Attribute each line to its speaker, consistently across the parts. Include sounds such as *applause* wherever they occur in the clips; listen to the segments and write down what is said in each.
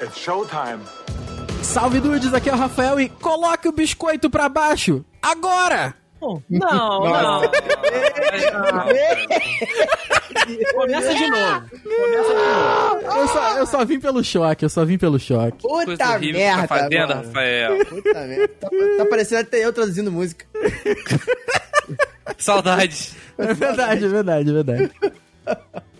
Speaker 1: It's showtime.
Speaker 2: Salve dudes, aqui é o Rafael e coloque o biscoito pra baixo! Agora!
Speaker 3: Não, não. não.
Speaker 4: Ah,
Speaker 3: Começa de novo. Começa de novo.
Speaker 2: Eu só, eu só vim pelo choque, eu só vim pelo choque.
Speaker 4: Puta
Speaker 5: horrível que
Speaker 4: merda,
Speaker 5: tá fazendo,
Speaker 4: mano.
Speaker 5: Rafael.
Speaker 4: Puta merda. Tá, tá parecendo até eu traduzindo música.
Speaker 5: *laughs* Saudades.
Speaker 2: É verdade, é verdade, é verdade.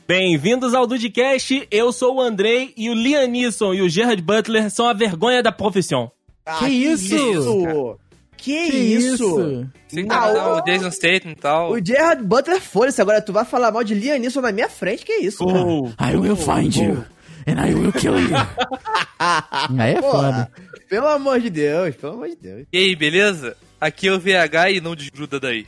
Speaker 3: Bem-vindos ao Dudcast. Eu sou o Andrei e o Lianisson e o Gerard Butler são a vergonha da profissão.
Speaker 4: Ah,
Speaker 2: Que isso?
Speaker 4: Que, isso?
Speaker 5: Você que
Speaker 4: Ah,
Speaker 5: tá
Speaker 4: o-
Speaker 5: o Jason Statham e tal.
Speaker 4: O Gerard Butler, é foda-se, agora tu vai falar mal de Lianisson na minha frente, que isso? cara?
Speaker 2: I will find you, and I will kill
Speaker 4: *laughs*
Speaker 2: you. Aí é foda.
Speaker 4: Porra, pelo amor de Deus, pelo amor de Deus.
Speaker 5: E aí, beleza? Aqui é o VH e não desgruda daí.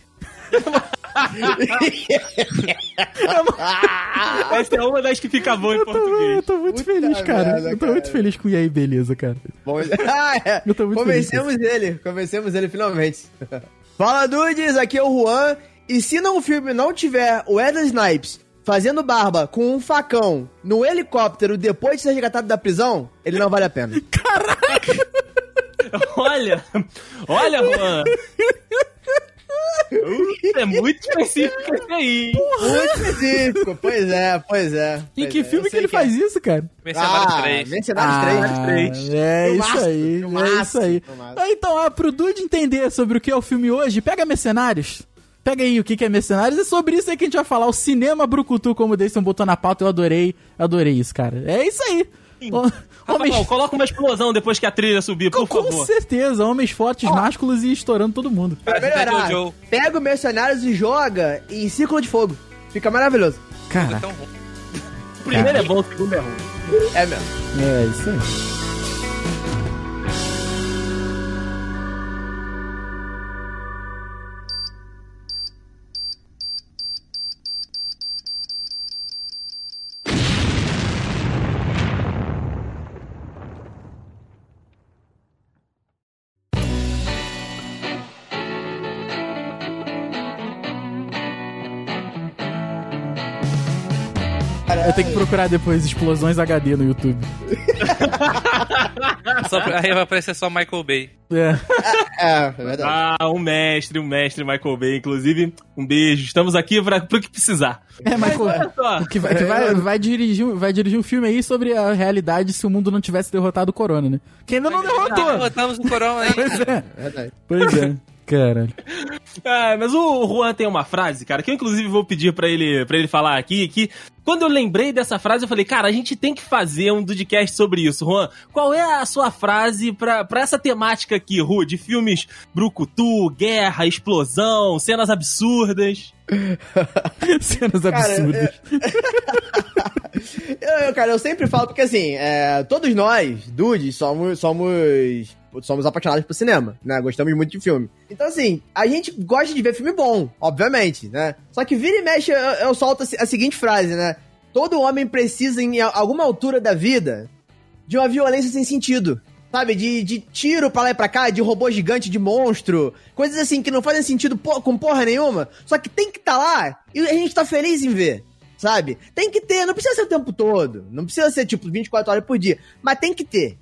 Speaker 3: Essa é uma das que fica boa em
Speaker 2: Eu tô, eu
Speaker 3: português.
Speaker 2: tô muito
Speaker 4: Puta
Speaker 2: feliz, cara.
Speaker 4: merda,
Speaker 2: eu tô
Speaker 4: cara.
Speaker 2: muito feliz com o E aí, beleza, cara.
Speaker 4: *laughs* Bom, ah, é.
Speaker 2: Eu tô muito
Speaker 4: convencemos ele, convencemos ele finalmente. *laughs* Fala Dudes, aqui é o Juan. E se num filme não tiver o Wesley Snipes fazendo barba com um facão no helicóptero depois de ser resgatado da prisão, ele não vale a pena.
Speaker 3: Olha, olha, Juan. Uh, É muito específico isso aí.
Speaker 4: Muito *laughs* específico, pois é, pois é.
Speaker 2: Em
Speaker 4: pois
Speaker 2: que
Speaker 4: é,
Speaker 2: filme
Speaker 4: eu
Speaker 2: que
Speaker 4: sei
Speaker 2: ele
Speaker 4: é.
Speaker 2: faz isso, Ah. cara?
Speaker 5: Mercenários
Speaker 4: Ah,
Speaker 5: 3.
Speaker 4: Mercenários 3.
Speaker 2: É isso
Speaker 4: Filmaço,
Speaker 2: aí, é
Speaker 4: filmaço,
Speaker 2: isso aí.
Speaker 4: filmaço.
Speaker 2: Ah, Então, ah, pro Dude entender sobre o que é o filme hoje, pega Mercenários. Pega aí o que que é Mercenários. É sobre isso aí que a gente vai falar. O cinema brucutu, como o Deison botou na pauta, eu adorei. Adorei isso, cara. É isso aí. O- Homens...
Speaker 3: Rafael, coloca uma explosão depois que a trilha subir, por
Speaker 2: *laughs* Com
Speaker 3: favor.
Speaker 2: certeza, homens fortes, másculos e estourando todo mundo.
Speaker 4: Pra
Speaker 5: Mas até
Speaker 4: melhorar,
Speaker 5: Jojo.
Speaker 4: pega o Mercenários e joga em Círculo de Fogo. Fica maravilhoso.
Speaker 2: Cara,
Speaker 5: Então, ruim.
Speaker 3: O primeiro é bom, o segundo é ruim.
Speaker 4: É mesmo.
Speaker 2: é isso aí. Eu tenho que procurar depois explosões HD no YouTube.
Speaker 5: só, pra- aí vai aparecer só Michael Bay.
Speaker 2: É.
Speaker 4: É, é verdade.
Speaker 3: Ah, um mestre, um mestre Michael Bay, inclusive. Um beijo. Estamos aqui para pro que precisar.
Speaker 2: É, Michael.
Speaker 3: Só.
Speaker 2: Que, vai, que vai, vai dirigir, um- vai dirigir um filme aí sobre a realidade se o mundo não tivesse derrotado o Corona, né? Que ainda não derrotou!
Speaker 5: Botamos o corona aí.
Speaker 2: Pois é.
Speaker 4: verdade.
Speaker 2: Pois é. Caralho.
Speaker 3: Ah, mas o Juan tem uma frase, cara, que eu inclusive vou pedir pra ele, pra ele falar aqui, que quando eu lembrei dessa frase, eu falei, cara, a gente tem que fazer um podcast sobre isso. Juan, qual é a sua frase pra, pra essa temática aqui, Ru, de filmes brucutu, guerra, explosão, cenas absurdas?
Speaker 2: *laughs* Cenas
Speaker 4: Cara,
Speaker 2: absurdas.
Speaker 4: Eu, eu, cara, eu sempre falo porque assim, é, todos nós, dudes, somos, somos, somos apaixonados por cinema, né? Gostamos muito de filme. Então, assim, a gente gosta de ver filme bom, obviamente, né? Só que vira e mexe, eu, eu solto a se- a seguinte frase, né? Todo homem precisa, em a- alguma altura da vida, de uma violência sem sentido. Sabe, de, de tiro pra lá e pra cá, de robô gigante, de monstro, coisas assim que não fazem sentido po- com porra nenhuma, só que tem que tá lá e a gente tá feliz em ver, sabe? Tem que ter, não precisa ser o tempo todo, não precisa ser tipo 24 horas por dia, mas tem que ter,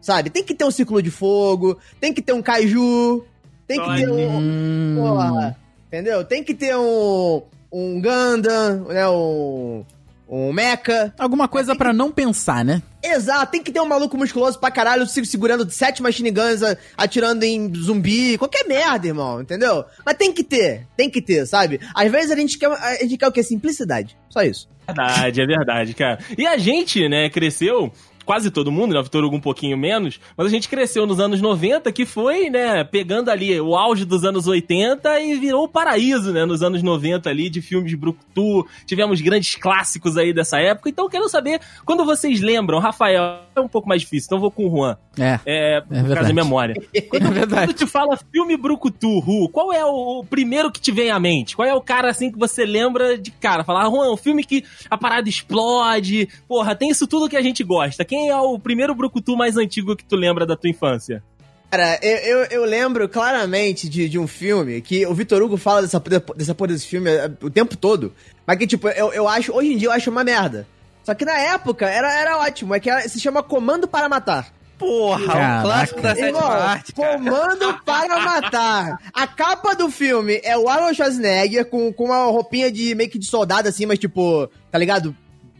Speaker 4: sabe? Tem que ter um ciclo de fogo, tem que ter um caju, tem que
Speaker 3: Olha.
Speaker 4: ter um,
Speaker 2: Hum.
Speaker 4: Porra, entendeu? Tem que ter um, um Gundam, né? Um, um Mecha.
Speaker 2: Alguma coisa pra não pensar, né?
Speaker 4: Exato, tem que ter um maluco musculoso pra caralho se segurando sete machine guns, a- atirando em zumbi, qualquer merda, irmão, entendeu? Mas tem que ter, tem que ter, sabe? Às vezes a gente quer, a gente quer o quê? Simplicidade, só isso.
Speaker 3: Verdade, é verdade, cara. E a gente, né, cresceu, quase todo mundo, né, Vitor Hugo um pouquinho menos, mas a gente cresceu nos anos 90, que foi, né, pegando ali o auge dos anos 80 e virou o paraíso, né, nos anos 90 ali, de filmes brucutu, tivemos grandes clássicos aí dessa época, então eu quero saber, quando vocês lembram, Rafael, é um pouco mais difícil, então eu vou com o Juan,
Speaker 2: É.
Speaker 3: é, por causa
Speaker 2: verdade.
Speaker 3: da memória. *laughs*
Speaker 2: É verdade.
Speaker 3: Quando te fala filme brucutu, Ru, qual é o, o primeiro que te vem à mente? Qual é o cara, assim, que você lembra de cara? Falar, ah, Juan, um filme que a parada explode, porra, tem isso tudo que a gente gosta. Quem é o primeiro brucutu mais antigo que tu lembra da tua infância?
Speaker 4: Cara, eu, eu, eu lembro claramente de, de um filme que o Vitor Hugo fala dessa, dessa porra desse filme eh, o tempo todo, mas que, tipo, eu, eu acho, hoje em dia eu acho uma merda. Só que na época era, era ótimo, é que era- se chama Comando para Matar.
Speaker 5: Porra,
Speaker 2: Caraca.
Speaker 5: um clássico da sétima
Speaker 4: Irmão,
Speaker 5: arte, cara.
Speaker 4: Comando para Matar. A capa do filme é o Arnold Schwarzenegger com, com uma roupinha de meio que de soldado assim, mas tipo, tá ligado?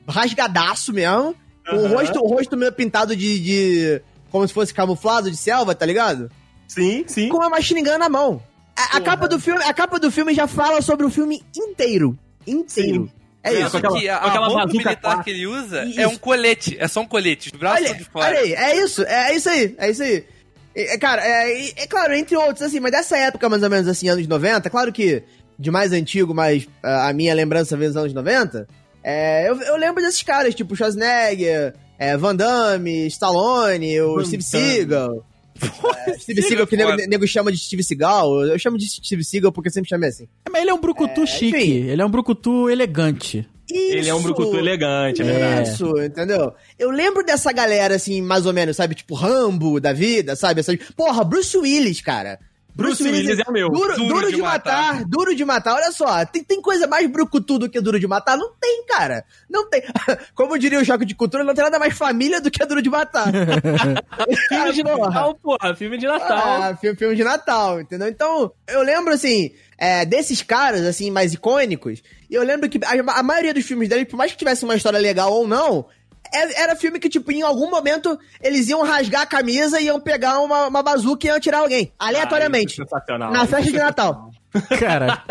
Speaker 4: Rasgadaço mesmo. Com o,
Speaker 3: Aham.
Speaker 4: rosto, o rosto meio pintado de, de. como se fosse camuflado de selva, tá ligado?
Speaker 3: Sim, sim.
Speaker 4: com uma machine gun na mão. A, a capa do filme, a capa do filme já fala sobre o filme inteiro, inteiro.
Speaker 3: Sim.
Speaker 4: É
Speaker 3: É,
Speaker 4: isso.
Speaker 3: com aquela-
Speaker 5: que a,
Speaker 3: com aquela
Speaker 5: a roupa
Speaker 3: bazuca
Speaker 5: militar
Speaker 3: clássica.
Speaker 5: que ele usa
Speaker 4: Isso.
Speaker 5: é um colete. É só um colete. Os braços
Speaker 4: Olha,
Speaker 5: são de fora.
Speaker 4: olha aí, é isso, é isso aí, é isso aí. E, é, cara, é, e- é claro, entre outros, assim, mas dessa época, mais ou menos, assim, anos 90, claro que de mais antigo, mas ah, a minha lembrança vem dos anos 90, é, eu, eu lembro desses caras, tipo Schwarzenegger, é, Van Damme, Stallone, o
Speaker 3: Van
Speaker 4: Steve
Speaker 3: Damme.
Speaker 4: Seagal. É, Steve
Speaker 5: Seagal
Speaker 4: Seagal, que
Speaker 5: é foda.
Speaker 4: nego, nego chama de Steve Seagal, eu chamo de Steve Seagal porque eu sempre chamei assim.
Speaker 2: É, *laughs* mas ele é um brucutu chique,
Speaker 4: enfim.
Speaker 2: ele é um brucutu elegante.
Speaker 3: Ele é um
Speaker 4: Isso!
Speaker 3: brucutu elegante, é verdade.
Speaker 4: Isso, entendeu? Eu lembro dessa galera, assim, mais ou menos, sabe? Tipo, Rambo da vida, sabe? Essas... Porra, Bruce Willis, cara.
Speaker 3: Bruce Willis é meu.
Speaker 4: Duro,
Speaker 5: Duro
Speaker 4: duro
Speaker 5: de
Speaker 4: de, matar,
Speaker 5: matar.
Speaker 4: duro de matar. Olha só, tem, tem coisa mais brucutu do que duro de matar? Não tem, cara. Não tem. *laughs* Como diria o Choque de Cultura, não tem nada mais família do que duro
Speaker 3: *laughs*
Speaker 4: de matar.
Speaker 3: É. Filme de
Speaker 4: Ah, porra.
Speaker 3: Natal, porra. Filme de Natal.
Speaker 4: Ah, fi- filme de Natal, entendeu? Então, eu lembro, assim, é, desses caras, assim, mais icônicos, e eu lembro que a, a maioria dos filmes dele, por mais que tivesse uma história legal ou não, é- era filme que, tipo, em algum momento, eles iam rasgar a camisa e iam pegar uma, uma bazuca e iam atirar alguém, aleatoriamente,
Speaker 3: Ah, isso é sensacional.
Speaker 4: na festa de Natal.
Speaker 2: Cara,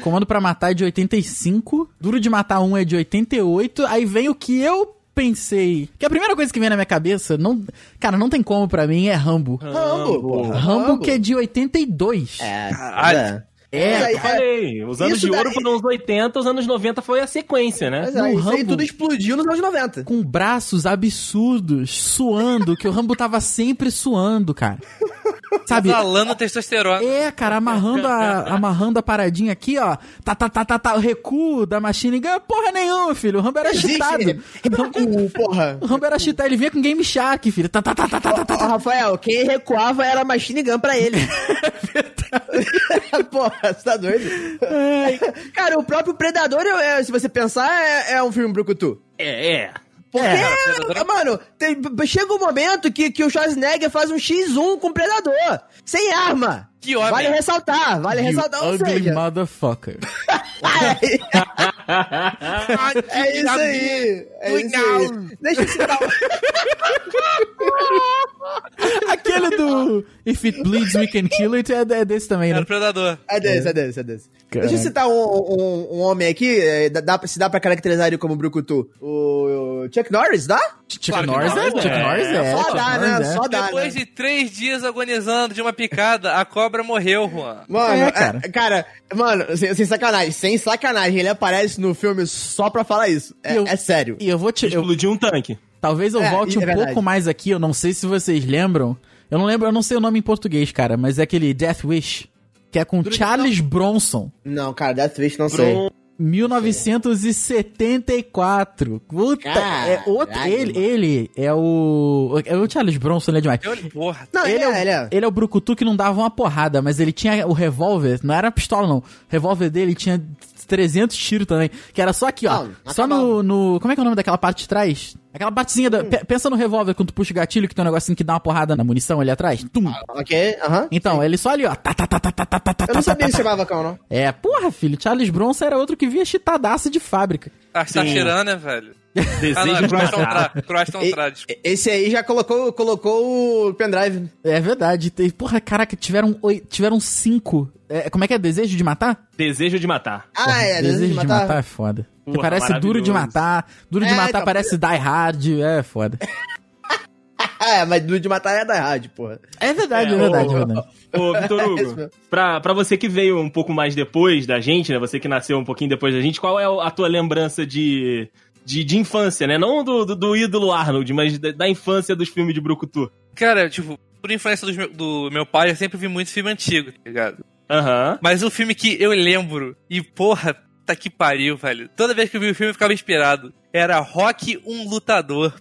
Speaker 2: Comando pra Matar é de 85, Duro de Matar 1 é de 88, aí vem o que eu pensei. Que é a primeira coisa que vem na minha cabeça, não, cara, não tem como pra mim, é Rambo.
Speaker 3: Ah,
Speaker 4: Rambo, porra.
Speaker 2: Rambo que é de 82.
Speaker 4: É,
Speaker 5: Caralho.
Speaker 4: é.
Speaker 2: É,
Speaker 4: Mas aí-
Speaker 3: Eu falei, os anos
Speaker 4: Isso
Speaker 3: de ouro
Speaker 4: daí-
Speaker 3: foram os 80, os anos 90 foi a sequência, né?
Speaker 4: Mas aí,
Speaker 2: No
Speaker 4: é, isso aí
Speaker 2: Rambo.
Speaker 4: tudo explodiu nos anos 90.
Speaker 2: com braços absurdos, suando, que o Rambo tava sempre suando, cara. Sabe?
Speaker 5: Exalando Tá testosterona.
Speaker 2: É, cara, amarrando a, amarrando a paradinha aqui, ó. Tá, tá, tá, tá, tá, o recuo da Machine Gun. Porra nenhuma, filho. O Rambo era cheatado.
Speaker 4: *laughs* Recuo, porra.
Speaker 2: O Rambo era cheatado, ele vinha com Game Shark, filho. Tá, tá, tá, tá, tá, tá, tá.
Speaker 4: Ô, Rafael, quem recuava era a Machine Gun pra ele. *laughs* Porra, você tá doido? Cara, o próprio Predador, eu- é, se você pensar, é, é um filme brucutu.
Speaker 3: É, é.
Speaker 4: Porque,
Speaker 5: Predador-
Speaker 4: mano, tem- chega um momento que, que o Schwarzenegger faz um X1 com o Predador. Sem arma.
Speaker 5: Que homem.
Speaker 4: Vale ressaltar, vale
Speaker 2: Oh, You
Speaker 4: ressaltar. Ou
Speaker 2: ugly
Speaker 4: seja,
Speaker 2: motherfucker.
Speaker 4: *laughs* é isso aí. É isso aí. Deixa eu citar um-
Speaker 2: Aquele do If It Bleeds We Can Kill It é, é desse também,
Speaker 5: Era o
Speaker 2: né?
Speaker 5: predador.
Speaker 4: É desse, é desse, é desse.
Speaker 2: Caralho.
Speaker 4: Deixa eu citar um, um- um homem aqui, é, dá- dá pra- se dá pra caracterizar ele como brucutu. O, o Chuck Norris, dá?
Speaker 2: Chuck
Speaker 5: Claro que
Speaker 2: Norris
Speaker 5: não,
Speaker 2: é,
Speaker 5: pô.
Speaker 2: Chuck
Speaker 3: É,
Speaker 2: Norris é.
Speaker 4: né? só
Speaker 2: Chuck
Speaker 4: dá,
Speaker 2: Norris
Speaker 4: né?
Speaker 2: é.
Speaker 4: Só dá, né?
Speaker 5: Depois de três dias agonizando de uma picada, a cobra morreu, Juan.
Speaker 4: Mano,
Speaker 2: É,
Speaker 4: é,
Speaker 2: cara.
Speaker 4: cara. mano, sem, sem sacanagem, sem sacanagem, ele aparece no filme só pra falar isso. É,
Speaker 2: Eu-
Speaker 4: é sério.
Speaker 2: E eu vou te... eu-
Speaker 3: Explodiu um tanque.
Speaker 2: Talvez eu
Speaker 4: É,
Speaker 2: volte
Speaker 4: é
Speaker 2: um
Speaker 4: verdade.
Speaker 2: pouco mais aqui, eu não sei se vocês lembram. Eu não lembro, eu não sei o nome em português, cara, mas é aquele Death Wish, que é com Charles Bronson,
Speaker 4: Não, cara, Death Wish não sei.
Speaker 2: 1974. Puta, é outro,
Speaker 4: Caralho,
Speaker 2: ele,
Speaker 4: mano.
Speaker 2: ele é o é o Charles Bronson, ele é demais.
Speaker 5: Eu, porra.
Speaker 4: Não, ele, é, ele é.
Speaker 2: Ele é o brucutu que não dava uma porrada, mas ele tinha o revólver, não era pistola não. O revólver dele tinha 300 tiros também, que era só aqui, ó.
Speaker 4: Não, tá
Speaker 2: só no, no- como é que é o nome daquela parte de trás? Aquela partezinha da, pe- pensa no revólver quando tu puxa o gatilho que tem um negocinho que dá uma porrada na munição ali atrás. Tum.
Speaker 4: Ok, aham.
Speaker 2: Então, ele só ali, ó. Tá, tá, tá, tá, tá, tá, tá, tá,
Speaker 4: Eu não
Speaker 2: tá,
Speaker 4: sabia
Speaker 2: tá,
Speaker 4: que
Speaker 2: tá.
Speaker 4: chamava cão, não.
Speaker 2: É, porra, filho, Charles Bronson era outro que vinha chitadaço de fábrica.
Speaker 5: Tá tá
Speaker 3: Sim.
Speaker 5: cheirando, né, velho? Ah, não,
Speaker 3: Desejo
Speaker 5: é
Speaker 3: de
Speaker 5: Cross on
Speaker 3: matar.
Speaker 5: Tra- Cross on
Speaker 4: E-
Speaker 5: Tra, desculpa.
Speaker 4: Esse aí já colocou, colocou o pendrive.
Speaker 2: É verdade. Tem- Porra, caraca, tiveram, oi- tiveram cinco. É, como é que é? Desejo de matar?
Speaker 3: Desejo de matar.
Speaker 4: Ah, é,
Speaker 2: Desejo de matar, é foda.
Speaker 3: Porra,
Speaker 2: parece duro de
Speaker 3: maravilhoso.
Speaker 2: matar. Duro de
Speaker 4: É,
Speaker 2: matar
Speaker 4: então-
Speaker 2: parece die hard. É foda.
Speaker 4: Ah, é, mas duro de matar é da rádio, porra.
Speaker 2: É verdade, é,
Speaker 3: É,
Speaker 2: verdade,
Speaker 3: o-
Speaker 2: é verdade.
Speaker 3: Ô, Vitor
Speaker 4: *laughs* É isso
Speaker 3: Hugo,
Speaker 4: mesmo.
Speaker 3: pra, pra você que veio um pouco mais depois da gente, né? Você que nasceu um pouquinho depois da gente, qual é o- a tua lembrança de, de, de infância, né? Não do, do, do ídolo Arnold, mas da, da infância dos filmes de Brucutu.
Speaker 5: Cara, tipo, por influência dos meu- do meu pai, eu sempre vi muito filme antigo, tá ligado?
Speaker 3: Aham.
Speaker 5: Mas o filme que eu lembro, e porra, tá que pariu, velho. Toda vez que eu vi o filme eu ficava inspirado. Era Rock um Lutador.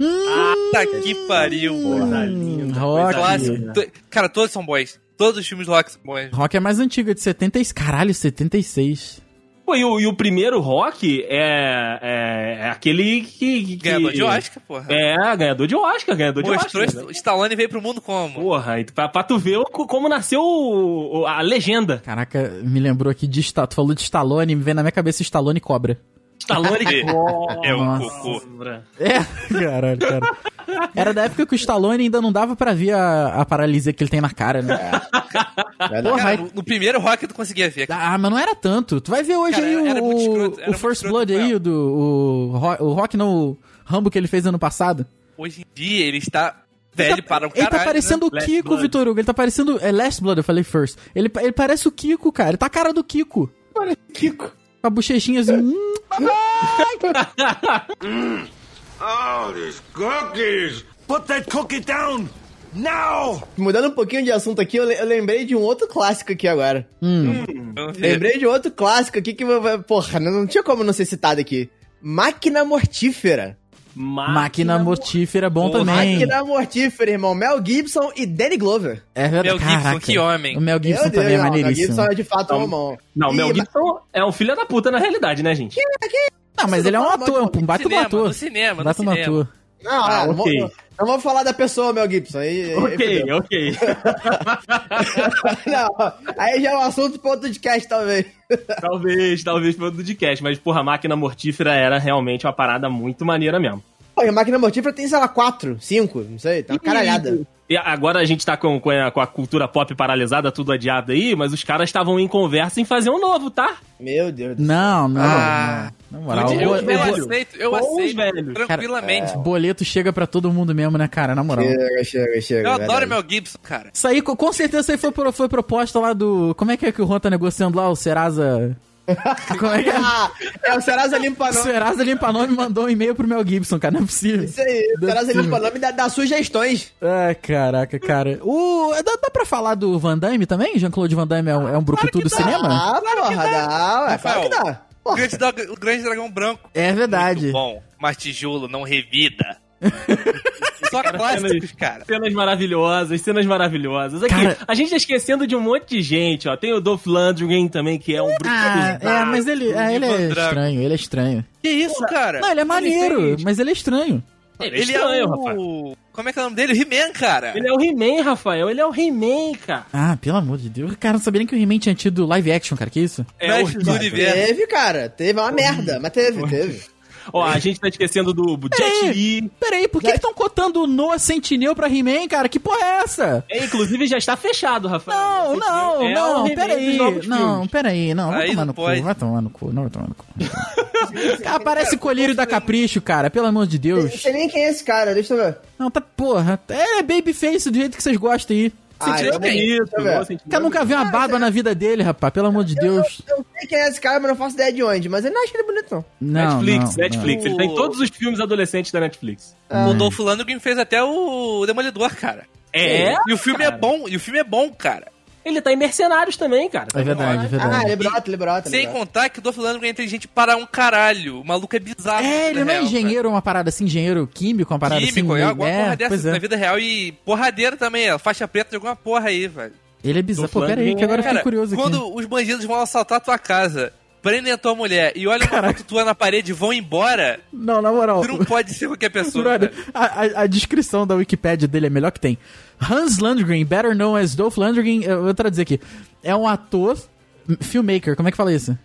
Speaker 5: tá que pariu,
Speaker 2: Hum.
Speaker 3: Porra,
Speaker 5: porra.
Speaker 4: Hum,
Speaker 3: linda,
Speaker 2: rock.
Speaker 3: coisa
Speaker 5: Clássico.
Speaker 3: linda.
Speaker 5: To- Cara, todos são bons. Todos os filmes do Rock são bons.
Speaker 2: Rock é mais antigo, é de 70. e- Caralho, 76.
Speaker 3: Pô, e o, e o primeiro rock é, é, é aquele que. que
Speaker 5: Ganhador de Oscar, porra.
Speaker 3: É, ganhador de Oscar, ganhador
Speaker 5: Mostrou
Speaker 3: de Oscar.
Speaker 2: né?
Speaker 5: St- Stallone veio pro mundo como?
Speaker 3: Porra, e pra, pra tu ver o- como nasceu o- o- a legenda.
Speaker 2: Caraca, me lembrou aqui de. Sta- Tu falou de Stallone, me vem na minha cabeça Stallone e Cobra.
Speaker 3: Stallone
Speaker 5: É, *laughs* é um
Speaker 2: Nossa.
Speaker 5: cocô.
Speaker 2: É, *laughs* caralho, cara. Era da época que o Stallone ainda não dava pra ver a, a paralisia que ele tem na cara, né?
Speaker 4: Verdade.
Speaker 2: Porra, é
Speaker 5: Cara,
Speaker 2: aí-
Speaker 5: no, no primeiro rock tu conseguia ver.
Speaker 2: Ah, mas não era tanto. Tu vai ver hoje
Speaker 5: Cara,
Speaker 2: aí o,
Speaker 5: era muito escroto, era
Speaker 2: o
Speaker 5: muito
Speaker 2: First
Speaker 5: escroto
Speaker 2: Blood
Speaker 5: com
Speaker 2: aí,
Speaker 5: ela.
Speaker 2: do, o, Ro- o Rock no Rambo que ele fez ano passado.
Speaker 5: Hoje em dia ele está velho
Speaker 2: ele tá,
Speaker 5: para o
Speaker 2: ele
Speaker 5: caralho. né?
Speaker 2: tá parecendo o
Speaker 3: Last
Speaker 2: Kiko,
Speaker 3: Blood.
Speaker 2: Vitor Hugo. Ele tá parecendo. É Last Blood, eu falei first. Ele, pa- ele parece o Kiko, cara. Ele tá a cara do Kiko.
Speaker 4: Kiko.
Speaker 2: Com a bochechinha assim. hum.
Speaker 1: Oh, these cookies! Put that cookie down! Now!
Speaker 4: Mudando um pouquinho de assunto aqui, eu, le- eu lembrei de um outro clássico aqui agora.
Speaker 5: né? Vamos ver.
Speaker 4: Lembrei de um outro clássico aqui que, porra, não, não tinha como não ser citado aqui. Máquina Mortífera.
Speaker 2: Máquina mortífera é bom
Speaker 5: Porra,
Speaker 2: também.
Speaker 4: Máquina Mortífera, irmão. Mel Gibson e Danny Glover.
Speaker 2: É verdade.
Speaker 5: Mel Gibson,
Speaker 2: Caraca.
Speaker 5: que homem.
Speaker 2: O Mel Gibson
Speaker 4: Meu Deus,
Speaker 2: também é
Speaker 4: não, Mel
Speaker 2: maneiríssimo.
Speaker 4: Gibson é de fato um
Speaker 3: Não,
Speaker 4: irmão.
Speaker 3: Não,
Speaker 4: E
Speaker 3: Mel
Speaker 4: ma-
Speaker 3: Gibson é um filho da puta na realidade, né, gente?
Speaker 2: Não, mas
Speaker 4: Você
Speaker 2: ele é
Speaker 4: não
Speaker 2: um
Speaker 4: fala
Speaker 2: ator, é
Speaker 4: mal
Speaker 2: um
Speaker 4: de-
Speaker 2: baita de um
Speaker 5: cinema,
Speaker 2: ator.
Speaker 5: no cinema, no
Speaker 2: Baita de um
Speaker 5: cinema.
Speaker 2: ator.
Speaker 4: Não,
Speaker 3: Ah,
Speaker 4: é, não,
Speaker 3: ok.
Speaker 4: vou, não vou falar da pessoa, Mel Gibson.
Speaker 2: É,
Speaker 4: Aí, aí
Speaker 3: Ok,
Speaker 4: fudeu. *laughs*
Speaker 3: ok. *laughs*
Speaker 4: Não, aí já é um assunto pra outro podcast, talvez.
Speaker 3: talvez, talvez foi do de cast, mas porra, a máquina mortífera era realmente uma parada muito maneira mesmo.
Speaker 4: Pô, e a Máquina Mortífera tem, sei lá, quatro, cinco, não sei, tá uma caralhada.
Speaker 3: E agora a gente tá com, com, a, com a cultura pop paralisada, tudo adiado aí, mas os caras estavam em conversa em fazer um novo, tá?
Speaker 4: Meu Deus do céu.
Speaker 2: Não, não.
Speaker 5: Ah.
Speaker 2: não. Na moral,
Speaker 3: Muito
Speaker 5: Eu,
Speaker 2: o-
Speaker 5: eu,
Speaker 3: bom, velho.
Speaker 5: aceito, eu
Speaker 3: Bom,
Speaker 5: aceito
Speaker 3: velho.
Speaker 5: tranquilamente.
Speaker 2: boleto chega pra todo mundo mesmo, né, cara? Na moral.
Speaker 4: Chega, chega,
Speaker 5: eu
Speaker 4: chega. É, verdade.
Speaker 5: adoro Mel Gibson, cara.
Speaker 2: Isso aí, co- com certeza, isso aí foi, pro- foi proposta lá do. Como é que é que o Juan tá negociando lá? O
Speaker 4: *laughs*
Speaker 2: Serasa. Como é que é?
Speaker 4: Ah, é o Serasa Limpa
Speaker 2: O
Speaker 4: Nome.
Speaker 2: Serasa Limpa Nome mandou um e-mail pro Mel Gibson, cara. Não é possível.
Speaker 4: Isso aí, o Serasa Limpa Nome dá, dá sugestões.
Speaker 2: Ai, caraca, cara. *laughs* O, é, dá, dá pra falar do Van Damme também? Jean-Claude Van Damme é um, é um brucutu do cinema?
Speaker 4: Ah, porra, dá, ué, claro que
Speaker 5: Rafael.
Speaker 4: dá.
Speaker 5: O
Speaker 4: Porra,
Speaker 5: grande, Dra- o grande dragão branco.
Speaker 2: É verdade.
Speaker 5: Muito bom. Mas tijolo não revida. *laughs* Só clássicos, cara.
Speaker 3: Cenas maravilhosas, cenas maravilhosas. Aqui,
Speaker 2: Cara-
Speaker 3: a gente tá esquecendo de um monte de gente, ó. Tem o Dolph Lundgren também, que é um bruto.
Speaker 2: Ah, é, mas ele, ah, ele é
Speaker 5: Ivan Drago.
Speaker 2: estranho, ele é estranho.
Speaker 5: Que isso, cara?
Speaker 2: Não, ele é maneiro, mas ele é estranho.
Speaker 5: Ele,
Speaker 3: Ele é estranho,
Speaker 5: é
Speaker 2: um
Speaker 5: o...
Speaker 3: rapaz.
Speaker 5: Como é que é o nome dele? He-Man, cara.
Speaker 3: Ele é o He-Man, Rafael. Ele é o He-Man, cara.
Speaker 2: Ah, pelo amor de Deus. Cara, não sabia nem que o He-Man tinha tido live action, cara. Que isso?
Speaker 3: É
Speaker 5: Mestre do
Speaker 3: horrível.
Speaker 5: universo.
Speaker 4: teve, cara, teve, é uma merda, mas teve, teve.
Speaker 3: Ó, a gente tá esquecendo do Jet Li.
Speaker 2: Peraí, por que estão cotando o Noah Sentinel pra He-Man, cara? Que porra é essa?
Speaker 3: É, inclusive já está fechado,
Speaker 2: Não,
Speaker 3: Rafael. Você
Speaker 2: não,
Speaker 3: viu? É o
Speaker 2: não,
Speaker 3: remake
Speaker 2: peraí.
Speaker 3: dos novos
Speaker 2: Não,
Speaker 3: filmes.
Speaker 2: peraí, não, vai
Speaker 5: Aí
Speaker 2: tomar
Speaker 5: não
Speaker 2: no cu,
Speaker 5: pode.
Speaker 2: vai tomar no cu, não vai tomar no cu. Aparece colírio da Capricho, cara, pelo amor de
Speaker 4: Eu Não
Speaker 2: Deus.
Speaker 4: sei nem quem é esse cara, deixa eu ver.
Speaker 2: Não, tá porra. É babyface do jeito que vocês gostam aí.
Speaker 4: Ah,
Speaker 5: Sentinela
Speaker 4: eu
Speaker 5: tem.
Speaker 4: não-
Speaker 3: Isso,
Speaker 4: deixa eu ver.
Speaker 3: bom É sentimento.
Speaker 2: O cara é nunca viu uma barba na vida dele, rapaz, pelo amor de Deus.
Speaker 4: Eu sei quem é esse cara, mas não faço ideia de onde. Mas eu não acho ele bonito, não.
Speaker 2: Não,
Speaker 3: Netflix,
Speaker 2: não,
Speaker 3: Netflix. Ele tá em todos os filmes adolescentes da Netflix.
Speaker 2: Ah.
Speaker 5: O Dolph Lundgren fez até o Demolidor, cara.
Speaker 3: É?
Speaker 5: E o filme é bom, e o filme é bom, cara.
Speaker 3: Ele tá em Mercenários também, cara.
Speaker 2: não. É verdade, é
Speaker 4: Ah,
Speaker 2: verdade.
Speaker 4: ele é brota, ele é
Speaker 2: Tá
Speaker 4: brota. ele é
Speaker 5: Sem
Speaker 4: brota.
Speaker 5: contar que o Dolph Lundgren é inteligente para um caralho. O maluco é bizarro. na
Speaker 2: É, ele
Speaker 5: vida
Speaker 2: não é
Speaker 5: real,
Speaker 2: engenheiro, uma parada assim, engenheiro químico, uma
Speaker 5: cara.
Speaker 2: parada
Speaker 5: Químico,
Speaker 2: assim.
Speaker 5: é alguma
Speaker 2: é,
Speaker 5: porra
Speaker 2: pois
Speaker 5: dessa
Speaker 2: é.
Speaker 5: na vida real e porradeiro também, ó. Faixa preta de alguma porra aí, velho.
Speaker 2: Ele é bizarro. Pô,
Speaker 3: Tô
Speaker 2: pera aí, que
Speaker 3: falando,
Speaker 2: agora eu
Speaker 5: Cara,
Speaker 2: fiquei curioso aqui.
Speaker 5: quando os bandidos vão assaltar a tua casa, prendem a tua mulher e olham uma foto tua na parede e vão embora,
Speaker 2: Não, na moral.
Speaker 5: tu
Speaker 2: *laughs*
Speaker 5: não pode ser qualquer pessoa.
Speaker 2: Brother,
Speaker 5: velho.
Speaker 2: a, a- a descrição da Wikipédia dele é a melhor que tem. Hans Landgren, better known as Dolph Landgren, eu vou traduzir aqui. É um ator, m- filmmaker, como é que fala isso?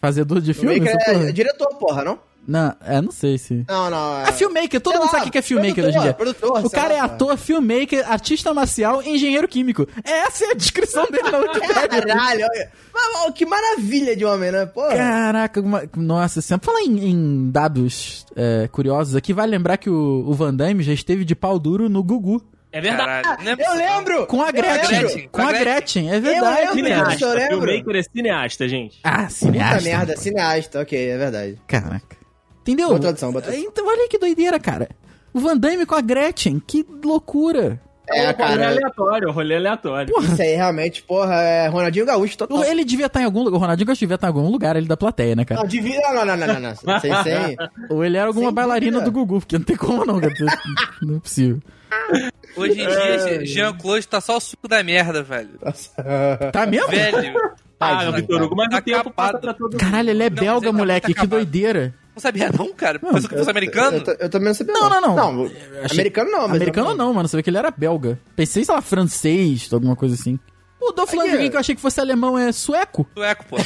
Speaker 2: Fazedor de filme?
Speaker 4: Baker
Speaker 2: essa
Speaker 4: é,
Speaker 2: porra?
Speaker 4: diretor, porra, não?
Speaker 2: Não, é, não sei se...
Speaker 4: Não, não.
Speaker 2: É filmmaker, todo
Speaker 4: Ah, Sei
Speaker 2: mundo
Speaker 4: lá,
Speaker 2: sabe o que que é filmmaker hoje em dia.
Speaker 4: produtor,
Speaker 2: o
Speaker 4: sei
Speaker 2: cara
Speaker 4: lá,
Speaker 2: é
Speaker 4: cara.
Speaker 2: ator, filmmaker, artista marcial e engenheiro químico. Essa é a descrição dele na
Speaker 4: *laughs*
Speaker 2: Wikipédia.
Speaker 4: Caralho, olha. Mas, mas, que maravilha de homem, né? Pô.
Speaker 2: Caraca, uma- nossa senhora. Fala em, em dados é, curiosos aqui, vai lembrar que o, o Van Damme já esteve de pau duro no Gugu.
Speaker 3: É verdade.
Speaker 5: Caralho, não é
Speaker 4: Ah, Eu
Speaker 5: possível.
Speaker 4: lembro!
Speaker 2: Com a
Speaker 4: Eu
Speaker 2: Gretchen.
Speaker 4: lembro.
Speaker 5: Gretchen,
Speaker 2: Com a Gretchen, é verdade.
Speaker 4: lembro
Speaker 2: cara.
Speaker 4: disso. eu
Speaker 3: Cineasta.
Speaker 4: lembro.
Speaker 3: Filmmaker é cineasta, gente.
Speaker 2: Ah,
Speaker 4: Puta
Speaker 2: cineasta.
Speaker 4: merda,
Speaker 2: pô.
Speaker 4: cineasta, ok, é verdade.
Speaker 2: Caraca. Entendeu?
Speaker 4: Boa tradução, boa tradução.
Speaker 2: Então, olha que doideira, cara. O Van Damme com a Gretchen, que loucura.
Speaker 4: É,
Speaker 3: um rolê
Speaker 4: cara.
Speaker 3: aleatório, um rolê aleatório.
Speaker 4: Isso aí realmente, porra, é Ronaldinho Gaúcho total.
Speaker 2: O- Ele devia estar em algum lugar, o Ronaldinho Gaúcho devia estar em algum lugar ali da plateia, né, cara?
Speaker 4: Não, devia. Não, não, não, não, não. não. Sem, sem. *laughs*
Speaker 2: Ou ele era alguma
Speaker 4: Ah, sem
Speaker 2: bailarina
Speaker 4: dúvida.
Speaker 2: do Gugu, porque não tem como não, cara.
Speaker 4: *laughs*
Speaker 2: Não é possível. É. *laughs*
Speaker 5: Hoje em dia, Jean-Claude tá só o suco da merda, velho.
Speaker 4: Nossa.
Speaker 2: Tá mesmo?
Speaker 5: Velho,
Speaker 3: Ah,
Speaker 4: Tadinho,
Speaker 3: Vitor Hugo, mas o
Speaker 5: Tá
Speaker 3: tempo passa
Speaker 5: capado.
Speaker 3: pra todo mundo.
Speaker 2: Caralho, ele é
Speaker 5: Não, mas
Speaker 2: belga,
Speaker 5: ele tá
Speaker 2: moleque.
Speaker 5: muito
Speaker 2: Que
Speaker 5: acabado.
Speaker 2: doideira.
Speaker 5: Não sabia não, cara? Pensa que eu fosse americano?
Speaker 4: Eu, eu- eu também não sabia.
Speaker 2: Não, não, não. Achei-
Speaker 4: Americano não, mas.
Speaker 2: Americano não, mano. Você vê que ele era belga. Pensei, sei lá, francês, alguma coisa assim. O Dolph
Speaker 4: Aqui,
Speaker 2: Lundgren
Speaker 4: é.
Speaker 2: que eu achei que fosse alemão é sueco. *laughs*
Speaker 5: Sueco, pô.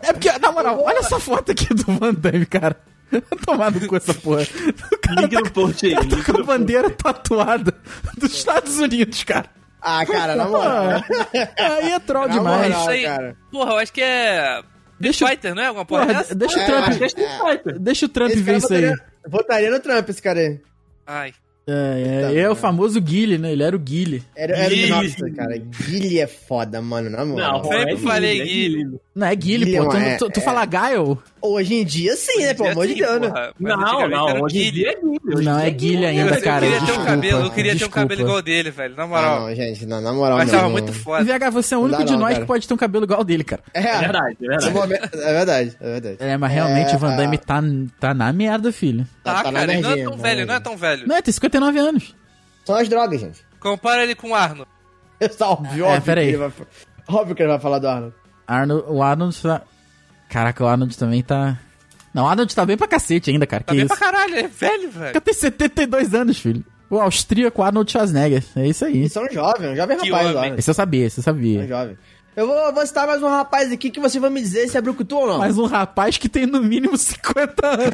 Speaker 2: É porque, na moral, olha essa foto aqui do Van Damme, cara. Tá Tomado com essa porra. O cara
Speaker 3: Link
Speaker 2: tá,
Speaker 3: no post aí.
Speaker 2: o cara tá
Speaker 3: link
Speaker 2: com a
Speaker 3: no post.
Speaker 2: bandeira tatuada dos Estados Unidos, cara.
Speaker 4: Ah, cara, na moral.
Speaker 2: Ah, Aí é troll
Speaker 4: Na
Speaker 2: demais.
Speaker 4: moral.
Speaker 5: Isso aí,
Speaker 4: cara.
Speaker 5: porra, eu acho que é...
Speaker 2: Deixa-
Speaker 5: Deixa... Fighter, não é? Alguma porra
Speaker 2: Porra,
Speaker 5: dessa?
Speaker 2: deixa o
Speaker 4: É,
Speaker 2: Trump.
Speaker 4: acho que
Speaker 3: Deixa eu falar, então.
Speaker 2: Deixa o Trump
Speaker 4: Esse
Speaker 2: ver
Speaker 4: cara
Speaker 2: isso
Speaker 4: tá
Speaker 2: aí.
Speaker 4: votaria, votaria no Trump, esse cara aí.
Speaker 5: Ai.
Speaker 2: É, é,
Speaker 4: Tá,
Speaker 2: ele é o
Speaker 4: mano.
Speaker 2: famoso Guile, né? Ele era o Guile.
Speaker 4: Era, era
Speaker 5: Guilherme.
Speaker 4: nossa, cara. Guilherme é foda, mano, na moral.
Speaker 5: Não, sempre
Speaker 3: é
Speaker 5: falei
Speaker 3: Guilherme, é
Speaker 5: Guilherme.
Speaker 3: Guilherme.
Speaker 2: Não, é Guile,
Speaker 4: Guile,
Speaker 2: pô. Tu,
Speaker 4: é,
Speaker 2: tu, tu
Speaker 4: é.
Speaker 2: fala Guile?
Speaker 4: Hoje em dia sim, né? Pelo amor de Deus, né?
Speaker 3: Não, não,
Speaker 5: um
Speaker 3: hoje em dia é Guilherme. hoje em
Speaker 2: Não,
Speaker 3: dia
Speaker 2: é Guile
Speaker 5: Eu,
Speaker 2: ainda, cara.
Speaker 5: queria ter um
Speaker 2: desculpa,
Speaker 5: cabelo, eu queria ter
Speaker 2: desculpa.
Speaker 5: um cabelo igual ao dele, velho. Na
Speaker 4: Ah,
Speaker 5: moral.
Speaker 4: não, gente, não, na Tá moral.
Speaker 5: eu achava
Speaker 4: mesmo.
Speaker 5: muito foda.
Speaker 2: VH, você é o
Speaker 4: Não
Speaker 2: único
Speaker 4: dá
Speaker 2: de
Speaker 4: não,
Speaker 2: nós
Speaker 4: cara.
Speaker 2: que pode ter um cabelo igual ao dele, cara.
Speaker 4: É,
Speaker 3: É verdade, é
Speaker 4: no
Speaker 3: verdade.
Speaker 4: momento- é verdade, é verdade.
Speaker 2: É, mas realmente
Speaker 4: É,
Speaker 2: o Van Damme tá, tá na merda, filho.
Speaker 5: Tá,
Speaker 4: tá na
Speaker 5: cara, ele não é
Speaker 4: merdinha,
Speaker 5: tão
Speaker 4: tá
Speaker 5: velho,
Speaker 4: na
Speaker 5: não é tão velho.
Speaker 2: Não, ele tem 59 anos.
Speaker 4: São as drogas, gente.
Speaker 5: Compara ele com o Arno.
Speaker 4: *laughs* Tá óbvio,
Speaker 2: É,
Speaker 4: óbvio.
Speaker 2: peraí.
Speaker 4: que ele vai- Óbvio que ele vai falar do Arnold.
Speaker 2: Arnold, o Arnold tá... Caraca, o Arnold também tá... Não, o Arnold tá bem pra cacete ainda, cara.
Speaker 5: Tá
Speaker 2: que
Speaker 5: bem
Speaker 2: isso?
Speaker 5: pra caralho, é velho, velho.
Speaker 2: Eu tenho 72 anos, filho. O austríaco Arnold Schwarzenegger. É isso aí.
Speaker 4: E são jovens, um jovem
Speaker 5: Que
Speaker 4: rapaz
Speaker 5: homem.
Speaker 4: lá.
Speaker 2: Esse eu sabia, esse eu
Speaker 4: Um
Speaker 2: sabia.
Speaker 4: jovem. Eu vou, vou citar mais um rapaz aqui que você vai me dizer se é brucutu ou não.
Speaker 2: Mas um rapaz que tem no mínimo 50 anos.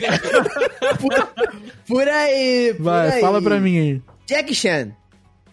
Speaker 4: Por aí, por
Speaker 2: um. Vai,
Speaker 4: aí.
Speaker 2: fala pra mim aí.
Speaker 4: Jack Chan.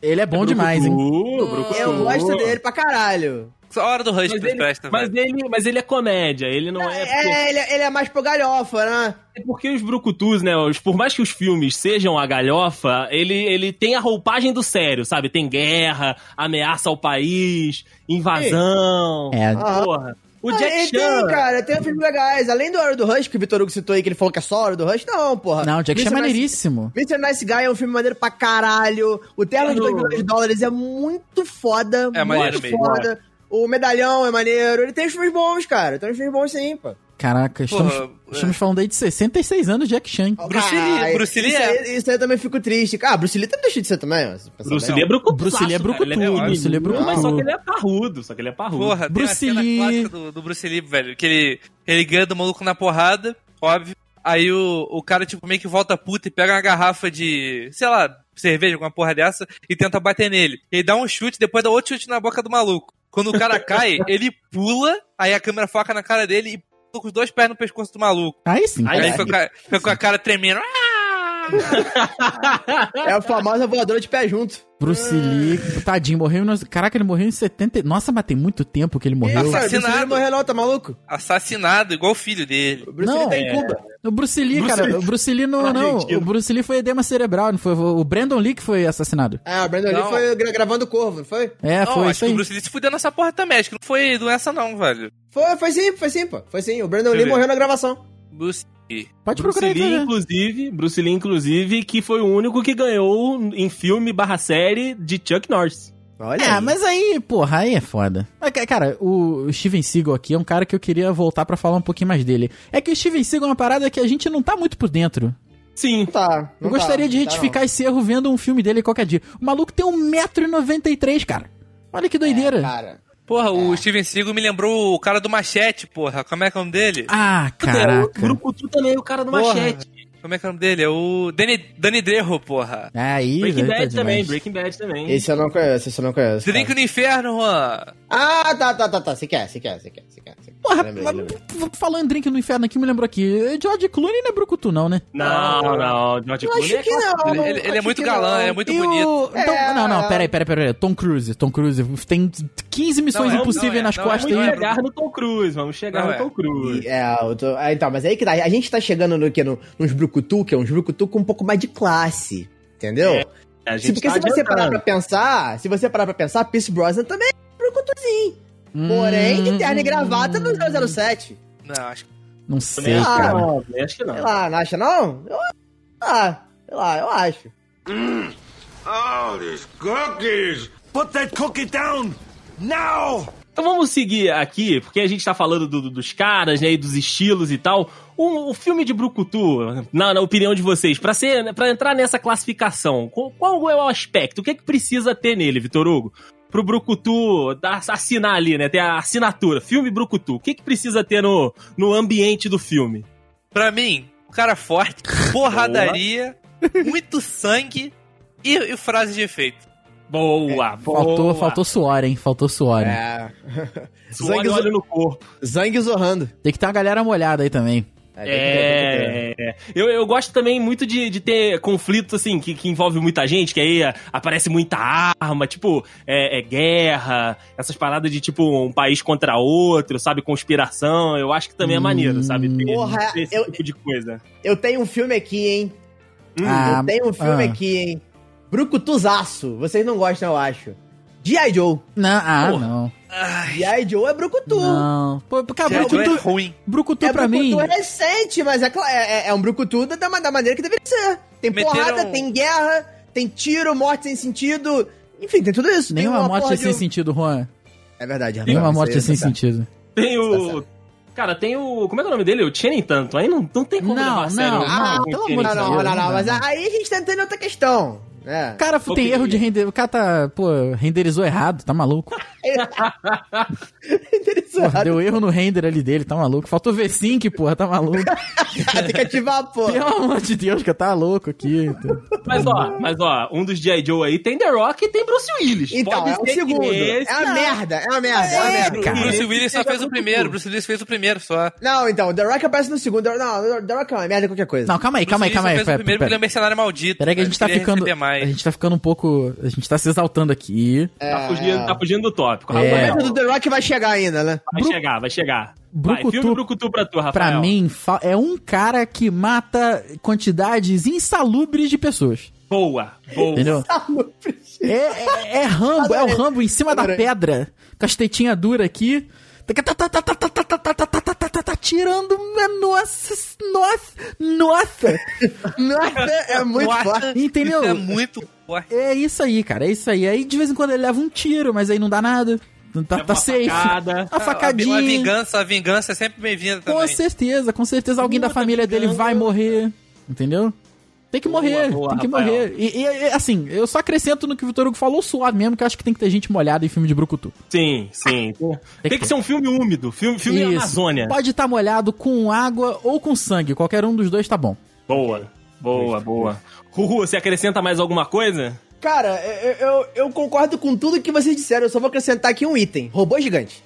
Speaker 2: Ele é bom demais, hein?
Speaker 3: Brucutu, Brucutu.
Speaker 4: Eu gosto dele pra caralho.
Speaker 5: Só a hora do Rush
Speaker 3: Mas
Speaker 5: me
Speaker 3: ele,
Speaker 5: presta,
Speaker 3: mas,
Speaker 5: velho.
Speaker 3: ele, mas ele é comédia, ele não é. porque-
Speaker 4: É, ele, ele é mais pro galhofa, né?
Speaker 3: É porque os brucutus, né? os- por mais que os filmes sejam a galhofa, ele, ele tem a roupagem do sério, sabe? Tem guerra, ameaça ao país, invasão.
Speaker 2: É,
Speaker 4: Aham.
Speaker 3: Porra. O
Speaker 4: Ah,
Speaker 3: Jack
Speaker 4: ele
Speaker 3: Chan.
Speaker 4: Tem, cara, tem filmes legais. Além do Hora do Rush, que o Vitor Hugo citou aí, que ele falou que é só Hora do Rush, não, porra.
Speaker 2: não, o Jack Chan é
Speaker 4: Mr. Nice-
Speaker 2: maneiríssimo.
Speaker 4: Mr. Nice Guy é um filme maneiro pra caralho. O Terno de
Speaker 3: Mano.
Speaker 4: 2 milhões de dólares é muito foda.
Speaker 5: É maneiro
Speaker 4: muito
Speaker 5: mesmo,
Speaker 4: foda. O Medalhão é maneiro. Ele tem os filmes bons, cara. Tem os filmes bons sim, pô.
Speaker 2: Caraca, estamos,
Speaker 5: Porra, é.
Speaker 2: estamos falando aí de 66 anos de Jack Chan.
Speaker 5: Bruce Lee,
Speaker 4: Caralho,
Speaker 5: Bruce Lee
Speaker 4: isso,
Speaker 5: é.
Speaker 4: aí, isso aí eu também fico triste. Ah, Bruce Lee também deixa de ser também. ó, se pensar
Speaker 3: Bruce
Speaker 4: bem.
Speaker 3: Lee é brucutu.
Speaker 2: Bruce Lee é brucutu, Bruce Lee é brucutu.
Speaker 3: Mas só que ele é parrudo, só que ele é parrudo.
Speaker 5: Porra,
Speaker 2: Bruce
Speaker 5: tem a cena
Speaker 2: Lee.
Speaker 5: clássica do, do Bruce Lee, velho, que ele, ele ganha do maluco na porrada, óbvio. Aí o, o cara, tipo, meio que volta puta e pega uma garrafa de, sei lá, cerveja, alguma porra dessa, e tenta bater nele. Ele dá um chute, depois dá outro chute na boca do maluco. Quando o cara
Speaker 2: *laughs*
Speaker 5: cai, ele pula, aí a câmera foca na cara dele e pula com os dois pés no pescoço do maluco.
Speaker 2: Aí sim.
Speaker 5: Aí
Speaker 3: Ai,
Speaker 5: ele
Speaker 3: ai.
Speaker 5: fica, com a- fica com a cara tremendo.
Speaker 4: É o famoso voador de pé junto.
Speaker 2: Bruce Lee, tadinho, morreu em... Caraca, ele morreu em 70... Nossa, mas tem muito tempo que ele morreu.
Speaker 4: Isso, Bruce Lee
Speaker 5: Assassinado.
Speaker 4: não morreu não, tá maluco?
Speaker 5: Assassinado, igual o filho dele.
Speaker 4: O Bruce
Speaker 2: Não,
Speaker 4: Lee tá em
Speaker 3: é.
Speaker 4: Cuba.
Speaker 2: O Bruce Lee,
Speaker 3: Bruce
Speaker 2: cara,
Speaker 3: Lee.
Speaker 2: o Bruce Lee não,
Speaker 3: Ah,
Speaker 2: não,
Speaker 3: gente,
Speaker 2: o Bruce Lee foi edema cerebral, não foi o Brandon Lee que foi assassinado.
Speaker 4: Ah, o Brandon Lee
Speaker 5: Não.
Speaker 4: foi gra- gravando o Corvo, não foi?
Speaker 2: É,
Speaker 5: não,
Speaker 2: foi
Speaker 5: acho
Speaker 2: isso
Speaker 5: que o
Speaker 2: aí.
Speaker 5: Bruce Lee se fudeu nessa porra também. Acho que não foi doença, não, velho.
Speaker 4: Foi, foi sim, foi sim, pô. Foi sim. O Brandon
Speaker 5: Deixa eu
Speaker 4: Lee
Speaker 5: ver.
Speaker 4: morreu na gravação.
Speaker 5: Bruce
Speaker 2: Pode
Speaker 3: Bruce
Speaker 2: procurar aí,
Speaker 3: Lee,
Speaker 2: pra ver.
Speaker 3: inclusive, Bruce Lee, inclusive, que foi o único que ganhou em filme barra série de Chuck Norris.
Speaker 4: Olha
Speaker 2: É, mas aí, porra, aí é foda. Mas, ca- Cara, o Steven Seagal aqui é um cara que eu queria voltar pra falar um pouquinho mais dele. É que o Steven Seagal é uma parada que a gente não tá muito por dentro.
Speaker 3: Sim.
Speaker 4: Não tá. não
Speaker 2: Eu
Speaker 4: tá,
Speaker 2: gostaria de
Speaker 4: não tá,
Speaker 2: retificar esse erro vendo um filme dele qualquer dia. O maluco tem 1,93m, cara. Olha que doideira.
Speaker 4: não. É, Cara.
Speaker 5: Porra, o
Speaker 2: É.
Speaker 5: Steven Seagal me lembrou o cara do Machete, porra. Como é que é o nome dele?
Speaker 2: ah,
Speaker 3: O
Speaker 2: caraca.
Speaker 3: Brucutu também, o cara do
Speaker 5: Porra.
Speaker 3: machete.
Speaker 5: Como é que é o nome dele? É o Danny, Danny Trejo, porra.
Speaker 2: Aí,
Speaker 3: Breaking
Speaker 2: velho, tá
Speaker 3: Bad também,
Speaker 2: demais.
Speaker 3: Breaking Bad também.
Speaker 4: Esse eu não conheço, esse eu não conheço. cara.
Speaker 2: É.
Speaker 5: Drink no Inferno, Juan.
Speaker 4: Ah, tá, tá, tá, tá. Se quer, se quer, se quer, se quer. se quer.
Speaker 2: Porra,
Speaker 5: Né,
Speaker 4: Lembrei,
Speaker 2: mas-
Speaker 4: lembrei.
Speaker 2: falando em Drink no Inferno aqui, me lembrou aqui. George Clooney não é brucutu, não, né?
Speaker 3: Não, não, George
Speaker 4: Eu
Speaker 3: Clooney
Speaker 4: acho
Speaker 3: é
Speaker 4: que não.
Speaker 5: Ele, ele- ele é
Speaker 4: acho
Speaker 5: muito
Speaker 4: que
Speaker 5: galã,
Speaker 4: não.
Speaker 5: é muito
Speaker 2: Ah, E o-
Speaker 5: bonito.
Speaker 2: Tom-
Speaker 4: É.
Speaker 2: Não, não, peraí, peraí, peraí. Tom Cruise, Tom Cruise. Tem 15 missões
Speaker 5: Não, é,
Speaker 2: impossíveis
Speaker 5: não é,
Speaker 2: nas
Speaker 5: não é,
Speaker 2: costas
Speaker 5: não
Speaker 2: aí.
Speaker 5: é.
Speaker 3: Vamos chegar no Tom Cruise, vamos chegar
Speaker 5: Não
Speaker 3: no
Speaker 5: é.
Speaker 3: Tom Cruise.
Speaker 4: É, eu tô... ah, então, mas aí que tá. A gente tá chegando no que? No, nos brucutu, que é uns brucutu com um pouco mais de classe. Entendeu?
Speaker 3: É, A
Speaker 4: se,
Speaker 3: gente
Speaker 4: porque
Speaker 3: tá
Speaker 4: se você parar pra
Speaker 3: adiantando.
Speaker 4: pensar, se você parar pra pensar, Pierce Brosnan também é brucutuzinho.
Speaker 2: Hum.
Speaker 4: Porém, de terno e gravata no 007.
Speaker 5: Não, acho que...
Speaker 2: Não sei,
Speaker 3: Ah,
Speaker 2: cara.
Speaker 3: não, acho que não.
Speaker 4: Sei lá, não acha não? Eu... Ah, sei lá, eu acho.
Speaker 1: Oh, these cookies! Put that cookie down! Now!
Speaker 3: Então vamos seguir aqui, porque a gente tá falando do- do- dos caras, né, e dos estilos e tal. O, o filme de Brucutu, na, na opinião de vocês, pra ser, para entrar nessa classificação, qual, qual é o aspecto? O que é que precisa ter nele, Vitor Hugo? pro Brucutu dar- assinar ali, né? Tem a assinatura, filme Brucutu. O que, que precisa ter no, no ambiente do filme?
Speaker 5: Pra mim, um
Speaker 2: *laughs*
Speaker 5: cara forte, porradaria, muito sangue e, e frases de efeito.
Speaker 3: Boa, boa.
Speaker 2: Faltou, faltou suor, hein? Faltou suor. hein?
Speaker 4: *laughs* É.
Speaker 3: Suor e óleo no corpo.
Speaker 4: Zang zorrando.
Speaker 2: Tem que ter uma galera molhada aí também.
Speaker 3: É, é. Eu, eu gosto também muito de, de ter conflitos, assim, que, que envolve muita gente, que aí é, aparece muita arma, tipo, é, é guerra, essas paradas de, tipo, um país contra outro, sabe, conspiração, eu acho que também é maneiro, sabe, ter,
Speaker 4: Porra,
Speaker 3: ter esse
Speaker 4: eu-
Speaker 3: tipo de coisa.
Speaker 4: Eu tenho um filme aqui, hein?
Speaker 2: Ah,
Speaker 4: eu tenho um filme
Speaker 2: ah.
Speaker 4: aqui, hein? Brucutuzaço. Vocês não gostam, eu acho. G.I. Joe.
Speaker 2: Não, ah,
Speaker 3: Porra.
Speaker 2: não.
Speaker 5: Ai,
Speaker 4: G.I. Joe é Brucutu.
Speaker 2: Não. Pô, cara,
Speaker 5: Jack
Speaker 2: Brucutu,
Speaker 5: é ruim.
Speaker 2: Brucutu
Speaker 4: É
Speaker 2: pra mim.
Speaker 4: Brucutu recente, mas é, cla- é, é- é um Brucutu da, da da maneira que deveria ser. Tem
Speaker 5: Meteram-
Speaker 4: porrada, tem guerra, tem tiro, morte sem sentido. Enfim, tem tudo isso. Tem
Speaker 2: Nenhuma
Speaker 4: uma porra
Speaker 2: morte
Speaker 4: de
Speaker 2: sem
Speaker 4: um-
Speaker 2: sentido, Juan.
Speaker 4: É verdade, Rafael.
Speaker 2: Nenhuma
Speaker 4: isso aí
Speaker 2: morte
Speaker 4: é
Speaker 2: sem
Speaker 4: verdade.
Speaker 2: sentido.
Speaker 3: Tem
Speaker 4: Tá
Speaker 3: o... Cara, tem o... Como é que é o nome dele? O Channing Tanto, aí não, não tem como
Speaker 2: Não,
Speaker 3: levar a sério
Speaker 2: não,
Speaker 3: o-
Speaker 4: Ah,
Speaker 3: o
Speaker 2: pelo
Speaker 3: Channing
Speaker 2: amor de
Speaker 4: Não,
Speaker 3: Tatum.
Speaker 4: não, não, não,
Speaker 2: Não.
Speaker 4: mas aí a gente tá entrando em outra questão.
Speaker 2: O
Speaker 4: né? *laughs*
Speaker 2: cara f- tem
Speaker 3: Ok.
Speaker 2: erro de render. O cara tá, pô, renderizou errado, tá maluco. Porra,
Speaker 4: Interessante.
Speaker 2: deu erro no render ali dele, tá maluco. Faltou V5, porra, tá maluco.
Speaker 4: *laughs* tem que ativar a porra.
Speaker 2: Pelo amor de Deus, que eu tava louco aqui.
Speaker 3: Mas ó, mas ó, um dos G.I. Joe aí tem The Rock e tem Bruce Willis.
Speaker 4: Então,
Speaker 3: Pode
Speaker 4: é o
Speaker 3: ser que
Speaker 4: segundo.
Speaker 3: esse-
Speaker 4: É uma merda, é uma merda, é uma merda.
Speaker 2: cara. é
Speaker 5: Bruce
Speaker 3: Esse
Speaker 5: Willis só
Speaker 3: seja
Speaker 5: fez o
Speaker 3: Brucutu.
Speaker 5: primeiro, Bruce Willis fez o primeiro só.
Speaker 4: Não, então, The Rock aparece no segundo. Não, The Rock é uma merda qualquer coisa.
Speaker 2: Não, calma aí, calma aí,
Speaker 5: Bruce
Speaker 2: calma
Speaker 5: Willis só
Speaker 2: aí.
Speaker 5: fez o
Speaker 2: Pera,
Speaker 5: primeiro porque ele é um
Speaker 2: pera.
Speaker 5: mercenário maldito.
Speaker 2: Peraí que a
Speaker 5: Ele
Speaker 2: gente tá
Speaker 5: queria
Speaker 2: ficando.
Speaker 5: receber
Speaker 2: A
Speaker 5: Mais.
Speaker 2: gente tá ficando um pouco. A gente tá se exaltando aqui.
Speaker 3: Tá fugindo, tá fugindo do tópico.
Speaker 2: É.
Speaker 4: O
Speaker 3: Rafael,
Speaker 4: momento É, do The Rock vai chegar
Speaker 3: *laughs*
Speaker 4: ainda, né?
Speaker 3: vai
Speaker 2: Bru-
Speaker 3: chegar, vai chegar.
Speaker 2: Brucutu-
Speaker 3: vai, filme Brucutu pra tu, Rafael.
Speaker 2: Pra mim, fa- é um cara que mata quantidades insalubres de pessoas.
Speaker 3: Boa, boa.
Speaker 2: Entendeu?
Speaker 3: Ah,
Speaker 2: É, é, é Rambo, é o Rambo em cima da
Speaker 4: Adorei.
Speaker 2: pedra, com as tetinhas duras aqui. Tá, tá, tá, tá, tá, tá, tá, tá, tá, tá, tá, tá, tá, tá, tirando. Nossa, nossa, nossa.
Speaker 4: Nossa, é muito
Speaker 5: Nossa,
Speaker 4: forte.
Speaker 2: tá Entendeu?
Speaker 5: Isso é muito forte.
Speaker 2: É isso aí, cara, é isso aí. Aí de vez em quando ele leva um tiro, mas aí não dá nada. Não Tá,
Speaker 3: Leva
Speaker 2: tá
Speaker 3: uma
Speaker 2: safe. *laughs*
Speaker 3: facada.
Speaker 2: A
Speaker 5: Ah, A
Speaker 2: facadinha.
Speaker 5: vingança, a vingança é sempre bem-vinda
Speaker 2: Com
Speaker 5: também.
Speaker 2: certeza, com certeza alguém da
Speaker 3: Puta
Speaker 2: família dele
Speaker 3: vingança.
Speaker 2: vai morrer. Entendeu? Tem que
Speaker 3: Boa,
Speaker 2: morrer,
Speaker 3: boa,
Speaker 2: tem que
Speaker 3: Rafael.
Speaker 2: morrer. E, e, e, assim, eu só acrescento no que o Vitor Hugo falou, suave mesmo, que eu acho que tem que ter gente molhada em filme de Brucutu.
Speaker 3: Sim, sim. Tem,
Speaker 2: que
Speaker 3: que ser um filme úmido, filme, filme
Speaker 2: Isso.
Speaker 3: Amazônia.
Speaker 2: Pode estar molhado com água ou com sangue, qualquer um dos dois tá bom.
Speaker 3: Boa, boa, boa. Ruhu, você acrescenta mais alguma coisa?
Speaker 4: Cara, eu, eu, eu concordo com tudo que vocês disseram, eu só vou acrescentar aqui um item: robô gigante.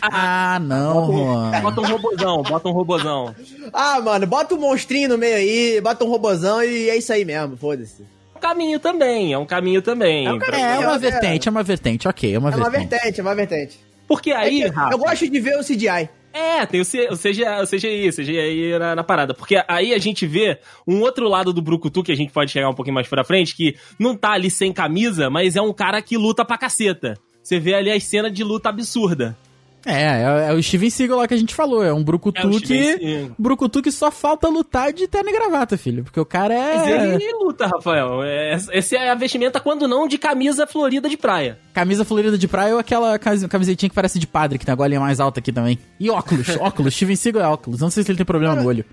Speaker 2: Ah, não, Juan.
Speaker 3: Bota um robozão, bota um robozão.
Speaker 4: Ah, mano, bota um monstrinho no meio aí, bota um robozão e é isso aí mesmo, foda-se.
Speaker 3: É um caminho também, é um caminho também.
Speaker 4: É um caminho.
Speaker 2: É uma
Speaker 4: É,
Speaker 2: vertente, é uma vertente, ok, é uma
Speaker 4: É uma
Speaker 2: vertente.
Speaker 4: vertente, é uma vertente.
Speaker 3: Porque
Speaker 4: É
Speaker 3: aí,
Speaker 4: que
Speaker 3: Rafa,
Speaker 4: eu gosto de ver o CGI.
Speaker 3: É, tem o, C, o, CGI, o CGI, CGI na, na parada. Porque aí a gente vê um outro lado do Brucutu, que a gente pode chegar um pouquinho mais pra frente, que não tá ali sem camisa, mas é um cara que luta pra caceta. Você vê ali as cenas de luta absurda.
Speaker 2: É, é, é o Steven Seagal lá que a gente falou, é um
Speaker 3: É o
Speaker 2: brucutu
Speaker 3: Steven
Speaker 2: que...
Speaker 3: Seagal.
Speaker 2: Brucutu que só falta lutar de terno e gravata, filho, porque o cara
Speaker 3: Mas
Speaker 2: é...
Speaker 3: ele luta, Rafael. É, esse é a vestimenta, quando não, de camisa florida de praia.
Speaker 2: Camisa florida de praia ou aquela cami- camisetinha que parece de padre, que tem a golinha mais alta aqui também. E óculos, óculos, Steven Seagal é óculos, não sei se ele tem problema no olho.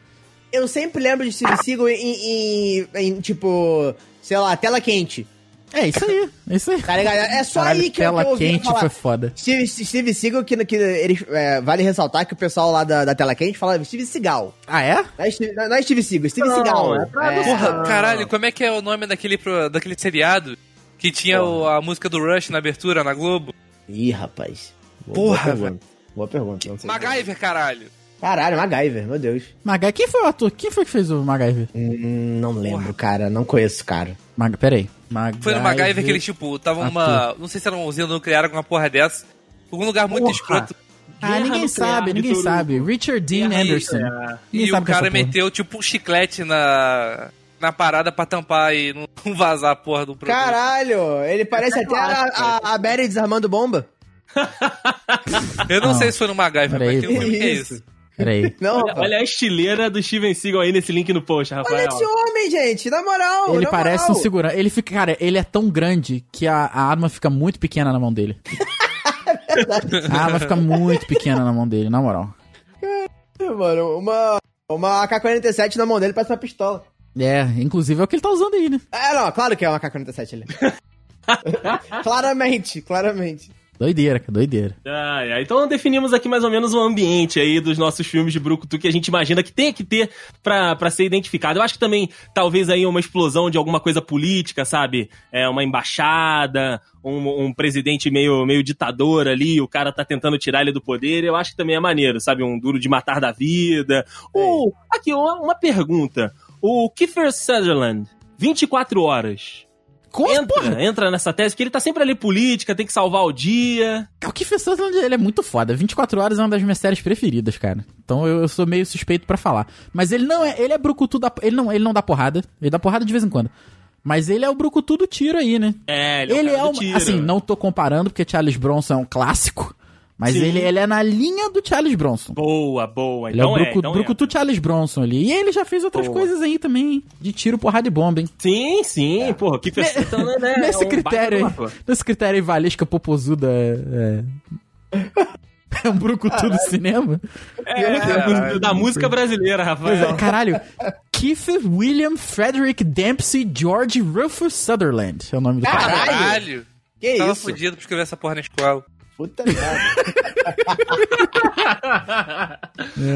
Speaker 4: Eu sempre lembro de Steven Seagal em, em- em, tipo, sei lá, tela quente.
Speaker 2: É isso aí, é isso aí.
Speaker 4: Tá ligado? É só
Speaker 2: Caralho,
Speaker 4: aí que
Speaker 2: tela
Speaker 4: eu tô ouvindo
Speaker 2: quente
Speaker 4: falar.
Speaker 2: foi foda.
Speaker 4: Steve, Steve Seagal, que, que eles, é, vale ressaltar que o pessoal lá da, da tela quente fala Steve Seagal.
Speaker 2: Ah, é?
Speaker 4: Não é Steve, não é Steve Seagal, Steve
Speaker 3: Não,
Speaker 4: Seagal.
Speaker 3: é pra
Speaker 4: É.
Speaker 5: Porra, caralho, como é que é o nome daquele, pro- daquele seriado que tinha o- a música do Rush na abertura na Globo?
Speaker 4: Ih, rapaz. Boa,
Speaker 5: Porra,
Speaker 4: boa pergunta. Boa pergunta. não sei.
Speaker 5: MacGyver, caralho.
Speaker 4: Caralho, MacGyver, meu Deus.
Speaker 2: Magai, quem foi o ator? Quem foi que fez o MacGyver?
Speaker 4: Hum, não lembro, cara. Não conheço, cara.
Speaker 2: Mag... Peraí. Magai...
Speaker 5: Foi no MacGyver que eles, tipo, tava numa. Não sei se era uma usina nuclear, alguma porra dessa. Algum lugar muito
Speaker 3: Porra.
Speaker 5: escroto.
Speaker 2: Ah, ninguém
Speaker 3: Guerra
Speaker 2: sabe,
Speaker 3: nuclear,
Speaker 2: ninguém
Speaker 3: Vitor
Speaker 2: sabe. Richard Dean
Speaker 5: Guerra
Speaker 2: Anderson. Ninguém
Speaker 5: E
Speaker 2: sabe
Speaker 5: o
Speaker 2: quem é
Speaker 5: cara
Speaker 2: essa porra.
Speaker 5: meteu, tipo, um chiclete na, na parada pra tampar e não *laughs* não vazar a porra do produto.
Speaker 4: Caralho, ele
Speaker 3: É
Speaker 4: parece até a, a, a Mary desarmando bomba.
Speaker 5: Eu não
Speaker 2: Não.
Speaker 5: sei se foi no MacGyver,
Speaker 2: Peraí.
Speaker 5: mas tem um filme que é isso.
Speaker 2: Peraí.
Speaker 4: Não,
Speaker 3: Olha,
Speaker 4: rapaz.
Speaker 3: olha é a estileira do Steven Seagal aí nesse link no post,
Speaker 4: Olha
Speaker 3: Rafael.
Speaker 4: esse homem, gente, na moral.
Speaker 2: Ele
Speaker 4: na
Speaker 2: parece um
Speaker 4: moral.
Speaker 2: segurança. Ele fica, cara, ele é tão grande que a, a arma fica muito pequena na mão dele.
Speaker 4: *laughs* É
Speaker 2: a arma fica muito pequena na mão dele, na moral.
Speaker 4: Mano, uma, uma AK-47 na mão dele parece uma pistola.
Speaker 2: É, inclusive é o que ele tá usando aí, né?
Speaker 4: É, não, claro que é uma AK-47 ali.
Speaker 2: *laughs*
Speaker 4: claramente, claramente.
Speaker 2: Doideira, cara, doideira.
Speaker 3: Ai, ai. Então definimos aqui mais ou menos o ambiente aí dos nossos filmes de Brucutu que a gente imagina que tem que ter pra, pra ser identificado. Eu acho que também, talvez aí uma explosão de alguma coisa política, sabe? É, uma embaixada, um, um presidente meio, meio ditador ali, o cara tá tentando tirar ele do poder. Eu acho que também é maneiro, sabe? Um duro de matar da vida. Ou, aqui, uma, uma pergunta. O Kiefer Sutherland, 24 horas.
Speaker 2: Como, porra?
Speaker 3: Entra, entra nessa tese, que ele tá sempre ali política, tem que salvar o dia.
Speaker 2: O Kiefer Sutherland, ele é muito foda. 24 Horas é uma das minhas séries preferidas, cara. Então eu, eu sou meio suspeito pra falar. Mas ele não é, ele é brucutu da, ele não, ele não dá porrada. Ele dá porrada de vez em quando. Mas ele é o brucutu do tiro aí, né?
Speaker 3: É,
Speaker 2: Ele,
Speaker 3: ele,
Speaker 2: é,
Speaker 3: o
Speaker 2: um,
Speaker 3: cara do tiro.
Speaker 2: assim, não tô comparando porque Charles Bronson é um clássico, mas
Speaker 3: Sim.
Speaker 2: ele, ele é na linha do Charles Bronson.
Speaker 3: Boa, boa.
Speaker 2: Ele
Speaker 3: Então
Speaker 2: é o
Speaker 3: é,
Speaker 2: brucu,
Speaker 3: então é.
Speaker 2: brucutu Charles Bronson ali. E ele já fez outras
Speaker 3: Boa.
Speaker 2: coisas aí também, hein? de tiro, porrada e bomba, hein?
Speaker 3: Sim, sim, porra, que pessoa. Então, né, né,
Speaker 2: *laughs* nesse
Speaker 3: é um
Speaker 2: critério
Speaker 3: baita
Speaker 2: aí,
Speaker 3: ator.
Speaker 2: nesse critério aí, Valesca Popozuda é... é- *laughs* é um brucutu do cinema?
Speaker 3: É, é, da música brasileira, Rafael.
Speaker 2: Caralho, Keith William Frederick Dempsey George Rufus Sutherland é o nome do cara.
Speaker 5: Caralho!
Speaker 4: Que
Speaker 5: Tava
Speaker 4: isso?
Speaker 5: fudido pra escrever essa porra na escola.
Speaker 4: Puta merda.
Speaker 3: *laughs*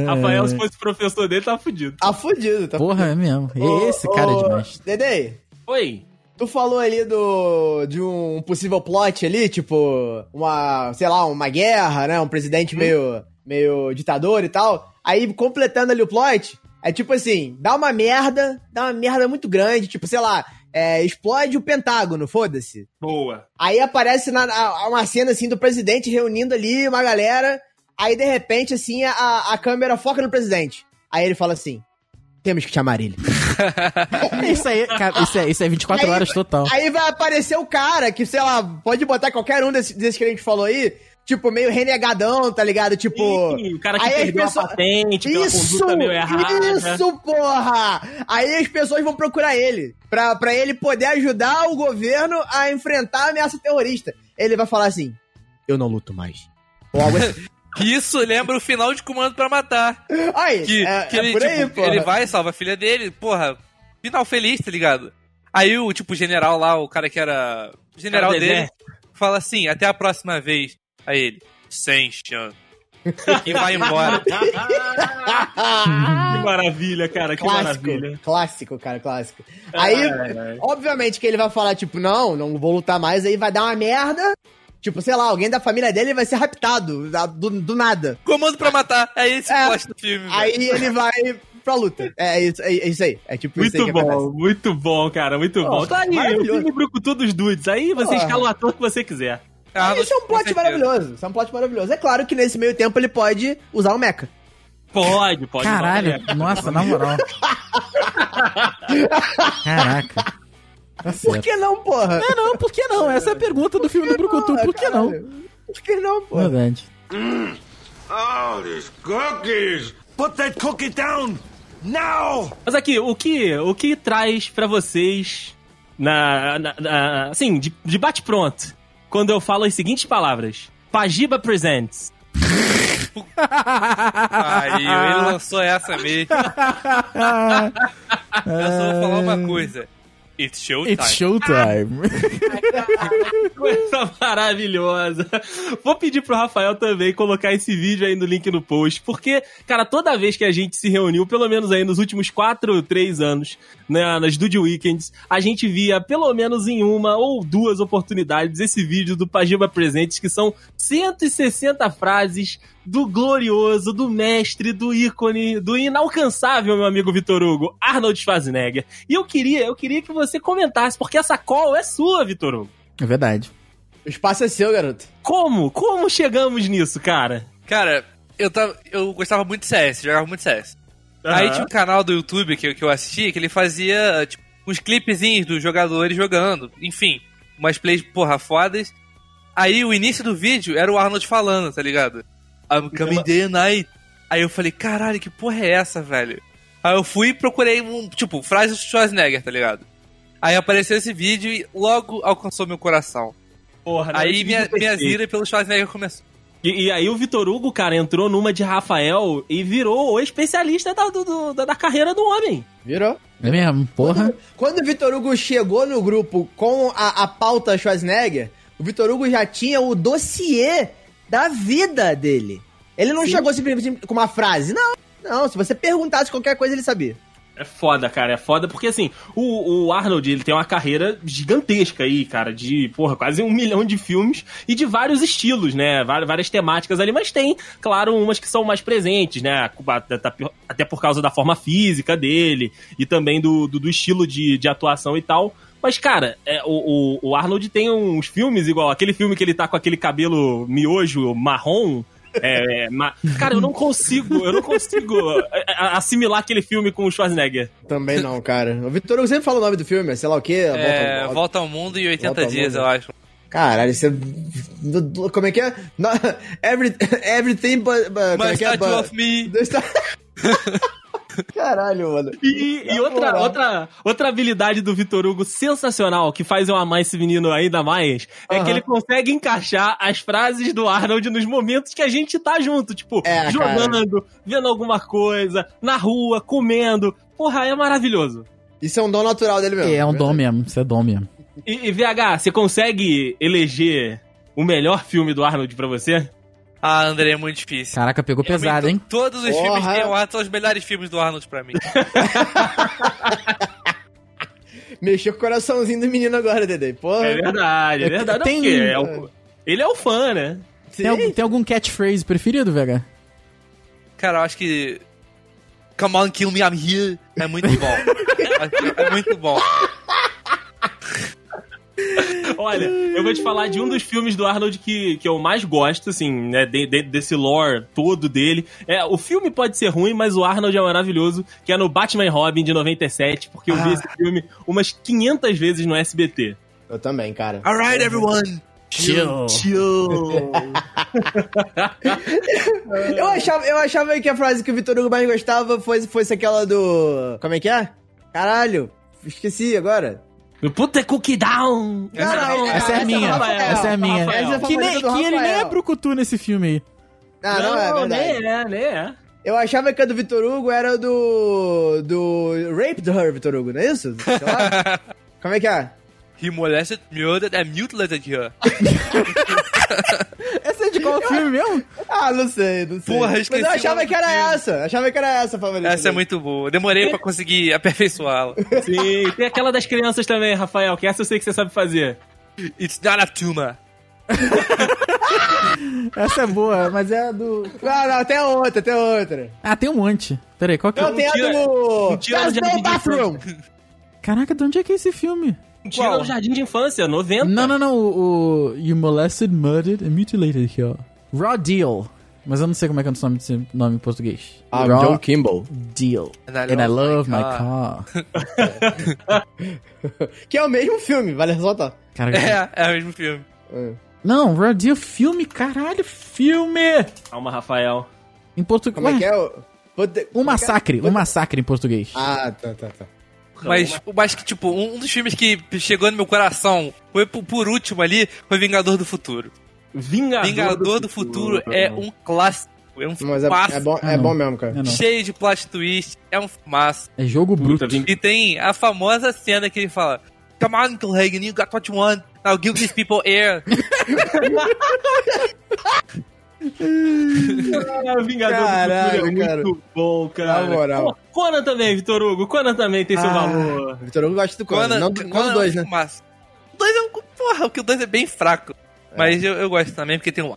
Speaker 3: Rafael, se fosse professor dele, tava fudido.
Speaker 4: Tá fudido, tá
Speaker 2: Porra, é mesmo.
Speaker 4: Ô,
Speaker 2: Esse cara é
Speaker 4: ô,
Speaker 3: *laughs*
Speaker 2: demais.
Speaker 4: Dede,
Speaker 3: Oi.
Speaker 4: tu falou ali do de um possível plot ali, tipo, uma, sei lá, uma guerra, né? Um
Speaker 2: Uhum.
Speaker 4: presidente meio, meio ditador e tal. Aí, completando ali o plot, é tipo assim, dá uma merda, dá uma merda muito grande, tipo, sei lá, é, explode o Pentágono, foda-se.
Speaker 3: Boa.
Speaker 4: Aí aparece na, a- uma cena assim do presidente reunindo ali uma galera. Aí de repente, assim, a, a câmera foca no presidente. Aí ele fala assim: temos que chamar ele.
Speaker 2: Isso aí, cara, isso é, isso é 24
Speaker 4: Aí-
Speaker 2: horas total.
Speaker 4: Aí vai aparecer o cara que, sei lá, pode botar qualquer um desses desses que a gente falou aí, tipo, meio renegadão, tá ligado? Tipo.
Speaker 3: Ih, o cara que
Speaker 4: aí as
Speaker 3: perdeu
Speaker 4: pessoas-
Speaker 3: a patente, pela
Speaker 4: Isso!
Speaker 3: conduta meio errada.
Speaker 4: Isso, porra! Aí as pessoas vão procurar ele, pra, pra ele poder ajudar o governo a enfrentar a ameaça terrorista. Ele vai falar assim: eu não luto mais. Ou algo assim.
Speaker 5: Isso lembra o final de Comando pra Matar.
Speaker 4: *laughs* Aí,
Speaker 5: Que,
Speaker 4: é,
Speaker 5: que
Speaker 4: é
Speaker 5: ele,
Speaker 4: por aí,
Speaker 5: tipo,
Speaker 4: porra.
Speaker 5: ele vai, salva a filha dele, porra, final feliz, tá ligado? Aí o, tipo, o general lá, o cara que era o general
Speaker 3: Cara do
Speaker 5: dele,
Speaker 3: exército.
Speaker 5: fala assim, até a próxima vez. Aí ele, sem
Speaker 4: *laughs*
Speaker 5: chance. E vai embora.
Speaker 3: Que maravilha, cara, que
Speaker 4: Clássico,
Speaker 3: maravilha.
Speaker 4: clássico, cara, clássico. Aí, obviamente que ele vai falar, tipo, não, não vou lutar mais, aí vai dar uma merda. Tipo, sei lá, alguém da família dele vai ser raptado da- do, do nada.
Speaker 5: Comando pra Matar, é esse
Speaker 4: É.
Speaker 5: o plot do filme. velho.
Speaker 4: Aí ele vai pra luta. É isso, é isso aí. É tipo isso aí
Speaker 3: Muito
Speaker 4: que
Speaker 3: bom,
Speaker 4: acontece.
Speaker 3: muito bom, cara, muito bom. Tá aí, o
Speaker 4: maravilhoso.
Speaker 3: filme Brucutu dos Dudes. Aí você
Speaker 4: Porra.
Speaker 3: escala o ator que você quiser.
Speaker 5: Ah,
Speaker 4: Isso é um
Speaker 5: com
Speaker 4: plot
Speaker 5: certeza.
Speaker 4: maravilhoso. Isso é um plot maravilhoso. É claro que nesse meio tempo ele pode usar o mecha.
Speaker 3: Pode, pode.
Speaker 2: Caralho,
Speaker 3: pode.
Speaker 2: nossa, na moral. Caraca. Tá
Speaker 4: Por
Speaker 2: certo.
Speaker 4: que não, porra?
Speaker 2: É, não, por que não? Essa é a pergunta do filme do Brucutu. Por que não?
Speaker 4: Caralho. Por que não, porra?
Speaker 2: É Verdade.
Speaker 1: Oh, these cookies! Put that cookie down! Now!
Speaker 3: Mas aqui, o que, o que traz pra vocês na, na- na- assim, de, de bate pronto, quando eu falo as seguintes palavras: Pajiba Presents.
Speaker 5: Aí ele lançou essa
Speaker 4: *laughs*
Speaker 5: mesmo. Eu só vou falar uma coisa. It's showtime.
Speaker 2: It's showtime.
Speaker 3: Coisa *laughs* maravilhosa. Vou pedir pro Rafael também colocar esse vídeo aí no link no post, porque, cara, toda vez que a gente se reuniu, pelo menos aí nos últimos 4, 3 anos, né, nas Dude Weekends, a gente via pelo menos em uma ou duas oportunidades esse vídeo do Pajiba Presentes, que são 160 frases do glorioso, do mestre, do ícone, do inalcançável, meu amigo Vitor Hugo, Arnold Schwarzenegger. E eu queria, eu queria que você comentasse, porque essa call é sua, Vitor Hugo.
Speaker 2: É verdade.
Speaker 4: O espaço é seu, garoto.
Speaker 3: Como? Como chegamos nisso, cara?
Speaker 5: Cara, eu, tava, eu gostava muito de CS, jogava muito CS.
Speaker 3: Aham.
Speaker 5: Aí tinha um canal do YouTube que, eu- que eu assistia que ele fazia tipo, uns clipezinhos dos jogadores jogando. Enfim, umas plays, porra, fodas. Aí o início do vídeo era o Arnold falando, tá ligado? I'm
Speaker 3: Uhum.
Speaker 5: coming the night. Aí eu falei, caralho, que porra é essa, velho? Aí eu fui e procurei, um, tipo, frase do Schwarzenegger, tá ligado? Aí apareceu esse vídeo e logo alcançou meu coração.
Speaker 3: Porra,
Speaker 5: Aí
Speaker 3: esse
Speaker 5: minha,
Speaker 3: vídeo
Speaker 5: minha
Speaker 3: perfeito.
Speaker 5: zira pelo Schwarzenegger começou.
Speaker 3: E, e aí o Vitor Hugo, cara, entrou numa de Rafael e virou o especialista da, do- do- da, da carreira do homem.
Speaker 4: Virou?
Speaker 2: É mesmo, porra.
Speaker 4: Quando o Vitor Hugo chegou no grupo com a, a pauta Schwarzenegger, o Vitor Hugo já tinha o dossiê da vida dele. Ele não chegou simplesmente com uma frase. Não, não. Se você perguntasse qualquer coisa, ele sabia.
Speaker 3: É foda, cara, é foda, porque assim, o, o Arnold, ele tem uma carreira gigantesca aí, cara, de, porra, quase um milhão de filmes e de vários estilos, né, Vá- várias temáticas ali, mas tem, claro, umas que são mais presentes, né, até- até por causa da forma física dele e também do, do, do estilo de, de atuação e tal, mas, cara, é, o, o, o Arnold tem uns filmes igual aquele filme que ele tá com aquele cabelo miojo marrom. É, é, ma- Cara, eu não consigo, eu não consigo é, é, assimilar aquele filme com o Schwarzenegger.
Speaker 4: Também não, cara. *laughs* O Vitor Hugo sempre fala o nome do filme, sei lá o quê.
Speaker 5: É,
Speaker 4: volta-
Speaker 5: volta, ao Mundo em 80
Speaker 4: Volta ao
Speaker 5: Dias,
Speaker 4: Mundo.
Speaker 5: eu acho.
Speaker 4: Caralho, isso é... do- do- Como é que é? No- Every... Everything but... but como é
Speaker 5: Mas
Speaker 4: que
Speaker 5: tá
Speaker 4: é? But-
Speaker 5: of me.
Speaker 4: do Star- *laughs* Caralho, mano.
Speaker 3: E, e
Speaker 4: Na
Speaker 3: outra,
Speaker 4: moral.
Speaker 3: outra, outra habilidade do Vitor Hugo sensacional, que faz eu amar esse menino ainda mais, é que ele consegue encaixar as frases do Arnold nos momentos que a gente tá junto. Tipo,
Speaker 4: É, cara.
Speaker 3: jogando, vendo alguma coisa, na rua, comendo. Porra, é maravilhoso.
Speaker 4: Isso é um dom natural dele mesmo.
Speaker 2: É, é um dom mesmo, isso é dom mesmo.
Speaker 3: E, e, VH, você consegue eleger o melhor filme do Arnold pra você?
Speaker 5: Ah, André, é muito difícil.
Speaker 2: Caraca, pegou pesado, hein?
Speaker 5: Realmente, Todos os
Speaker 4: Tá Porra.
Speaker 5: filmes que eu acho são os melhores filmes do Arnold pra mim.
Speaker 4: Mexeu com o coraçãozinho do menino agora, Dede. Porra.
Speaker 3: É verdade, é
Speaker 2: É,
Speaker 3: verdade. Não,
Speaker 2: tem-
Speaker 3: porque é o- ele é o fã, né?
Speaker 4: Sim.
Speaker 2: Tem algum, tem algum catchphrase preferido, Vega?
Speaker 5: Cara, eu acho que. Come on, kill me, I'm here. É muito bom.
Speaker 4: *laughs*
Speaker 5: é muito bom.
Speaker 3: Olha, eu vou te falar de um dos filmes do Arnold que, que eu mais gosto, assim, né? de- de- desse lore todo dele. É, o filme pode ser ruim, mas o Arnold é maravilhoso, que é no Batman e Robin de 97, porque eu vi esse filme umas 500 vezes no SBT.
Speaker 4: Eu também, cara.
Speaker 5: Alright, everyone.
Speaker 2: Chill.
Speaker 4: Eu achava, eu achava que a frase que o Vitor Hugo mais gostava fosse, fosse aquela do. Como é que é? Caralho, esqueci agora.
Speaker 3: Puta cookie down!
Speaker 5: Essa é
Speaker 4: Caralho,
Speaker 5: minha.
Speaker 2: Essa é
Speaker 4: do
Speaker 2: minha,
Speaker 4: Rafael.
Speaker 2: essa é minha.
Speaker 3: Rafael.
Speaker 4: Essa é a
Speaker 2: Que, nem,
Speaker 4: favorita do
Speaker 2: que ele nem é
Speaker 4: Rafael.
Speaker 2: pro Cutu nesse filme aí.
Speaker 4: Ah, não, é verdade.
Speaker 3: nem é, nem é.
Speaker 4: Eu achava que a do Vitor Hugo era do. do. Raped Her, Vitor Hugo, não é isso? Sei lá. Como é que é?
Speaker 5: He molested, murdered and mutilated her.
Speaker 2: Essa é de qual filme mesmo?
Speaker 4: Ah, não sei, não sei.
Speaker 5: Porra,
Speaker 4: Mas
Speaker 5: esqueci
Speaker 4: eu
Speaker 5: o
Speaker 4: achava
Speaker 5: nome
Speaker 4: que era
Speaker 5: do filme.
Speaker 4: essa. Achava que era essa a favorita.
Speaker 5: Essa é
Speaker 4: dele.
Speaker 5: muito boa. Eu demorei pra conseguir aperfeiçoá-la.
Speaker 3: Sim, tem aquela das crianças também, Rafael, que essa eu sei que você sabe fazer.
Speaker 5: It's not a tumor.
Speaker 2: Essa é boa, mas é a do.
Speaker 4: Não, Ah, não, tem outra, tem outra.
Speaker 2: Ah, tem um monte. Peraí, qual que é?
Speaker 4: Não,
Speaker 2: o-
Speaker 4: tem a
Speaker 3: tira-
Speaker 4: do.
Speaker 3: não tira onde
Speaker 4: There's
Speaker 3: a
Speaker 4: no
Speaker 3: vida
Speaker 4: bathroom.
Speaker 2: Caraca, de onde é que é esse filme?
Speaker 3: Tira
Speaker 5: Qual?
Speaker 3: o jardim de infância, 90.
Speaker 2: Não, não, não. O, o You Molested, Murdered and Mutilated aqui, ó. Raw Deal. Mas eu não sei como é que é o nome desse nome em português. Raw
Speaker 4: Ah, Kimball.
Speaker 2: Deal.
Speaker 5: And I
Speaker 2: And I love
Speaker 5: love my
Speaker 2: my car.
Speaker 5: *laughs*
Speaker 4: Que é o mesmo filme, vale ressaltar.
Speaker 2: Caraca.
Speaker 5: É, é o mesmo filme.
Speaker 2: Não, Raw Deal, filme, caralho, filme!
Speaker 3: Calma, Rafael.
Speaker 2: Em português.
Speaker 4: Como é que é o. Puta-
Speaker 2: Um massacre, um massacre em português.
Speaker 4: é? Ah, tá, tá, tá.
Speaker 5: Então, Mas, mas que, tipo, um dos filmes que chegou no meu coração, foi por, por último ali, foi Vingador do Futuro.
Speaker 3: Vingador,
Speaker 5: Ah, Vingador do Futuro é um clássico. É um
Speaker 4: Mas é,
Speaker 5: filmaço.
Speaker 4: é bom, é
Speaker 2: Ah, não.
Speaker 4: bom mesmo,
Speaker 2: É,
Speaker 4: cara.
Speaker 2: não.
Speaker 5: Cheio de plot twist. É um filmaço.
Speaker 2: é jogo
Speaker 5: um
Speaker 2: bruto.
Speaker 3: Puta, Ving-
Speaker 5: E tem a famosa cena que ele fala: Come on, Uncle Hagen, you got what you want. Now give these people
Speaker 4: *laughs*
Speaker 5: air.
Speaker 3: Cara, Vingador do
Speaker 4: Caralho,
Speaker 3: Futuro é
Speaker 4: cara.
Speaker 3: muito bom, cara.
Speaker 4: Na moral.
Speaker 3: Pô, Conan também, Vitor Hugo. Conan também tem seu
Speaker 4: Ah,
Speaker 3: valor.
Speaker 4: O Vitor Hugo gosta do Conan, não, do- não
Speaker 5: Conan
Speaker 4: dos dois,
Speaker 5: é um
Speaker 4: né?
Speaker 5: filmaço. O dois é um. Porra, porque o dois é bem fraco.
Speaker 4: É.
Speaker 5: Mas eu, eu gosto também, porque
Speaker 4: *laughs*
Speaker 5: tem um.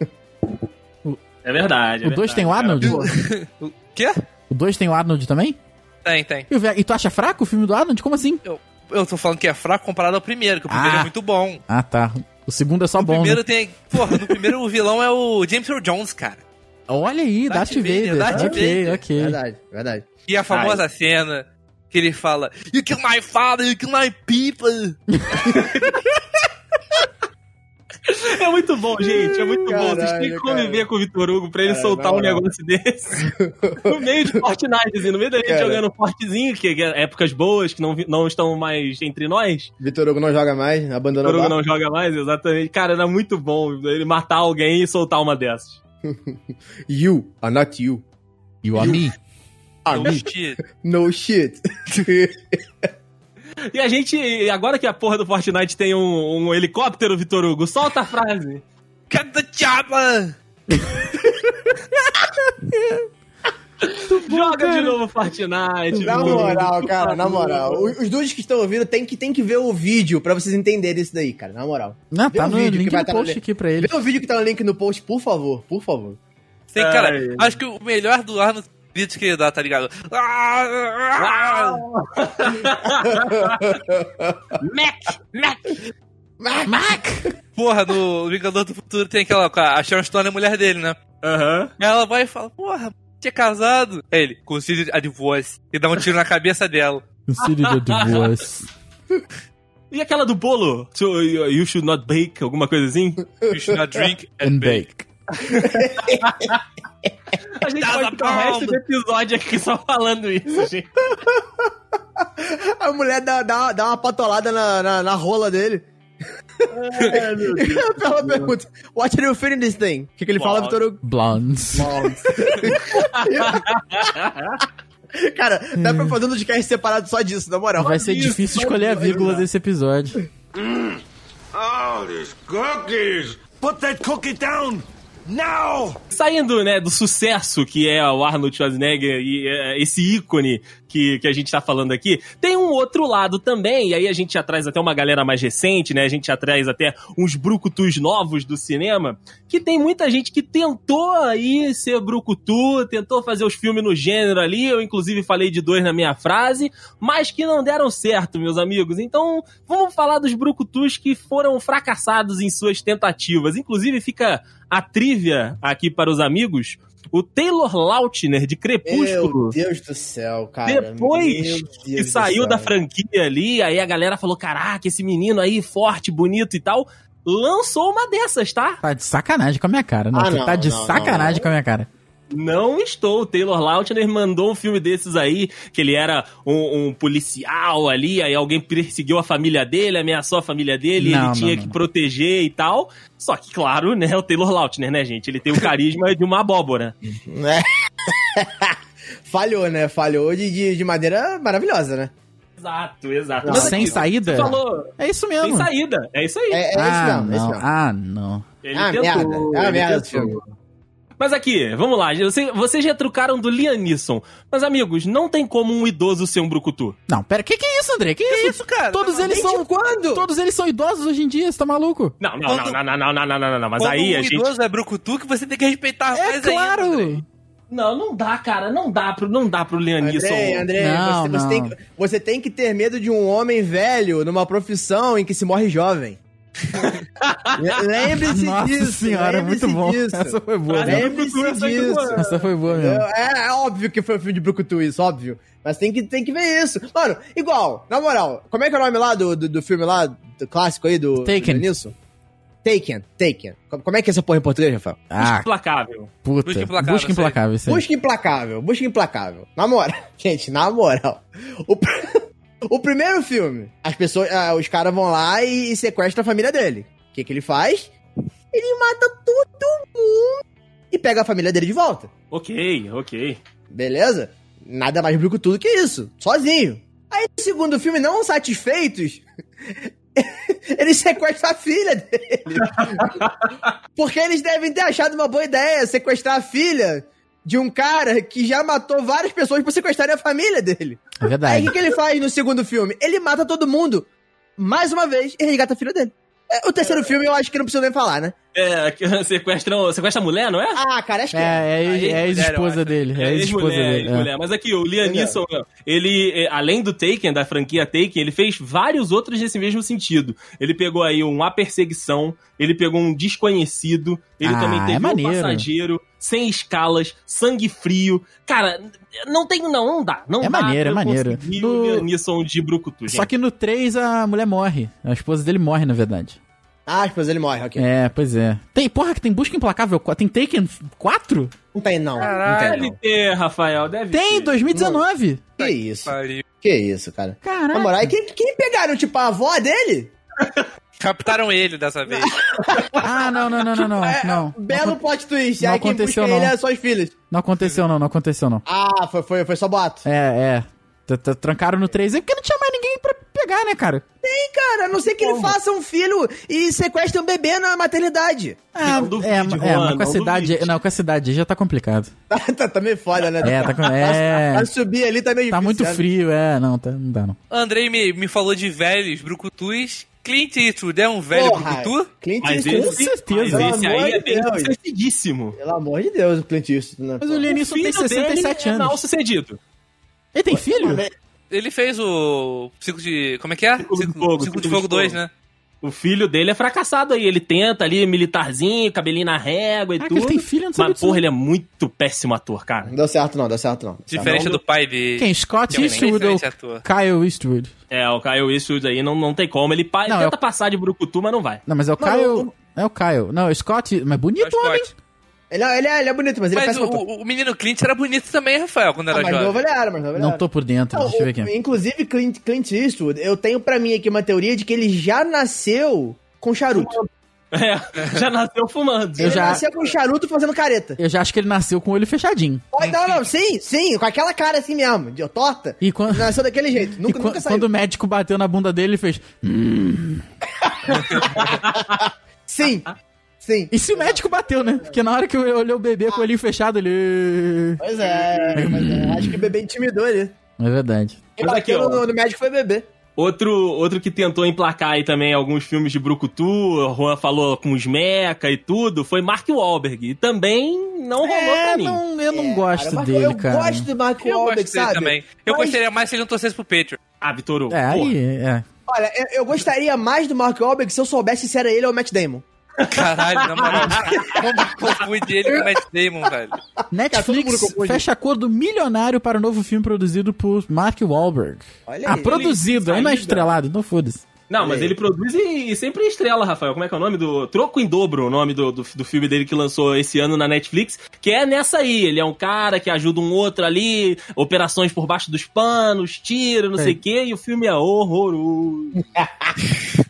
Speaker 3: É verdade. é
Speaker 2: O 2
Speaker 3: verdade,
Speaker 2: tem um o
Speaker 3: cara.
Speaker 2: Arnold?
Speaker 5: O quê?
Speaker 2: O 2 tem o Arnold também?
Speaker 5: Tem, tem.
Speaker 2: E, o Vega- e tu acha fraco o filme do Arnold? Como assim?
Speaker 5: Eu tô falando que é fraco comparado ao primeiro, que o primeiro
Speaker 2: Ah.
Speaker 5: é muito bom.
Speaker 2: Ah, tá. O segundo é só
Speaker 5: O
Speaker 2: bom.
Speaker 5: primeiro
Speaker 2: né?
Speaker 5: tem. Porra, no primeiro *laughs* o vilão é o James Earl Jones, cara.
Speaker 2: Olha aí, Darth,
Speaker 5: Darth
Speaker 2: Vader.
Speaker 5: Vader, Darth
Speaker 2: ok,
Speaker 5: Vader.
Speaker 2: ok.
Speaker 4: Verdade, verdade.
Speaker 5: E a famosa cena que ele fala: You kill my father, you kill my people.
Speaker 3: É muito bom, gente. É muito bom. Vocês têm que
Speaker 4: Caralho,
Speaker 3: conviver
Speaker 4: cara.
Speaker 3: com o Vitor Hugo pra ele
Speaker 4: Cara,
Speaker 3: soltar
Speaker 4: na
Speaker 3: um
Speaker 4: moral.
Speaker 3: negócio desse. *laughs* no meio de Fortnite, assim, no meio da gente
Speaker 4: Cara.
Speaker 3: jogando Fortezinho, que é épocas boas, que não, vi- não estão mais entre nós.
Speaker 4: Vitor Hugo não joga mais, abandonou
Speaker 3: Vitor
Speaker 4: o
Speaker 3: Hugo
Speaker 4: barco.
Speaker 3: não joga mais, exatamente. Cara, era muito bom ele matar alguém e soltar uma dessas.
Speaker 4: you are not you.
Speaker 2: E o Ami.
Speaker 4: Are
Speaker 5: Oh,
Speaker 4: me.
Speaker 5: shit.
Speaker 4: No shit. *laughs*
Speaker 3: E a gente, agora que a porra do Fortnite tem um, um helicóptero, Vitor Hugo, solta a frase.
Speaker 5: Get the chapa!
Speaker 3: Joga de novo Fortnite.
Speaker 4: na
Speaker 3: mano.
Speaker 4: moral, cara, na moral. O- Os dudes que estão ouvindo tem que, tem que ver o vídeo pra vocês entenderem isso daí, cara, na moral.
Speaker 2: Não,
Speaker 4: Vê
Speaker 2: tá
Speaker 4: o
Speaker 2: no
Speaker 4: vídeo que
Speaker 2: link
Speaker 4: vai
Speaker 2: do
Speaker 4: tá no
Speaker 2: post
Speaker 4: link.
Speaker 2: aqui pra ele.
Speaker 4: Vê o vídeo que tá no link no post, por favor, por favor.
Speaker 5: Tem, cara,
Speaker 3: Ai.
Speaker 5: acho que o melhor do ar no grito que ele dá, tá ligado? Ah, ah, ah.
Speaker 3: Mac, Mac.
Speaker 5: Porra, no Vingador do Futuro tem aquela. A Sharon Stone é a mulher dele, né?
Speaker 3: Aham.
Speaker 5: Aí Ela vai e fala, porra, tinha casado. Aí ele, concede a divorce. E dá um tiro na cabeça dela.
Speaker 2: City the Divorce.
Speaker 3: E aquela do bolo? So, you you should not bake, alguma coisa
Speaker 4: *laughs*
Speaker 3: assim?
Speaker 5: You should not drink and bake.
Speaker 3: A
Speaker 4: Tá
Speaker 3: gente
Speaker 5: Tava
Speaker 3: pode ficar o resto
Speaker 5: bom.
Speaker 3: do episódio aqui só falando
Speaker 4: *laughs*
Speaker 3: isso, gente.
Speaker 4: A mulher dá, dá, dá uma patolada na, na, na rola dele. É, *laughs* Ela pergunta, what are you feeling this thing? O que, que ele fala,
Speaker 3: Wow.
Speaker 4: Vitor Hugo?
Speaker 2: Blondes.
Speaker 4: Cara, dá
Speaker 3: Hum.
Speaker 4: pra fazer um podcast separado só disso, na moral.
Speaker 2: Vai ser difícil escolher a vírgula desse episódio.
Speaker 1: Oh, these cookies! Put that cookie down! Now!
Speaker 3: Saindo, né, do sucesso que é o Arnold Schwarzenegger e é, esse ícone que, que a gente tá falando aqui, tem um outro lado também, e aí a gente já traz até uma galera mais recente, né, a gente já traz até uns brucutus novos do cinema, que tem muita gente que tentou aí ser brucutu, tentou fazer os filmes no gênero ali, eu inclusive falei de dois na minha frase, mas que não deram certo, meus amigos. Então, vamos falar dos brucutus que foram fracassados em suas tentativas. Inclusive, fica a trivia aqui para os amigos. O Taylor Lautner, de
Speaker 4: Meu
Speaker 3: Crepúsculo,
Speaker 4: Deus do céu, cara.
Speaker 3: depois
Speaker 4: Meu Deus
Speaker 3: que
Speaker 4: do
Speaker 3: saiu
Speaker 4: céu.
Speaker 3: da franquia ali, aí a galera falou, caraca, esse menino aí, forte, bonito e tal, lançou uma dessas, tá?
Speaker 2: Tá de sacanagem com a minha cara. Não,
Speaker 4: Ah,
Speaker 2: tu
Speaker 4: não,
Speaker 2: tá de
Speaker 4: não,
Speaker 2: sacanagem
Speaker 4: não.
Speaker 2: com a minha cara.
Speaker 3: Não estou. O Taylor Lautner mandou um filme desses aí, que ele era um, um policial ali, aí alguém perseguiu a família dele, ameaçou a família dele,
Speaker 2: Não,
Speaker 3: ele
Speaker 2: não,
Speaker 3: tinha
Speaker 2: não,
Speaker 3: que
Speaker 2: não.
Speaker 3: proteger e tal. Só que, claro, né, o Taylor Lautner, né, gente? Ele tem o carisma de uma abóbora.
Speaker 4: Falhou, né? Falhou de, de, de maneira maravilhosa, né?
Speaker 3: *laughs* Exato, exato.
Speaker 4: Mas
Speaker 2: sem
Speaker 3: aqui,
Speaker 2: saída?
Speaker 3: Você falou,
Speaker 2: É isso
Speaker 3: sem
Speaker 2: mesmo.
Speaker 3: saída. É isso aí.
Speaker 4: É, é
Speaker 2: ah,
Speaker 4: isso mesmo, é isso
Speaker 2: não.
Speaker 4: mesmo.
Speaker 2: ah, não.
Speaker 3: Ele
Speaker 4: ah,
Speaker 3: tentou.
Speaker 4: merda. É uma
Speaker 3: ele
Speaker 4: merda esse
Speaker 3: tentou.
Speaker 4: filme.
Speaker 3: Mas aqui, vamos lá. Você- vocês já trucaram do Liam Neeson. Mas, amigos, não tem como um idoso ser um brucutu.
Speaker 2: Não, pera, que que é isso, André? Que, é isso?
Speaker 5: *laughs* Isso, cara. tá
Speaker 2: Todos eles
Speaker 4: Desde
Speaker 2: são...
Speaker 4: quando?
Speaker 2: Todos eles são idosos hoje em dia, você tá maluco?
Speaker 3: Não, não,
Speaker 5: Quando-
Speaker 3: não, não, não, não, não, não, não, não. Mas
Speaker 5: Quando
Speaker 3: aí
Speaker 5: um
Speaker 3: a gente...
Speaker 5: idoso é brucutu que você tem que respeitar
Speaker 2: É
Speaker 5: mais
Speaker 2: claro!
Speaker 5: ainda. né?
Speaker 3: Não, não dá, cara. Não dá pro, não dá pro Leonisson.
Speaker 4: André, André,
Speaker 2: Não,
Speaker 4: você, você
Speaker 2: não.
Speaker 4: Tem, que- você tem que ter medo de um homem velho numa profissão em que se morre jovem. *laughs* Lembre-se disso.
Speaker 2: Nossa senhora, é
Speaker 4: lembre-se
Speaker 2: muito bom. *laughs*
Speaker 4: disso.
Speaker 2: Essa foi boa,
Speaker 3: Mas é
Speaker 2: né?
Speaker 4: Lembre-se
Speaker 3: brucutu, essa aí foi
Speaker 4: disso.
Speaker 3: boa.
Speaker 2: Essa foi boa mesmo.
Speaker 4: É, é óbvio que foi um filme de Brucutu isso, óbvio. Mas tem que, tem que ver isso. Mano, igual, na moral, como é que é o nome lá do, do, do filme lá, do clássico aí, do
Speaker 2: Taken.
Speaker 4: do Nilson? Taken, Taken. Co- Como é que é essa porra em português, Rafael?
Speaker 2: Ah,
Speaker 3: Implacável.
Speaker 2: puta.
Speaker 5: Busca
Speaker 2: Busca
Speaker 5: Implacável,
Speaker 2: implacável.
Speaker 5: isso aí.
Speaker 2: isso aí.
Speaker 4: Busca implacável, busca implacável. Na moral, *laughs* gente, na moral. O, pr- *laughs* o primeiro filme, as pessoas, ah, os caras vão lá e, e sequestram a família dele. O que que ele faz? Ele mata todo mundo e pega a família dele de volta.
Speaker 3: Ok, ok.
Speaker 4: Beleza? Nada mais brucutu do que isso. Sozinho. Aí no segundo filme, não satisfeitos, *laughs* eles sequestram a filha dele. *laughs* Porque eles devem ter achado uma boa ideia sequestrar a filha de um cara que já matou várias pessoas por sequestrarem a família dele.
Speaker 2: É
Speaker 4: Aí o
Speaker 2: verdade.
Speaker 4: que, que ele faz no segundo filme? Ele mata todo mundo, mais uma vez, e resgata a filha dele. É, O terceiro filme eu acho que não preciso nem falar, né?
Speaker 3: É, que- sequestram, *laughs* sequestra a mulher, não é?
Speaker 4: Ah, cara, acho
Speaker 2: É,
Speaker 4: que
Speaker 2: é, é a
Speaker 5: Mulher, eu
Speaker 2: ex-esposa dele. É a ex-esposa
Speaker 3: ex-mulher,
Speaker 2: dele. é.
Speaker 3: ex-mulher. Mas aqui, o Liam Neeson, ele, eh, além do Taken, da franquia Taken, ele fez vários outros nesse mesmo sentido. Ele pegou aí uma perseguição, ele pegou um desconhecido, ele
Speaker 2: Ah,
Speaker 3: também
Speaker 2: é
Speaker 3: teve um
Speaker 2: maneiro.
Speaker 3: passageiro, sem escalas, sangue frio. Cara, não tem, não, não dá. Não
Speaker 2: É
Speaker 3: dá
Speaker 2: maneiro,
Speaker 3: pra
Speaker 2: é maneiro.
Speaker 3: conseguir
Speaker 2: No-
Speaker 3: o Liam Neeson de brucutu, gente.
Speaker 2: Só que no 3 a mulher morre. A esposa dele morre, na verdade.
Speaker 4: Ah, pois ele morre, ok.
Speaker 2: É, pois é. Tem, porra, que tem Busca Implacável 4. Tem Taken 4?
Speaker 4: Não tem não, não tem
Speaker 5: Caralho.
Speaker 4: não.
Speaker 3: Deve ter, Rafael, deve
Speaker 2: Tem,
Speaker 3: ter.
Speaker 2: 2019.
Speaker 4: Que isso?
Speaker 5: Pariu.
Speaker 4: Que isso, cara. Na
Speaker 2: Caraca.
Speaker 4: moral, e quem, quem pegaram, tipo, a avó dele?
Speaker 5: Captaram ele dessa
Speaker 4: *laughs*
Speaker 5: vez.
Speaker 2: Ah, não, não, não, não,
Speaker 3: *laughs*
Speaker 2: não.
Speaker 4: É,
Speaker 2: Não,
Speaker 4: Belo plot twist.
Speaker 2: não
Speaker 4: aí quem
Speaker 2: aconteceu,
Speaker 4: busca
Speaker 2: não.
Speaker 4: ele é só os filhos.
Speaker 2: não aconteceu não, não aconteceu não.
Speaker 4: Ah, foi, foi, foi só boato.
Speaker 2: É, é. T- t- Trancaram no 3 é porque não tinha mais ninguém pra pegar, né, cara?
Speaker 4: Cara, a não ser que ele faça um filho e sequestre um bebê na maternidade. *laughs*
Speaker 2: Ah,
Speaker 3: Não duvide,
Speaker 2: é, é,
Speaker 3: Juan,
Speaker 2: mas com a
Speaker 3: não
Speaker 2: cidade,
Speaker 3: duvide.
Speaker 2: não, com a cidade já tá complicado.
Speaker 4: Tá, tá, tá meio foda, né?
Speaker 2: É, tá com- é.
Speaker 3: *laughs*
Speaker 4: Pra subir ali tá meio
Speaker 2: Tá
Speaker 4: difícil,
Speaker 2: muito
Speaker 4: né?
Speaker 2: frio, é, não, tá- não dá não.
Speaker 5: Andrei me, me falou de velhos brucutus. Clint Eastwood é um velho
Speaker 4: né? Porra,
Speaker 5: brucutu?
Speaker 4: Clint
Speaker 3: Mas
Speaker 4: Eastwood.
Speaker 3: esse,
Speaker 2: certeza.
Speaker 3: mas esse
Speaker 4: Pelo amor
Speaker 3: aí é
Speaker 4: de
Speaker 3: bem
Speaker 4: Deus.
Speaker 3: sucedidíssimo.
Speaker 4: Pelo amor de Deus, o Clint Eastwood, né?
Speaker 2: Mas o Lianisson
Speaker 3: O
Speaker 2: tem
Speaker 3: filho dele
Speaker 2: 67
Speaker 3: É mal
Speaker 2: anos.
Speaker 3: sucedido.
Speaker 2: Ele tem filho?
Speaker 3: é.
Speaker 5: Ele fez o Ciclo de. Como é que é?
Speaker 3: Ciclo de Fogo,
Speaker 5: Ciclo de Fogo 2, né?
Speaker 3: O filho dele é fracassado aí. Ele tenta ali, militarzinho, cabelinho na régua e
Speaker 2: Ah, que
Speaker 3: tudo.
Speaker 2: ele tem filho, eu não sabia
Speaker 3: Mas,
Speaker 2: disso,
Speaker 3: porra,
Speaker 2: não.
Speaker 3: ele é muito péssimo ator, cara.
Speaker 4: Não deu certo não, deu certo não. Tá
Speaker 3: Tá
Speaker 5: Diferente do pai de.
Speaker 2: Quem? Scott
Speaker 5: Que é um
Speaker 2: Eastwood ou
Speaker 5: excelente ator.
Speaker 2: Kyle Eastwood?
Speaker 3: É, o Kyle Eastwood aí não, não tem como. Ele pa-
Speaker 2: Não,
Speaker 3: tenta
Speaker 2: eu-
Speaker 3: passar de brucutu, mas não vai. *laughs*
Speaker 2: Não, mas é o
Speaker 4: Mas
Speaker 2: Kyle... É o Kyle. Não, é o Scott... Mas bonito o homem.
Speaker 5: É Scott.
Speaker 4: Ele, é- ele, é, ele é bonito, mas ele
Speaker 5: Mas
Speaker 4: parece
Speaker 5: o,
Speaker 4: um ator.
Speaker 5: o- o menino Clint era bonito também, Rafael, quando era
Speaker 4: Ah, mas
Speaker 5: jovem.
Speaker 4: novo ele era, mas novo ele
Speaker 2: Não
Speaker 4: era.
Speaker 2: tô por dentro,
Speaker 4: Não,
Speaker 2: deixa eu ver
Speaker 4: o-
Speaker 2: aqui.
Speaker 4: Inclusive, Clint, Clint Eastwood, eu tenho pra mim aqui uma teoria de que ele já nasceu com charuto.
Speaker 3: É, já nasceu fumando.
Speaker 2: Eu
Speaker 4: ele
Speaker 2: já-
Speaker 4: nasceu com um charuto fazendo careta.
Speaker 2: Eu já acho que ele nasceu com o olho fechadinho.
Speaker 4: Pode, não, não, sim, sim, com aquela cara assim mesmo, de torta.
Speaker 2: E quando...
Speaker 4: Nasceu daquele jeito,
Speaker 2: E
Speaker 4: nunca,
Speaker 2: quan-
Speaker 4: nunca saiu.
Speaker 2: quando o médico bateu na bunda dele, ele fez.
Speaker 4: Sim, sim.
Speaker 2: Ah, E se o médico bateu, né? Porque na hora que eu olhei o bebê com o olhinho fechado, ele.
Speaker 4: Pois é, mas é, acho que o bebê intimidou ele.
Speaker 2: É verdade.
Speaker 4: Quem
Speaker 3: Mas aqui,
Speaker 4: bateu
Speaker 3: ó.
Speaker 4: no, no médico foi bebê.
Speaker 3: Outro, outro que tentou emplacar aí também alguns filmes de brucutu, o Juan falou com os meca e tudo, foi Mark Wahlberg. E também não rolou pra
Speaker 2: É,
Speaker 3: mim.
Speaker 2: não, eu não gosto
Speaker 4: Cara, mas
Speaker 2: dele,
Speaker 4: eu
Speaker 2: cara.
Speaker 4: gosto do Mark
Speaker 5: Eu
Speaker 4: Wahlberg,
Speaker 5: gosto dele
Speaker 4: é sabe?
Speaker 5: também. Eu
Speaker 4: Mas-
Speaker 5: gostaria mais se ele não torcesse pro Patreon.
Speaker 3: Ah, Vitor Hugo.
Speaker 2: É,
Speaker 3: porra.
Speaker 2: aí, é.
Speaker 4: *laughs* Olha, eu, eu gostaria mais do Mark Wahlberg se eu soubesse se era ele ou o
Speaker 2: *laughs*
Speaker 4: Matt Damon.
Speaker 5: Caralho, na moral. Como confunde ele com o Matt Damon, velho?
Speaker 4: todo mundo
Speaker 2: Netflix
Speaker 4: confunde.
Speaker 2: fecha acordo milionário para um novo filme produzido por Mark Wahlberg.
Speaker 4: Olha
Speaker 2: ah,
Speaker 4: aí.
Speaker 2: produzido, aí não é
Speaker 3: Saída.
Speaker 2: estrelado, não foda-se.
Speaker 3: Não, mas ele produz e, e sempre estrela, Rafael. Como é que é o nome do. Troco em dobro o nome do, do, do filme dele que lançou esse ano na Netflix, que é nessa aí. Ele é um cara que ajuda um outro ali, operações por baixo dos panos, tiro, não
Speaker 2: É.
Speaker 3: sei o quê, e o filme é horroroso.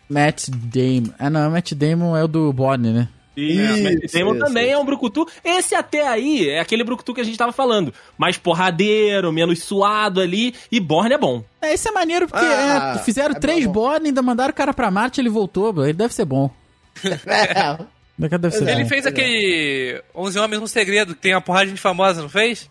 Speaker 2: Matt Damon. Ah, não, Matt Damon é o do Bonnie, né?
Speaker 3: E
Speaker 4: Isso,
Speaker 3: o Matt Damon
Speaker 4: isso,
Speaker 3: também
Speaker 4: isso.
Speaker 3: é um brucutu. Esse até aí é aquele brucutu que a gente tava falando. Mais porradeiro, menos suado ali. E Borne é bom.
Speaker 2: É, esse é maneiro porque
Speaker 4: Ah,
Speaker 2: é, fizeram
Speaker 4: é
Speaker 2: três
Speaker 4: bom.
Speaker 2: Bonnie, ainda mandaram o cara pra Marte, ele voltou, bro. ele deve ser bom.
Speaker 4: É.
Speaker 2: Deve ser
Speaker 5: Ele
Speaker 2: bom.
Speaker 5: fez aquele 11 Homens no Segredo, que tem uma porrada de gente famosa, não fez?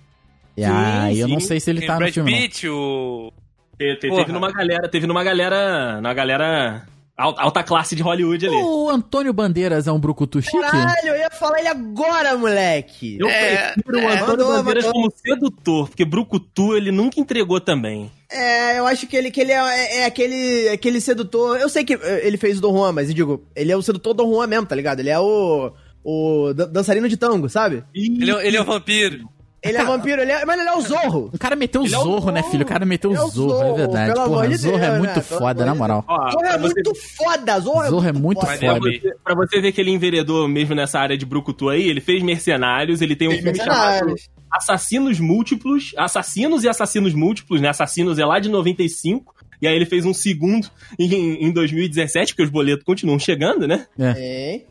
Speaker 2: Ah,
Speaker 3: Sim,
Speaker 2: eu não
Speaker 3: sim.
Speaker 2: sei se ele
Speaker 5: Tem
Speaker 2: tá
Speaker 5: o
Speaker 2: no
Speaker 5: Brad
Speaker 2: filme. não.
Speaker 5: Pitt, o...
Speaker 3: Te- te-
Speaker 5: Porra.
Speaker 3: Teve numa galera. Teve numa galera. Na galera. al- Alta classe de Hollywood
Speaker 4: Uh,
Speaker 3: ali.
Speaker 2: O Antônio Bandeiras é um brucutu chique?
Speaker 4: Caralho, eu ia falar ele agora, moleque.
Speaker 3: Eu prefiro o
Speaker 4: é,
Speaker 3: Antônio
Speaker 4: mandou,
Speaker 3: Bandeiras
Speaker 4: mandou.
Speaker 3: como sedutor, porque Brucutu ele nunca entregou também.
Speaker 4: É, eu acho que ele, que ele é, é- é aquele, aquele sedutor. Eu sei que é, ele fez o Don Juan, mas eu digo, ele é o sedutor Don Juan mesmo, tá ligado? Ele é o. O dan- dançarino de tango, sabe?
Speaker 5: Ele é, ele é um vampiro.
Speaker 4: Ele é vampiro, ele é, mas ele é o Zorro.
Speaker 2: O cara meteu o
Speaker 4: é o
Speaker 2: Zorro, né, filho? O cara meteu o
Speaker 4: Ele é o
Speaker 2: Zorro, é
Speaker 4: Zorro,
Speaker 2: verdade.
Speaker 4: pelo
Speaker 2: Porra,
Speaker 4: amor de
Speaker 2: Zorro é
Speaker 4: Deus,
Speaker 2: muito
Speaker 4: né? Pelo
Speaker 2: foda,
Speaker 4: amor
Speaker 2: na
Speaker 4: de
Speaker 2: moral.
Speaker 3: Ó,
Speaker 4: Zorro é
Speaker 3: pra você-
Speaker 4: muito foda, Zorro,
Speaker 2: Zorro é muito
Speaker 5: Mas
Speaker 3: Pra
Speaker 5: é
Speaker 2: foda.
Speaker 5: bonito.
Speaker 3: você, pra você ver que ele enveredou mesmo nessa área de Brucutu aí, ele fez Mercenários, ele tem um
Speaker 4: Fez
Speaker 3: filme chamado
Speaker 4: Mercenários.
Speaker 3: Assassinos Múltiplos, Assassinos e Assassinos Múltiplos, né? Assassinos é lá de 95, e aí ele fez um segundo em, em 2017, porque os boletos continuam chegando, né?
Speaker 4: Hein?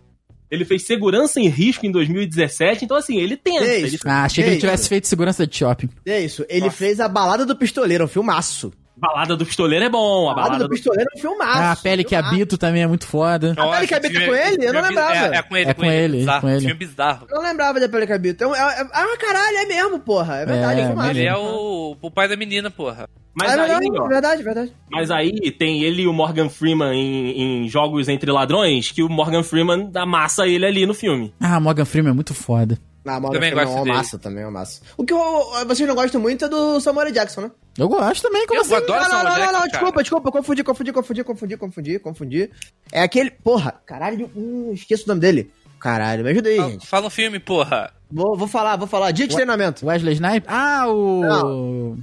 Speaker 3: Ele fez Segurança em Risco em 2017, então assim, ele tenta.
Speaker 4: Que
Speaker 3: Ele
Speaker 4: isso?
Speaker 2: Ah, achei que ele
Speaker 4: Ei,
Speaker 2: tivesse feito segurança de shopping.
Speaker 4: É isso, ele fez a Balada do Pistoleiro, um filmaço.
Speaker 3: Balada do Pistoleiro é bom, a
Speaker 4: Balada,
Speaker 3: Balada
Speaker 4: do
Speaker 3: do...
Speaker 4: Pistoleiro é um filmaço.
Speaker 2: Ah, a pele que
Speaker 4: filmaço.
Speaker 2: habito também é muito foda.
Speaker 4: Ah, ele que habita com ele? Eu não lembrava.
Speaker 5: É, é com ele,
Speaker 2: É com ele,
Speaker 5: bizarro,
Speaker 2: com ele.
Speaker 5: Filme bizarro.
Speaker 4: Eu não lembrava da pele que habita. É um- é- é- Ah, caralho, é mesmo, porra. É verdade,
Speaker 2: É,
Speaker 4: é, filmaço.
Speaker 5: Ele
Speaker 2: Maneiro.
Speaker 5: é o, o pai da menina, porra.
Speaker 3: Mas
Speaker 4: é verdade,
Speaker 3: aí, ó,
Speaker 4: verdade, verdade.
Speaker 3: Mas aí tem ele e o Morgan Freeman em, em Jogos Entre Ladrões, que o Morgan Freeman amassa ele ali no filme.
Speaker 2: Ah, Morgan Freeman é muito foda.
Speaker 4: Não, mas
Speaker 5: Também
Speaker 4: o filme
Speaker 5: gosto
Speaker 4: é uma
Speaker 5: dele.
Speaker 4: massa, também é uma massa. O que eu- vocês não gostam muito é do Samuel Jackson, né?
Speaker 2: Eu gosto também, como
Speaker 5: Eu
Speaker 2: assim?
Speaker 5: adoro-
Speaker 4: Não, não,
Speaker 5: Samuel
Speaker 4: não, não,
Speaker 5: Jackson,
Speaker 4: não,
Speaker 5: cara.
Speaker 4: desculpa, desculpa, confundi, confundi, confundi, confundi, confundi, confundi. É aquele, porra, caralho, hum, esqueço o nome dele. Caralho, me ajuda aí,
Speaker 5: Fala,
Speaker 4: gente.
Speaker 5: fala um filme, porra.
Speaker 4: Vou, vou falar, vou falar. Dia de treinamento.
Speaker 2: Wesley Snipes? Ah, o...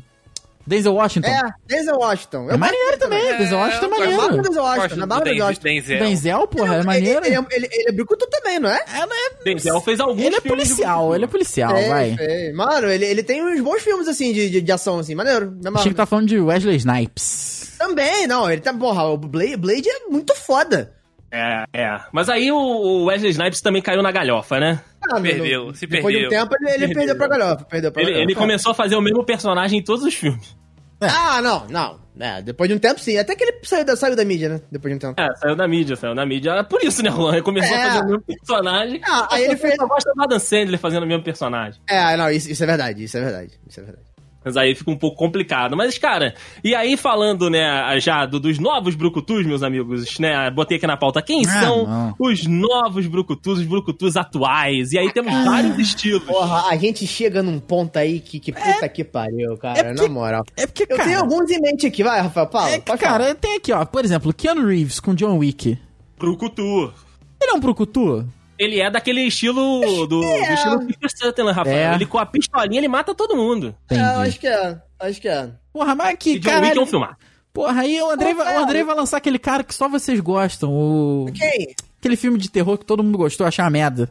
Speaker 2: Denzel Washington.
Speaker 4: É, Denzel Washington.
Speaker 2: É maneiro também,
Speaker 5: É,
Speaker 2: Denzel Washington é
Speaker 5: eu gosto.
Speaker 4: Na barba do
Speaker 2: maneiro.
Speaker 4: Denzel
Speaker 5: Gosto
Speaker 4: Washington, na
Speaker 5: do
Speaker 4: barba do Denzel
Speaker 5: Den-
Speaker 4: Washington.
Speaker 5: Denzel.
Speaker 3: um-
Speaker 2: Denzel, porra, é
Speaker 4: Ele,
Speaker 2: maneiro.
Speaker 4: ele, é- ele, ele é brucutu também, não é?
Speaker 2: Ah, não é-
Speaker 3: Denzel fez alguns
Speaker 2: Ele é
Speaker 3: filmes de
Speaker 2: policial,
Speaker 3: Brucutu.
Speaker 2: ele é policial,
Speaker 4: Fez,
Speaker 2: vai.
Speaker 4: fez. Mano, ele, ele tem uns bons filmes, assim, de, de, de ação, assim, maneiro. Na
Speaker 2: Achei que
Speaker 4: moral.
Speaker 2: tá falando de Wesley Snipes.
Speaker 4: Também, não, ele tá. Porra, o Blade, Blade é muito foda.
Speaker 3: É, é. Mas aí o- o Wesley Snipes também caiu na galhofa, né?
Speaker 4: Ah, meu,
Speaker 5: Perdeu,
Speaker 4: no-
Speaker 5: se
Speaker 4: Depois de um
Speaker 5: perdeu.
Speaker 4: tempo, ele, ele perdeu pra galhofa. Perdeu pra
Speaker 3: Ele,
Speaker 4: galhofa.
Speaker 3: ele começou a fazer o mesmo personagem em todos os filmes.
Speaker 4: Ah, não, não. É, depois de um tempo, sim. Até que ele saiu da, saiu da mídia, né? Depois de um tempo.
Speaker 3: É, saiu da mídia, saiu da mídia. É Por isso, né, Juan? Ele começou
Speaker 4: É.
Speaker 3: a fazer o mesmo personagem.
Speaker 4: Ah, aí ele fez-
Speaker 3: Eu só gosto do Adam Sandler fazendo o mesmo personagem.
Speaker 4: É, não, isso, isso é verdade, isso é verdade, isso é verdade.
Speaker 3: Mas aí fica um pouco complicado. Mas, cara, e aí falando, né, já do- dos novos brucutus, meus amigos, né, botei aqui na pauta, quem
Speaker 2: Ah,
Speaker 3: são
Speaker 2: não.
Speaker 3: os novos brucutus, os brucutus atuais? E
Speaker 4: Ah,
Speaker 3: aí temos vários estilos.
Speaker 4: Porra, a gente chega num ponto aí que, que puta que pariu, cara,
Speaker 2: é porque-
Speaker 4: na moral.
Speaker 2: É porque,
Speaker 4: Eu
Speaker 2: cara...
Speaker 4: tenho alguns em mente aqui, vai, Rafael, Paulo,
Speaker 2: é que,
Speaker 4: pode falar.
Speaker 2: cara, tem aqui, ó. Por exemplo, Keanu Reeves com John Wick.
Speaker 3: Brucutu.
Speaker 2: Ele é um brucutu?
Speaker 3: Ele é daquele estilo do,
Speaker 4: É.
Speaker 3: do estilo Peter Sutherland, Rafael.
Speaker 2: É.
Speaker 3: Ele com a pistolinha, ele mata todo mundo.
Speaker 4: É, eu acho que é, acho que é.
Speaker 2: Porra, mas
Speaker 3: E
Speaker 2: que
Speaker 3: John Wick é um
Speaker 2: caralho...
Speaker 3: filmar.
Speaker 2: Porra, é. aí o Andrei, vai, o Andrei vai lançar aquele cara que só vocês gostam. O...
Speaker 4: Quem?
Speaker 2: Aquele filme de terror que todo mundo gostou, achar uma merda.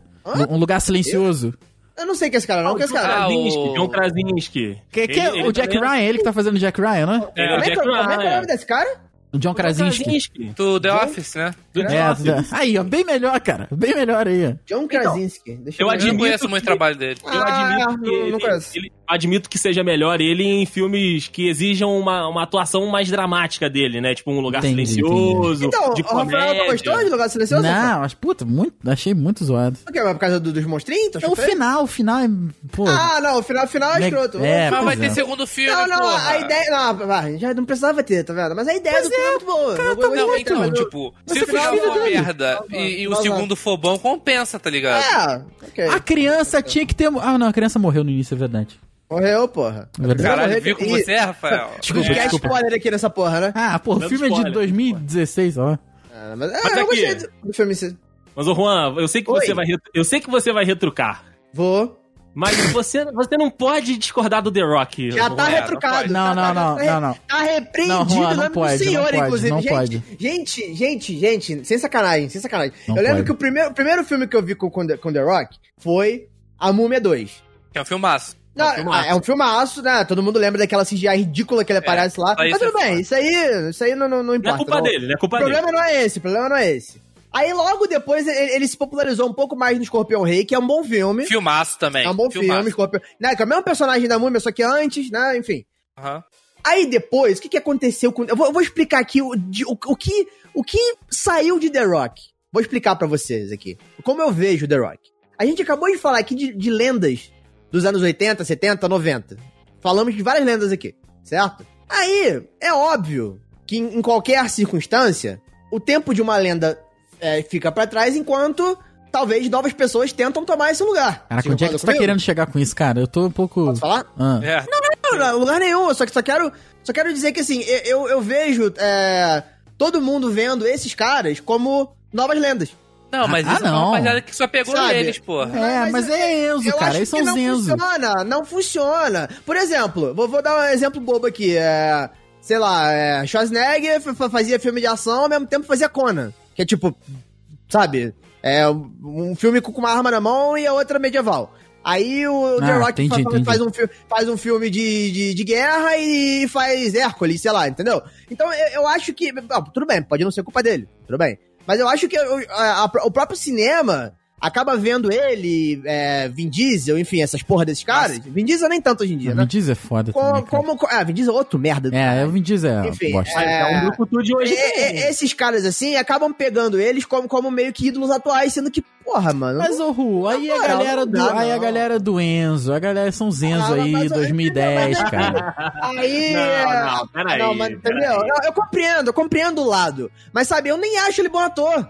Speaker 2: Um lugar silencioso.
Speaker 4: Eu não sei quem é esse cara, não, quem é esse cara.
Speaker 5: Ah,
Speaker 3: Krasinski,
Speaker 5: o-
Speaker 3: John Krasinski.
Speaker 2: Que, que é
Speaker 3: Ele-
Speaker 2: o
Speaker 3: ele
Speaker 2: Jack
Speaker 3: também-
Speaker 2: Ryan, ele que tá fazendo o Jack Ryan, né? Tá
Speaker 3: É, o
Speaker 4: Como é,
Speaker 3: Jack
Speaker 4: que, como é que é o
Speaker 3: Ryan.
Speaker 4: nome desse cara?
Speaker 2: O John Krasinski.
Speaker 3: Krasinski.
Speaker 5: Do The Office, né?
Speaker 3: Do
Speaker 2: É,
Speaker 3: Office.
Speaker 2: da- aí, ó, bem melhor, cara. Bem melhor aí. ó.
Speaker 4: John Krasinski. Deixa
Speaker 3: eu
Speaker 5: Eu não
Speaker 3: admito
Speaker 5: conheço muito
Speaker 3: que-
Speaker 5: o trabalho dele.
Speaker 3: Eu admito,
Speaker 4: Ah,
Speaker 3: que
Speaker 4: não- não
Speaker 3: ele-
Speaker 4: conheço.
Speaker 3: ele- admito que seja melhor ele em filmes que exijam uma, uma atuação mais dramática dele, né? Tipo, um lugar
Speaker 2: Entendi,
Speaker 3: silencioso,
Speaker 4: Então,
Speaker 3: de
Speaker 4: o Rafael, tu
Speaker 3: comédia.
Speaker 4: gostou de Lugar Silencioso? Rafael?
Speaker 2: Não, mas puta, muito, achei muito zoado.
Speaker 4: Por quê? Mas Por causa do- dos monstrinhos? Tu
Speaker 2: É
Speaker 4: achou
Speaker 2: o
Speaker 4: feio?
Speaker 2: final, o final é. Pô.
Speaker 4: Ah, não, o final, o final é
Speaker 2: Neg-
Speaker 4: escroto.
Speaker 2: é,
Speaker 5: Mas vai
Speaker 2: pois
Speaker 5: ter
Speaker 2: é.
Speaker 5: segundo filme,
Speaker 4: Não, não,
Speaker 5: porra.
Speaker 4: a ideia. Não, ah, já não precisava ter, tá vendo? Mas a ideia do filme é muito boa. Eu- eu
Speaker 2: tá
Speaker 4: gostei,
Speaker 5: Não,
Speaker 2: muito,
Speaker 5: então,
Speaker 4: mas eu-
Speaker 5: tipo,
Speaker 2: Você
Speaker 5: se o final
Speaker 2: fez
Speaker 5: for uma
Speaker 2: verdade.
Speaker 5: merda e, e o
Speaker 4: Não, não.
Speaker 5: segundo for bom, compensa, tá ligado?
Speaker 4: É, ok.
Speaker 2: A criança tinha que ter. Ah, não, a criança morreu no início, é verdade.
Speaker 4: Morreu, porra.
Speaker 2: Verdade.
Speaker 5: Caralho,
Speaker 4: Morreu,
Speaker 5: viu com
Speaker 4: e-
Speaker 5: você, é,
Speaker 4: *laughs*
Speaker 5: Rafael? Tipo,
Speaker 2: Desculpa,
Speaker 4: Esquece
Speaker 2: desculpa.
Speaker 4: spoiler aqui nessa porra, né?
Speaker 2: Ah, pô, o
Speaker 3: Dando
Speaker 2: filme é de
Speaker 3: spoiler.
Speaker 2: 2016, ó.
Speaker 4: Ah, mas, ah,
Speaker 3: Mas
Speaker 4: eu
Speaker 3: aqui-
Speaker 4: gostei do, do filme. sim.
Speaker 3: Mas, ô Juan, eu sei, que
Speaker 4: Oi.
Speaker 3: você vai retru- eu sei que você vai retrucar.
Speaker 4: Vou. *laughs*
Speaker 3: Mas você, você não pode discordar do The Rock.
Speaker 4: Já tá
Speaker 3: Juan. é
Speaker 4: retrucado.
Speaker 2: Não,
Speaker 4: tá,
Speaker 2: não,
Speaker 4: tá,
Speaker 2: não,
Speaker 4: tá,
Speaker 2: não, não.
Speaker 4: Tá repreendido
Speaker 2: Não, Juan,
Speaker 4: em
Speaker 2: não
Speaker 4: nome
Speaker 2: pode,
Speaker 4: do senhor,
Speaker 2: não pode,
Speaker 4: inclusive.
Speaker 2: não
Speaker 4: gente,
Speaker 2: pode.
Speaker 4: gente, gente, gente, sem sacanagem, sem sacanagem.
Speaker 2: Não
Speaker 4: eu lembro
Speaker 2: pode.
Speaker 4: que o primeiro, o primeiro filme que eu vi com, com, The, com The Rock foi A Múmia 2.
Speaker 5: Que é um filmaço.
Speaker 4: Não,
Speaker 3: É um filmaço.
Speaker 4: ah, é um filmaço, né? Todo mundo lembra daquela CGI ridícula que ele aparece lá.
Speaker 5: só isso
Speaker 4: Mas tudo
Speaker 5: é
Speaker 4: bem,
Speaker 5: foda.
Speaker 4: isso aí, isso aí não, não, não
Speaker 3: Não
Speaker 4: importa.
Speaker 3: é culpa
Speaker 4: não.
Speaker 3: dele, não é
Speaker 4: tá O
Speaker 3: culpa dele.
Speaker 4: problema não é esse, o problema não é esse. Aí logo depois ele, ele se popularizou um pouco mais no Escorpião Rei, que é um bom filme.
Speaker 5: Filmaço também.
Speaker 4: É um bom
Speaker 5: filmaço.
Speaker 4: filme, Escorpião. Né, que é o mesmo personagem da múmia, só que antes, né? Enfim.
Speaker 5: Aham.
Speaker 4: Aí depois, o que, que aconteceu com. Eu vou, eu vou explicar aqui o, de- o, o que, o que saiu de The Rock. Vou explicar pra vocês aqui. Como eu vejo The Rock. A gente acabou de falar aqui de, de lendas dos anos 80, 70, 90. Falamos de várias lendas aqui, certo? Aí, é óbvio que em, em qualquer circunstância, o tempo de uma lenda é, fica pra trás enquanto talvez novas pessoas tentam tomar esse lugar.
Speaker 2: Caraca,
Speaker 4: Você
Speaker 2: onde é que
Speaker 4: concorda
Speaker 2: você tá
Speaker 4: comigo?
Speaker 2: querendo chegar com isso, cara? Eu tô um pouco.
Speaker 4: Posso falar?
Speaker 2: Ah.
Speaker 5: É.
Speaker 4: Não, não, lugar nenhum. eu Só que só quero, só quero dizer que assim, eu, eu- eu vejo é, todo mundo vendo esses caras como novas lendas.
Speaker 5: Não, mas
Speaker 2: Ah,
Speaker 5: isso é
Speaker 2: não.
Speaker 5: uma rapaziada que só pegou
Speaker 4: Sabe?
Speaker 5: neles, porra.
Speaker 2: É, mas é Enzo,
Speaker 4: eu
Speaker 2: cara,
Speaker 4: acho
Speaker 2: eles são
Speaker 4: que
Speaker 2: os
Speaker 4: não
Speaker 2: Enzo.
Speaker 4: funciona, não funciona. Por exemplo, vou, vou dar um exemplo bobo aqui. é, sei lá, é, Schwarzenegger fa- fa- fazia filme de ação, ao mesmo tempo fazia Conan. Que é tipo, sabe, é um- um filme com com uma arma na mão e a outra medieval. Aí o The
Speaker 2: Ah,
Speaker 4: Rock fa-
Speaker 2: entendi,
Speaker 4: fa- faz,
Speaker 2: entendi.
Speaker 4: um fi- faz um filme de, de, de guerra e faz Hércules, sei lá, entendeu? Então eu, eu acho que. ah, tudo bem, pode não ser culpa dele, tudo bem. Mas eu acho que eu- a- a- o próprio cinema acaba vendo ele, é, Vin Diesel, enfim, essas porra desses caras. Vin Diesel nem tanto hoje em dia,
Speaker 2: Vin
Speaker 4: né?
Speaker 2: Diesel é foda.
Speaker 4: Como,
Speaker 2: também, cara.
Speaker 4: como, ah, Vin Diesel é outro merda. do
Speaker 2: É,
Speaker 4: caralho.
Speaker 2: o Vin Diesel é
Speaker 4: Enfim,
Speaker 2: bosta.
Speaker 3: É um brucutu de hoje
Speaker 4: É, é,
Speaker 3: também.
Speaker 4: esses caras assim acabam pegando eles como, como meio que ídolos atuais, sendo que, porra, mano.
Speaker 2: Mas, ô Ru, aí a
Speaker 4: Não,
Speaker 2: galera
Speaker 4: não
Speaker 2: do.
Speaker 4: dá,
Speaker 2: Aí a
Speaker 4: não.
Speaker 2: galera do Enzo, a galera são os Enzo
Speaker 4: Ah, mas-
Speaker 2: aí,
Speaker 4: mas-
Speaker 2: 2010,
Speaker 4: mas-
Speaker 2: cara. *laughs*
Speaker 4: Aí.
Speaker 3: Não,
Speaker 4: é,
Speaker 3: não, peraí,
Speaker 4: não, mas, entendeu?
Speaker 3: peraí.
Speaker 4: Não, eu compreendo, eu compreendo o lado. Mas sabe, eu nem acho ele bom ator.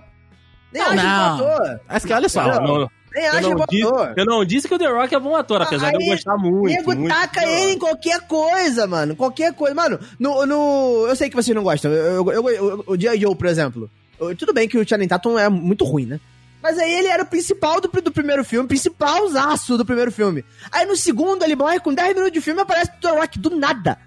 Speaker 4: Nem
Speaker 2: Não,
Speaker 4: acho
Speaker 2: não.
Speaker 4: ele bom ator.
Speaker 2: Mas que olha só.
Speaker 3: Não, não,
Speaker 4: Nem
Speaker 3: eu,
Speaker 4: acho ele
Speaker 3: não
Speaker 4: bom
Speaker 3: disse,
Speaker 4: ator. Ah,
Speaker 3: eu não disse que o The Rock é bom ator, apesar de eu
Speaker 4: Aí,
Speaker 3: gostar
Speaker 4: O
Speaker 3: muito.
Speaker 4: nego
Speaker 3: muito
Speaker 4: taca
Speaker 3: do The
Speaker 4: ele
Speaker 3: Rock.
Speaker 4: em qualquer coisa, mano. Qualquer coisa. Mano, no. no eu sei que vocês não gostam. Eu, eu, eu- eu- o G.I. Joe, por exemplo. Eu- tudo bem que o Channing Tatum é muito ruim, né? Mas aí ele era o principal do, do primeiro filme, principal zaço do primeiro filme. Aí no segundo ele morre com 10 minutos de filme e aparece o The Rock do nada.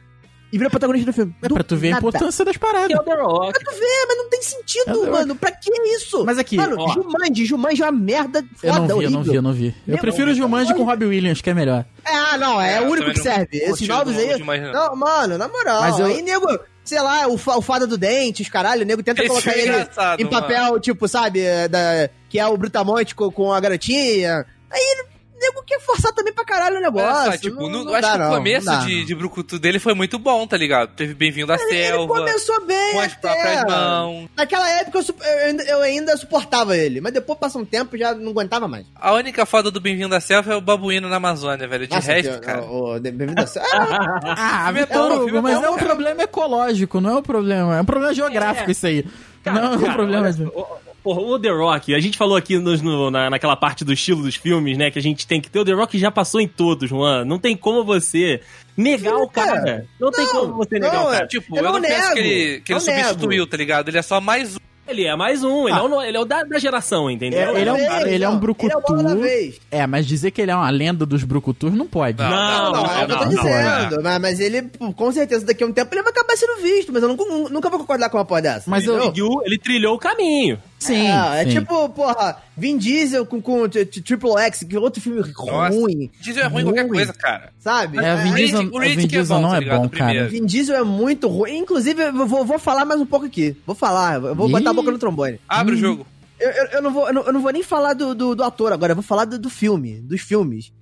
Speaker 4: E vira protagonista do filme.
Speaker 2: É
Speaker 4: Do
Speaker 2: pra tu ver a
Speaker 4: nada.
Speaker 2: importância das
Speaker 3: Que
Speaker 2: paradas.
Speaker 3: é o The Rock.
Speaker 4: Tu vê, mas não tem sentido,
Speaker 2: É o The
Speaker 4: mano. Pra que isso?
Speaker 2: Mas aqui,
Speaker 4: mano,
Speaker 2: ó.
Speaker 4: Jumanji, Jumanji é uma merda
Speaker 2: Eu
Speaker 4: foda,
Speaker 2: não vi, eu
Speaker 4: horrível.
Speaker 2: não vi, eu não vi. Eu
Speaker 4: Meu
Speaker 2: prefiro o
Speaker 4: Deus,
Speaker 2: Jumanji
Speaker 4: cara.
Speaker 2: com o Robbie Williams, que é melhor.
Speaker 4: Ah, não, é,
Speaker 5: É,
Speaker 4: o
Speaker 5: eu
Speaker 4: único que
Speaker 5: também não
Speaker 4: serve. Esses
Speaker 5: curti o
Speaker 4: novos aí.
Speaker 5: Jumanji, não.
Speaker 4: Não, mano, na moral.
Speaker 2: Mas eu-
Speaker 4: Aí, nego, sei lá, o, fa- o Fada do Dente, os caralho, o nego tenta
Speaker 5: Esse
Speaker 4: colocar
Speaker 5: é
Speaker 4: ele
Speaker 5: engraçado,
Speaker 4: em
Speaker 5: mano.
Speaker 4: papel, tipo, sabe, é, da- que é o Brutamonte co- com, a garotinha. Aí o nego quer forçar também pra caralho o negócio.
Speaker 5: Só, tipo,
Speaker 4: não,
Speaker 5: no-
Speaker 4: não
Speaker 5: eu acho
Speaker 4: dá,
Speaker 5: que o
Speaker 4: não, não
Speaker 5: começo
Speaker 4: dá,
Speaker 5: de, de Brucutu dele foi muito bom, tá ligado? Teve Bem-vindo à
Speaker 4: Ele
Speaker 5: Selva,
Speaker 4: começou bem
Speaker 5: com as
Speaker 4: até.
Speaker 5: próprias mãos.
Speaker 4: Naquela época eu, su- eu ainda- eu ainda suportava ele, mas depois passa um tempo já não aguentava mais.
Speaker 5: A única foda do Bem-vindo à Selva é o babuíno na Amazônia, velho. De
Speaker 4: Nossa,
Speaker 5: resto,
Speaker 4: que-
Speaker 5: cara.
Speaker 4: o- o- Bem-vindo à Selva.
Speaker 2: *laughs* Ah,
Speaker 5: filme é
Speaker 2: Vitor
Speaker 5: bom, o filme
Speaker 2: Hugo,
Speaker 5: é
Speaker 2: mas
Speaker 5: bom,
Speaker 2: é um
Speaker 5: cara.
Speaker 2: problema ecológico, não é um problema. É um problema geográfico isso aí.
Speaker 3: Cara,
Speaker 2: não é um
Speaker 3: cara,
Speaker 2: problema.
Speaker 3: olha, o- Porra, o The Rock, a gente falou aqui nos- no- na, naquela parte do estilo dos filmes, né? Que a gente tem que ter. O The Rock já passou em todos, Juan. Não tem como você negar o
Speaker 4: Cara,
Speaker 3: cara. Não, tem
Speaker 4: não,
Speaker 3: como você negar
Speaker 4: não,
Speaker 3: o cara.
Speaker 4: é-
Speaker 5: Tipo,
Speaker 4: Eu
Speaker 5: eu,
Speaker 4: não
Speaker 5: não penso
Speaker 4: nego,
Speaker 5: que ele, que ele
Speaker 4: não nego.
Speaker 5: substituiu, tá ligado? Ele é só mais um.
Speaker 3: Ele é mais um, ele,
Speaker 2: Ah.
Speaker 3: é, o, ele é o da, da geração, entendeu?
Speaker 2: É, ele é um-
Speaker 4: Uma vez,
Speaker 2: ele é um
Speaker 4: não.
Speaker 2: brucutu.
Speaker 4: Ele é o bola da vez.
Speaker 2: É, mas dizer que ele é uma lenda dos brucutus não pode.
Speaker 5: Não,
Speaker 4: Não,
Speaker 3: Não,
Speaker 4: é o que eu tô
Speaker 3: não,
Speaker 4: dizendo. Mas, mas ele, pô, com certeza, daqui a um tempo ele vai acabar sendo visto, mas eu nunca, nunca vou concordar com uma porra dessa.
Speaker 2: Mas eu-
Speaker 4: entendeu?
Speaker 3: Seguiu, ele trilhou o caminho.
Speaker 2: Sim,
Speaker 4: Ah, é
Speaker 2: sim.
Speaker 4: tipo, porra, Vin Diesel com, com Tri- Tri- Triple X, que é outro filme
Speaker 5: Nossa.
Speaker 4: ruim,
Speaker 5: Diesel é ruim em qualquer
Speaker 4: Ruim.
Speaker 5: coisa, cara.
Speaker 4: sabe?
Speaker 2: É, o Vin
Speaker 5: Reed-
Speaker 2: Diesel,
Speaker 5: o
Speaker 2: o
Speaker 5: Reed
Speaker 2: Vin
Speaker 5: que é
Speaker 2: Diesel
Speaker 5: bom,
Speaker 2: não
Speaker 5: tá
Speaker 2: é
Speaker 5: ligado?
Speaker 2: bom,
Speaker 5: O primeiro.
Speaker 2: cara.
Speaker 4: Vin Diesel é muito ruim. Inclusive, eu vou, vou falar mais um pouco aqui. Vou falar, eu vou botar a
Speaker 2: Ih.
Speaker 4: boca no trombone.
Speaker 5: Abre o jogo.
Speaker 4: Eu, eu, eu não, vou, eu, não, eu não vou nem falar do, do, do ator agora, eu vou falar do, do filme, dos filmes.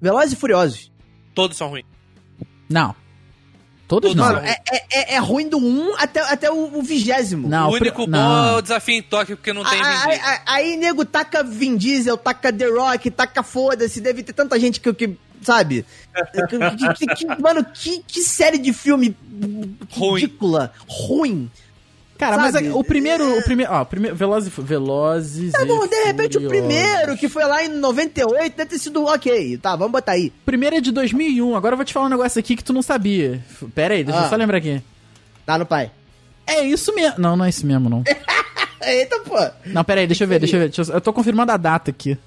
Speaker 4: Velozes e Furiosos.
Speaker 5: Todos são ruins.
Speaker 2: Não. Todos não.
Speaker 4: Mano, é, é, é- é ruim do 1 até, até o o vigésimo.
Speaker 2: Não,
Speaker 5: o
Speaker 2: o pri-
Speaker 5: único bom
Speaker 2: não.
Speaker 5: é o desafio em Tóquio, porque não tem
Speaker 4: Aí,
Speaker 5: ninguém.
Speaker 4: aí- Ah, aí, nego, taca Vin Diesel, taca The Rock, taca foda-se, deve ter tanta gente que. que sabe? Que- que- que- mano, que, que série de filme
Speaker 5: Ruim.
Speaker 4: ridícula, ruim.
Speaker 2: Cara,
Speaker 4: sabe?
Speaker 2: mas é- o primeiro, o primeiro, ó, o primeiro Velozes, e Fu- Velozes
Speaker 4: Tá
Speaker 2: e
Speaker 4: bom, de repente o
Speaker 2: Furiosos.
Speaker 4: primeiro, que foi lá em 98, deve ter sido ok, tá, vamos botar aí.
Speaker 2: O primeiro é de 2001. Agora eu vou te falar um negócio aqui que tu não sabia. F- Pera aí, deixa
Speaker 4: Ah.
Speaker 2: eu só lembrar aqui.
Speaker 4: Tá no pai.
Speaker 2: É isso mesmo. Não, não é isso mesmo, não.
Speaker 4: Eita, pô.
Speaker 2: Não, pera aí, deixa eu ver, deixa eu ver. deixa eu... eu tô confirmando a data aqui.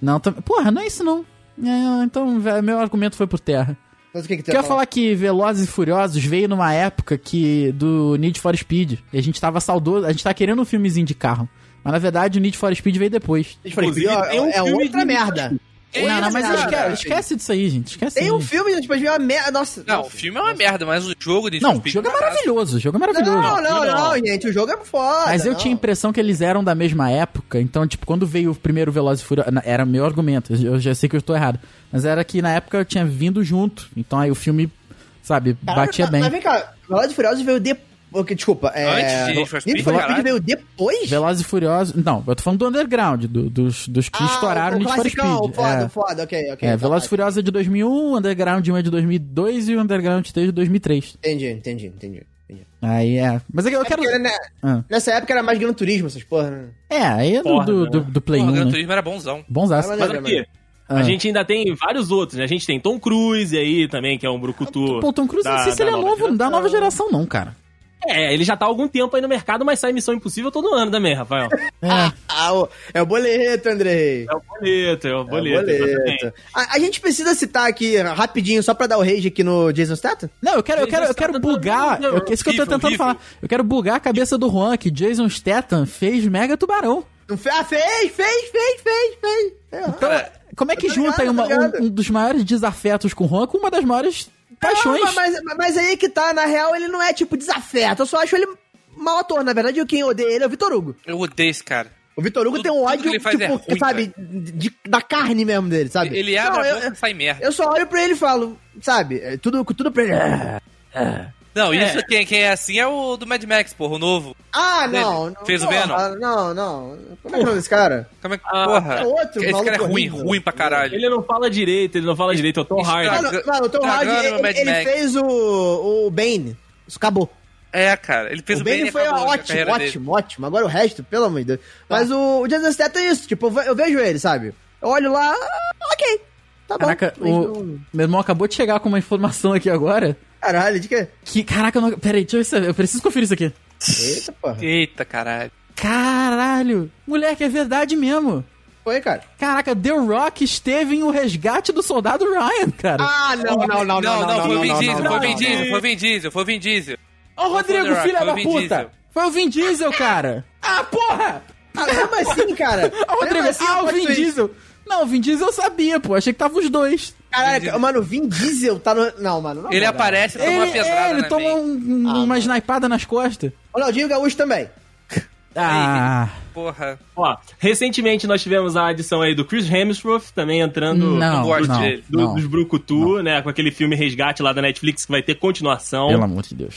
Speaker 2: Não, tá- porra, não é isso não. É, então, velho, meu argumento foi por terra.
Speaker 4: Mas o que que tu
Speaker 2: Eu ia falar que Velozes e Furiosos veio numa época que do Need for Speed. E a gente tava saudoso, a gente tá querendo um filmezinho de carro. Mas na verdade o Need for Speed veio depois.
Speaker 4: Eu falei,
Speaker 3: Inclusive,
Speaker 4: ó,
Speaker 3: tem um
Speaker 4: é
Speaker 3: filme
Speaker 4: outra
Speaker 3: de-
Speaker 4: merda.
Speaker 5: Ei,
Speaker 2: não, não, mas é-
Speaker 4: cara.
Speaker 2: esque- esquece disso aí, gente. Esquece
Speaker 4: Tem
Speaker 2: aí.
Speaker 4: um filme, gente, mas veio uma merda. Nossa.
Speaker 5: Não, o filme é uma merda, mas o jogo de
Speaker 2: Não, o
Speaker 5: Speed
Speaker 2: jogo é
Speaker 5: barato.
Speaker 2: maravilhoso, o jogo é maravilhoso.
Speaker 4: Não, não,
Speaker 3: Não.
Speaker 4: não, gente, o jogo é foda.
Speaker 2: Mas eu
Speaker 4: não.
Speaker 2: tinha a impressão que eles eram da mesma época, então, tipo, quando veio o primeiro Velozes e Furiosos... na- Era meu argumento, eu já sei que eu tô errado. Mas era que na época eu tinha vindo junto, então aí o filme, sabe,
Speaker 4: Caralho,
Speaker 2: batia
Speaker 4: mas-
Speaker 2: bem.
Speaker 4: Mas vem cá, Velozes e Furiosos veio depois. Desculpa, é.
Speaker 5: Antes de Need for Speed,
Speaker 4: Need for
Speaker 5: caralho.
Speaker 4: Speed veio depois?
Speaker 2: Velozes e Furiosos... Não, eu tô falando do underground, do- dos, dos que estouraram
Speaker 4: Ah, o
Speaker 2: Need for
Speaker 4: classicão,
Speaker 2: Speed.
Speaker 4: Foda,
Speaker 2: é.
Speaker 4: foda, ok, ok.
Speaker 2: É,
Speaker 4: tá,
Speaker 2: Velozes e
Speaker 4: tá.
Speaker 2: Furiosos é de 2001, Underground 1 é de 2002 e o Underground 3 é de 2003.
Speaker 4: Entendi, entendi, entendi. entendi.
Speaker 2: Aí é. Mas é que eu quero.
Speaker 4: Porque, né,
Speaker 2: Ah.
Speaker 4: Nessa época era mais Gran Turismo, essas porra, né?
Speaker 2: É, aí é do,
Speaker 3: Porra,
Speaker 2: do,
Speaker 3: né?
Speaker 2: do, do Play
Speaker 5: Porra,
Speaker 2: 1.
Speaker 5: Gran
Speaker 2: Né?
Speaker 5: Turismo era bonzão.
Speaker 2: Bonsaço.
Speaker 4: Mas-
Speaker 3: Mas aqui,
Speaker 2: Ah.
Speaker 3: a gente ainda tem vários outros, né? A gente tem Tom Cruise aí também, que é um brucutu.
Speaker 2: Pô, Tom Cruise, não
Speaker 3: da-
Speaker 2: sei se
Speaker 3: da
Speaker 2: ele é
Speaker 3: nova
Speaker 2: novo, não da
Speaker 3: geração.
Speaker 2: nova geração, não, cara.
Speaker 3: É, ele já tá há algum tempo aí no mercado, mas sai Missão Impossível todo ano também, Rafael.
Speaker 4: Ah, ah, o- é o boleto, Andrei.
Speaker 3: É o boleto, é o boleto. exatamente.
Speaker 4: A, a gente precisa citar aqui rapidinho, só pra dar o rage aqui no Jason Statham?
Speaker 2: Não, eu quero, eu
Speaker 3: Jason
Speaker 2: quero, eu quero
Speaker 3: Statham
Speaker 2: bugar.
Speaker 3: tá-
Speaker 2: eu- isso que eu tô
Speaker 5: horrível,
Speaker 2: tentando
Speaker 5: horrível.
Speaker 2: falar. Eu quero bugar a cabeça do Juan, que Jason Statham fez Mega Tubarão.
Speaker 4: Não fe- Ah, fez, fez, fez, fez, fez.
Speaker 2: Então, como é que
Speaker 4: eu tô ligado,
Speaker 2: junta aí
Speaker 4: eu tô
Speaker 2: uma-
Speaker 4: ligado.
Speaker 2: um, um dos maiores desafetos com o Juan com uma das maiores paixões?
Speaker 4: Não, mas, é mas- mas aí que tá, na real, ele não é tipo desafeto. Eu só acho ele mau ator. Na verdade, quem odeia ele é o Vitor Hugo.
Speaker 5: Eu odeio esse cara.
Speaker 4: O Vitor Hugo
Speaker 5: Tudo-
Speaker 4: tem um
Speaker 5: tudo que
Speaker 4: ódio,
Speaker 5: ele faz
Speaker 4: tipo,
Speaker 5: é ruim,
Speaker 4: sabe, de- da carne mesmo dele, sabe?
Speaker 5: Ele é abre
Speaker 4: não,
Speaker 5: a boca
Speaker 4: eu,
Speaker 5: e sai merda.
Speaker 4: eu só olho pra ele e falo, sabe, é tudo, tudo pra ele.
Speaker 5: Não, isso quem, quem é assim é o do Mad Max, porra, o novo.
Speaker 4: Ah,
Speaker 5: Dele.
Speaker 4: não. não,
Speaker 5: Fez o
Speaker 4: porra,
Speaker 5: Venom?
Speaker 4: Não, não. Como é que é o nome desse cara?
Speaker 5: Como é que.
Speaker 3: Ah,
Speaker 5: porra.
Speaker 4: é outro
Speaker 5: esse cara é
Speaker 4: maluco
Speaker 5: ruim,
Speaker 4: horrível.
Speaker 5: ruim pra caralho.
Speaker 3: Ele não fala direito, ele não fala direito, é o Tom
Speaker 5: Isso
Speaker 3: Hardy.
Speaker 5: tá-
Speaker 4: Mano, mano, o Tom
Speaker 5: Dragão
Speaker 4: Hardy,
Speaker 5: era o
Speaker 4: ele,
Speaker 5: Mad
Speaker 4: ele
Speaker 5: Max.
Speaker 4: fez o, o Bane. Isso acabou.
Speaker 5: É, cara. Ele fez
Speaker 4: o Bane
Speaker 5: e
Speaker 4: foi
Speaker 5: acabou com a
Speaker 4: ótimo,
Speaker 5: carreira dele.
Speaker 4: ótimo, ótimo. Agora o resto, pelo amor de Deus. Mas o, o Jason Statham é isso. Tipo, eu ve- eu vejo ele, sabe? Eu olho lá, ah, ok. Tá bom.
Speaker 2: Caraca,
Speaker 4: Mas
Speaker 2: o,
Speaker 4: não-
Speaker 2: meu irmão acabou de chegar com uma informação aqui agora.
Speaker 4: Caralho, é de quê?
Speaker 2: Que, caraca, eu não, peraí, deixa eu ver se eu preciso conferir isso aqui.
Speaker 4: Eita, porra.
Speaker 5: Eita, caralho.
Speaker 2: Caralho, moleque, é verdade mesmo.
Speaker 4: Foi, cara.
Speaker 2: Caraca, The Rock esteve em O Resgate do Soldado Ryan, cara.
Speaker 4: Ah, não, não, não, não, não, não,
Speaker 5: foi o Vin
Speaker 4: não,
Speaker 5: Diesel, foi
Speaker 4: não,
Speaker 5: o
Speaker 4: não,
Speaker 5: Vin
Speaker 4: não.
Speaker 5: Diesel, foi o Vin Diesel, foi o Vin Diesel.
Speaker 2: Ó, o Rodrigo,
Speaker 5: foi o The Rock,
Speaker 2: filha
Speaker 5: foi
Speaker 2: da
Speaker 5: o Vin
Speaker 2: puta.
Speaker 5: Diesel.
Speaker 2: Foi o Vin Diesel, cara. Ah, porra!
Speaker 4: Ah, mesmo assim, cara. *laughs*
Speaker 2: *laughs* Ó, o Rodrigo,
Speaker 4: Mesmo assim,
Speaker 2: ah,
Speaker 4: eu
Speaker 2: o
Speaker 4: faço
Speaker 2: Vin
Speaker 4: isso.
Speaker 2: Diesel. Não, o Vin Diesel eu sabia, pô. Achei que tava os dois.
Speaker 4: Caralho, é mano, Vin Diesel tá no. Não, mano, não.
Speaker 5: Ele
Speaker 4: dá, cara.
Speaker 5: aparece e toma uma
Speaker 2: Ele,
Speaker 5: pedrada. né,
Speaker 2: é, ele
Speaker 5: na
Speaker 2: toma
Speaker 5: mente.
Speaker 2: um, um- uma snipada nas costas.
Speaker 4: Ronaldinho Gaúcho também.
Speaker 2: Ah,
Speaker 5: Porra.
Speaker 3: Ó, recentemente nós tivemos a adição aí do Chris Hemsworth também entrando
Speaker 2: não,
Speaker 5: gosto
Speaker 2: não,
Speaker 5: dele.
Speaker 3: do-
Speaker 2: não.
Speaker 3: dos Brucutu, né? Com aquele filme Resgate lá da Netflix que vai ter continuação.
Speaker 2: Pelo amor de Deus.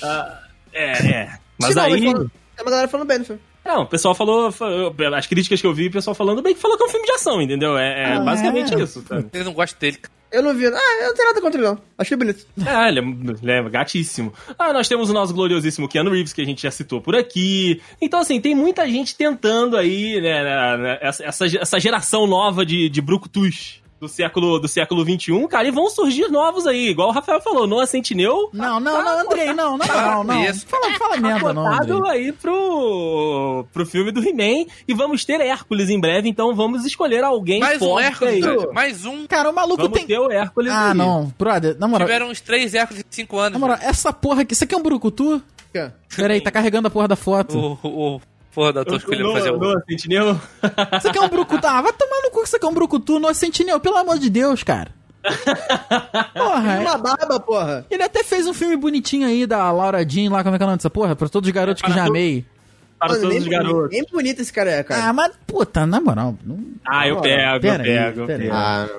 Speaker 3: É,
Speaker 2: *laughs*
Speaker 3: é. Mas
Speaker 4: Sim, não,
Speaker 3: aí.
Speaker 4: falando- Tem uma galera falando bem, não foi?
Speaker 3: Não, o pessoal falou. falou- As críticas que eu vi, o pessoal falando bem que falou que é um filme de ação, entendeu? É, é
Speaker 2: Ah,
Speaker 3: basicamente
Speaker 2: é?
Speaker 3: isso. tá? Sabe?
Speaker 5: Ele não gosta dele.
Speaker 4: Eu não vi. Ah, eu não tenho nada contra ele, não. Achei bonito.
Speaker 3: É, ele é, ele é gatíssimo. Ah, nós temos o nosso gloriosíssimo Keanu Reeves, que a gente já citou por aqui. Então, assim, tem muita gente tentando aí, né, né, né, essa, essa- essa geração nova de, de brucutus do século, do século XXI, cara, e vão surgir novos aí, igual o Rafael falou, Noah Sentinel
Speaker 2: Não, não, não, Andrei, não, não, não, não.
Speaker 5: Isso.
Speaker 2: Fala, fala merda, não, Andrei.
Speaker 3: botado aí pro, pro filme do He-Man, e vamos ter Hércules em breve, então vamos escolher alguém
Speaker 5: Mais um
Speaker 3: forte aí.
Speaker 5: Hércules, velho. Mais um.
Speaker 4: É
Speaker 2: Cara, o maluco
Speaker 3: Vamos
Speaker 2: tem...
Speaker 3: ter o Hércules
Speaker 2: Ah,
Speaker 3: aí.
Speaker 2: não, brother, na moral,
Speaker 5: Tiveram uns três Hércules de cinco anos. né?
Speaker 2: na moral,
Speaker 5: velho.
Speaker 2: essa porra aqui, isso aqui é um brucutu? Peraí, tá carregando a porra da foto.
Speaker 5: O, o, o porra da tua escolhendo
Speaker 3: Noah-
Speaker 5: fazer um. o.
Speaker 3: Noah Sentinel. *laughs*
Speaker 2: Isso aqui é um brucutu? Ah, vai tomar no cu que isso aqui é um brucutu, não é sentinel, pelo amor de Deus,
Speaker 5: *laughs*
Speaker 2: cara. Porra,
Speaker 4: Uma barba, porra.
Speaker 2: Ele até fez um filme bonitinho aí da Laura Jean lá, como é que é o nome dessa porra? Pra todos os garotos que
Speaker 3: Para
Speaker 2: já
Speaker 3: todos-
Speaker 2: amei.
Speaker 3: Para
Speaker 4: Mano,
Speaker 3: todos
Speaker 4: nem,
Speaker 3: os garotos.
Speaker 4: nem bonito esse cara é, cara.
Speaker 2: Ah, mas, puta, na moral. Não...
Speaker 3: Ah, eu pego, eu
Speaker 2: Pera aí,
Speaker 3: pego, eu
Speaker 2: pera aí.
Speaker 3: pego.
Speaker 4: Ah,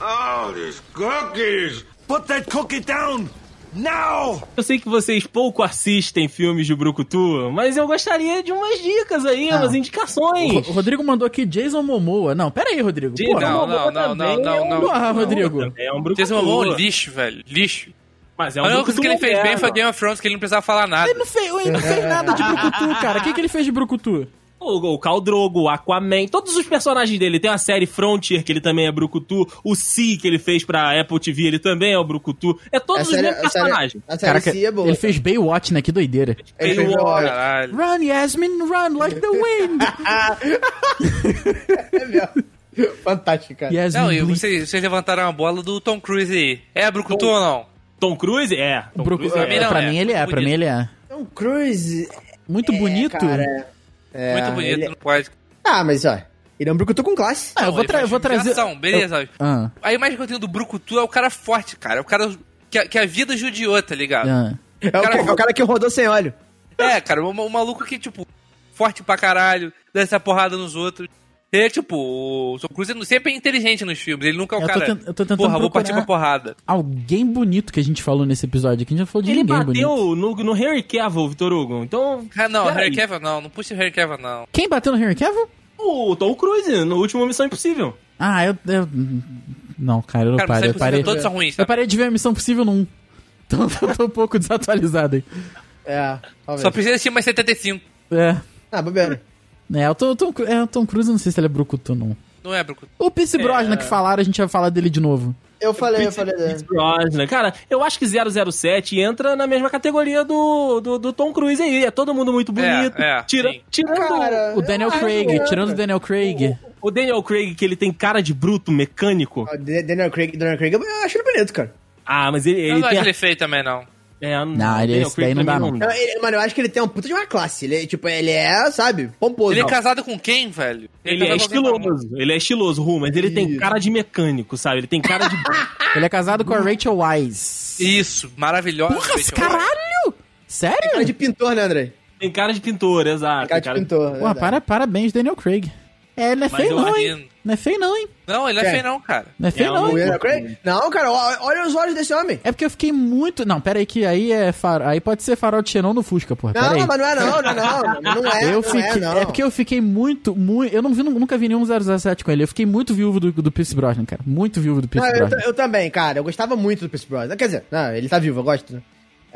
Speaker 1: Oh, these cookies! Put that cookie down! Now!
Speaker 3: Eu sei que vocês pouco assistem filmes de Brucutu, mas eu gostaria de umas dicas aí,
Speaker 2: Ah.
Speaker 3: umas
Speaker 2: O
Speaker 3: indicações.
Speaker 2: Ro- Rodrigo mandou aqui Jason Momoa. Não, pera aí, Rodrigo.
Speaker 3: Jason
Speaker 2: Porra,
Speaker 5: Não, não, não, não, não, não.
Speaker 2: Porra, Rodrigo.
Speaker 3: É um Brucutu.
Speaker 5: Jason Momoa é um lixo, velho. Lixo.
Speaker 3: Mas é um
Speaker 5: A única
Speaker 3: Brucutu
Speaker 5: coisa que ele fez bem
Speaker 3: moderno.
Speaker 5: foi Game of Thrones, que ele não precisava falar nada.
Speaker 2: Ele não fez, ele não fez nada de Brucutu, cara. O que, que ele fez de Brucutu?
Speaker 3: O, o Khal Drogo, o Aquaman, todos os personagens dele. Tem a série Frontier, que ele também é Brucutu. O Si, que ele fez pra Apple TV, ele também é o Brucutu. É todos os mesmos
Speaker 4: a série,
Speaker 3: personagens.
Speaker 4: a série
Speaker 2: Caraca,
Speaker 4: C é boa.
Speaker 2: ele fez Baywatch, né? Que doideira.
Speaker 5: é
Speaker 4: Ele é um fez
Speaker 5: Paywall,
Speaker 4: Baywatch.
Speaker 5: caralho.
Speaker 2: Run, Yasmin, run like the
Speaker 4: *laughs*
Speaker 2: wind.
Speaker 4: É *laughs* Fantástico, cara.
Speaker 2: Yasmin,
Speaker 5: Não, e é
Speaker 2: please.
Speaker 5: vocês, vocês levantaram a bola do Tom Cruise aí. É Brucutu ou não?
Speaker 3: Tom Cruise? É. Tom
Speaker 2: Brucu-
Speaker 3: Cruise
Speaker 2: é,
Speaker 5: mim não
Speaker 2: pra
Speaker 5: é.
Speaker 2: mim ele é, pra mim ele é.
Speaker 4: Tom Cruise.
Speaker 2: Muito
Speaker 4: é,
Speaker 2: bonito.
Speaker 4: cara, é.
Speaker 5: Muito bonito,
Speaker 4: ele-
Speaker 5: não pode.
Speaker 4: Ah, mas ó. Ele é um brucutu com classe.
Speaker 2: Ah, eu
Speaker 5: Não,
Speaker 2: vou,
Speaker 5: ele
Speaker 2: tra- eu
Speaker 5: faz
Speaker 2: vou
Speaker 5: filme de
Speaker 2: trazer...
Speaker 5: ação, beleza.
Speaker 2: Ah,
Speaker 5: A imagem que eu tenho do Brucutu é o cara forte, cara. É o cara que a, que a vida judiou, tá ligado?
Speaker 2: ah.
Speaker 4: É o, cara,
Speaker 5: Cara-
Speaker 4: é o cara que rodou sem óleo.
Speaker 5: É, cara, o, o maluco que, tipo, forte pra caralho, dá essa porrada nos outros. Ele é, tipo, o Tom Cruise ele sempre é inteligente nos filmes. Ele nunca é o
Speaker 2: Eu tô
Speaker 5: cara.
Speaker 2: tent- eu tô tentando
Speaker 5: porra, vou partir
Speaker 2: procurar-
Speaker 5: pra porrada.
Speaker 2: Alguém bonito que a gente falou nesse episódio aqui, a gente já falou de
Speaker 3: Ele
Speaker 2: ninguém bonito.
Speaker 3: bateu no, no Henry Cavill, Vitor Hugo. Então.
Speaker 5: Ah, não,
Speaker 3: peraí.
Speaker 5: Harry Cavill não, não puxa o Harry Cavill não.
Speaker 2: Quem bateu no Henry Cavill?
Speaker 3: O Tom Cruise, no último Missão Impossível.
Speaker 2: Ah, eu. eu- não, cara, eu
Speaker 5: Cara,
Speaker 2: parei. Eu
Speaker 5: não sei
Speaker 2: parei,
Speaker 5: se todos são ruins,
Speaker 2: eu
Speaker 5: sabe?
Speaker 2: parei de ver a missão possível num. *laughs* Então eu tô um pouco desatualizado aí.
Speaker 4: É, talvez.
Speaker 5: Só precisa assistir mais 75.
Speaker 2: É.
Speaker 4: Ah, bobeira.
Speaker 2: É, o Tom, o Tom, Cru- é, o Tom Cruise, eu não sei se ele é brucutu, não.
Speaker 5: Não é, Brucutu?
Speaker 2: O Pierce Brosnan que falaram, a gente vai falar dele de novo.
Speaker 4: Eu falei, eu falei dele.
Speaker 3: Pierce Brosnan. né? Cara, eu acho que 007 entra na mesma categoria do, do, do Tom Cruise aí. É todo mundo muito bonito.
Speaker 5: é,
Speaker 3: Tira-
Speaker 5: sim.
Speaker 3: tirando
Speaker 4: Cara,
Speaker 2: O Daniel
Speaker 4: ah,
Speaker 2: Craig,
Speaker 4: eu-
Speaker 2: tirando o Daniel Craig.
Speaker 3: o Daniel Craig, que ele tem cara de bruto, mecânico.
Speaker 4: Ah, Dan- Daniel Craig, Daniel Craig, eu acho ele bonito, cara.
Speaker 3: Ah, mas ele,
Speaker 5: Eu
Speaker 3: ele
Speaker 5: não acho
Speaker 3: tem...
Speaker 5: ele feio também, não.
Speaker 3: É,
Speaker 2: Não, ele-
Speaker 3: Daniel
Speaker 2: esse
Speaker 3: Craig
Speaker 2: daí não
Speaker 3: pra
Speaker 2: dá,
Speaker 3: mim
Speaker 2: não.
Speaker 4: Não, ele- mano, eu acho que ele tem um puta de uma classe. Ele, é, tipo, ele é, sabe, pomposo.
Speaker 5: Ele é
Speaker 4: Não.
Speaker 5: casado com quem, velho?
Speaker 3: Ele é
Speaker 5: casado com alguém famoso.
Speaker 3: estiloso, ele é estiloso, Ru, mas ele tem
Speaker 4: Isso.
Speaker 3: cara de mecânico, sabe? Ele tem cara
Speaker 4: *laughs*
Speaker 3: de.
Speaker 2: Ele é casado com a Rachel Wise.
Speaker 5: Isso, maravilhosa.
Speaker 2: Porra,
Speaker 5: Rachel
Speaker 2: caralho!
Speaker 4: Cara de
Speaker 2: Sério?
Speaker 4: pintor, né, André?
Speaker 3: tem cara de pintor, exato.
Speaker 4: Cara de
Speaker 3: cara de-
Speaker 4: pintor. né,
Speaker 2: Porra,
Speaker 4: verdade.
Speaker 2: para, parabéns, Daniel Craig. É, ele não é
Speaker 3: Mas
Speaker 2: feio,
Speaker 3: eu
Speaker 2: não, hein?
Speaker 5: White.
Speaker 2: Não é feio, não, hein?
Speaker 5: Não, ele não é
Speaker 4: Quem?
Speaker 5: feio, não, cara.
Speaker 2: Não é feio,
Speaker 3: É
Speaker 2: não,
Speaker 3: um-
Speaker 2: hein?
Speaker 4: O Daniel Craig? Não, cara, ó- olha os olhos desse homem.
Speaker 2: É porque eu fiquei muito. Não, pera aí que aí é far... aí pode ser farol de xenon no Fusca, porra.
Speaker 4: Não,
Speaker 2: Pera aí.
Speaker 4: mas não é não, não é
Speaker 2: *laughs*
Speaker 4: não. Não é,
Speaker 2: eu
Speaker 4: não
Speaker 2: fiquei,
Speaker 4: é não.
Speaker 2: é porque eu fiquei muito, muito. Eu não vi, nunca vi nenhum 007 com ele. Eu fiquei muito viúvo do, do Pierce Brosnan, cara. Muito viúvo do
Speaker 4: Não,
Speaker 2: Pierce
Speaker 4: eu,
Speaker 2: Brosnan.
Speaker 4: ta- eu também, cara. Eu gostava muito do Pierce Brosnan. Quer dizer, não, ele tá vivo, eu gosto, né?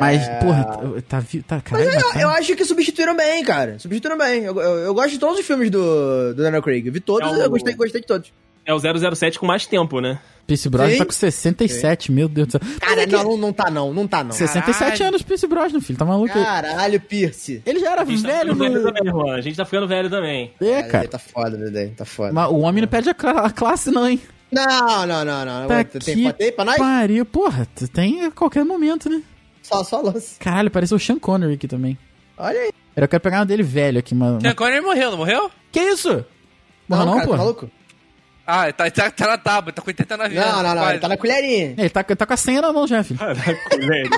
Speaker 2: Mas, porra, tá- tá vivo. Tá,
Speaker 4: Mas
Speaker 2: caralho,
Speaker 4: eu,
Speaker 2: tá-
Speaker 4: eu acho que substituíram bem, cara. Substituíram bem. Eu, eu- eu gosto de todos os filmes do, do Daniel Craig. Eu vi todos,
Speaker 3: É o-
Speaker 4: eu gostei, gostei de todos.
Speaker 3: É o 007 com mais tempo, né?
Speaker 2: Pierce Brosnan
Speaker 4: Sim.
Speaker 2: tá com 67, meu Deus do céu. Mas
Speaker 4: Cara,
Speaker 2: é que-
Speaker 4: não, não tá não, não tá não.
Speaker 2: 67
Speaker 5: Caralho.
Speaker 2: anos, Pierce Brosnan, filho. Tá maluco?
Speaker 4: Caralho, Pierce.
Speaker 2: Ele já era
Speaker 3: A gente tá
Speaker 2: velho
Speaker 3: ficando velho
Speaker 2: no.
Speaker 3: também, Juan. A gente tá ficando velho também.
Speaker 2: É,
Speaker 4: Cara,
Speaker 2: cara.
Speaker 4: Tá foda, meu Deus, tá foda.
Speaker 2: Mas o homem não perde a cla- a classe, não, hein?
Speaker 4: Não, não, não, não.
Speaker 2: Tá
Speaker 4: tem
Speaker 2: que
Speaker 4: tem pra nós?
Speaker 2: Pariu, porra, tu tem a qualquer momento, né?
Speaker 4: Só, só lance.
Speaker 2: Caralho, pareceu o Sean Connery aqui também.
Speaker 4: Olha aí.
Speaker 2: Eu quero pegar uma dele velho aqui, mano.
Speaker 5: Sean Connery morreu, não morreu?
Speaker 2: Que isso? Morra não,
Speaker 4: cara,
Speaker 2: pô.
Speaker 4: tá maluco?
Speaker 5: Ah, tá, tá, tá na tábua, tá com 89 anos.
Speaker 4: Não, não, não.
Speaker 5: quase.
Speaker 4: Ele tá na
Speaker 2: *laughs*
Speaker 4: colherinha.
Speaker 2: Ele tá, tá com a senha na mão já, filho.
Speaker 3: Caraca, velho.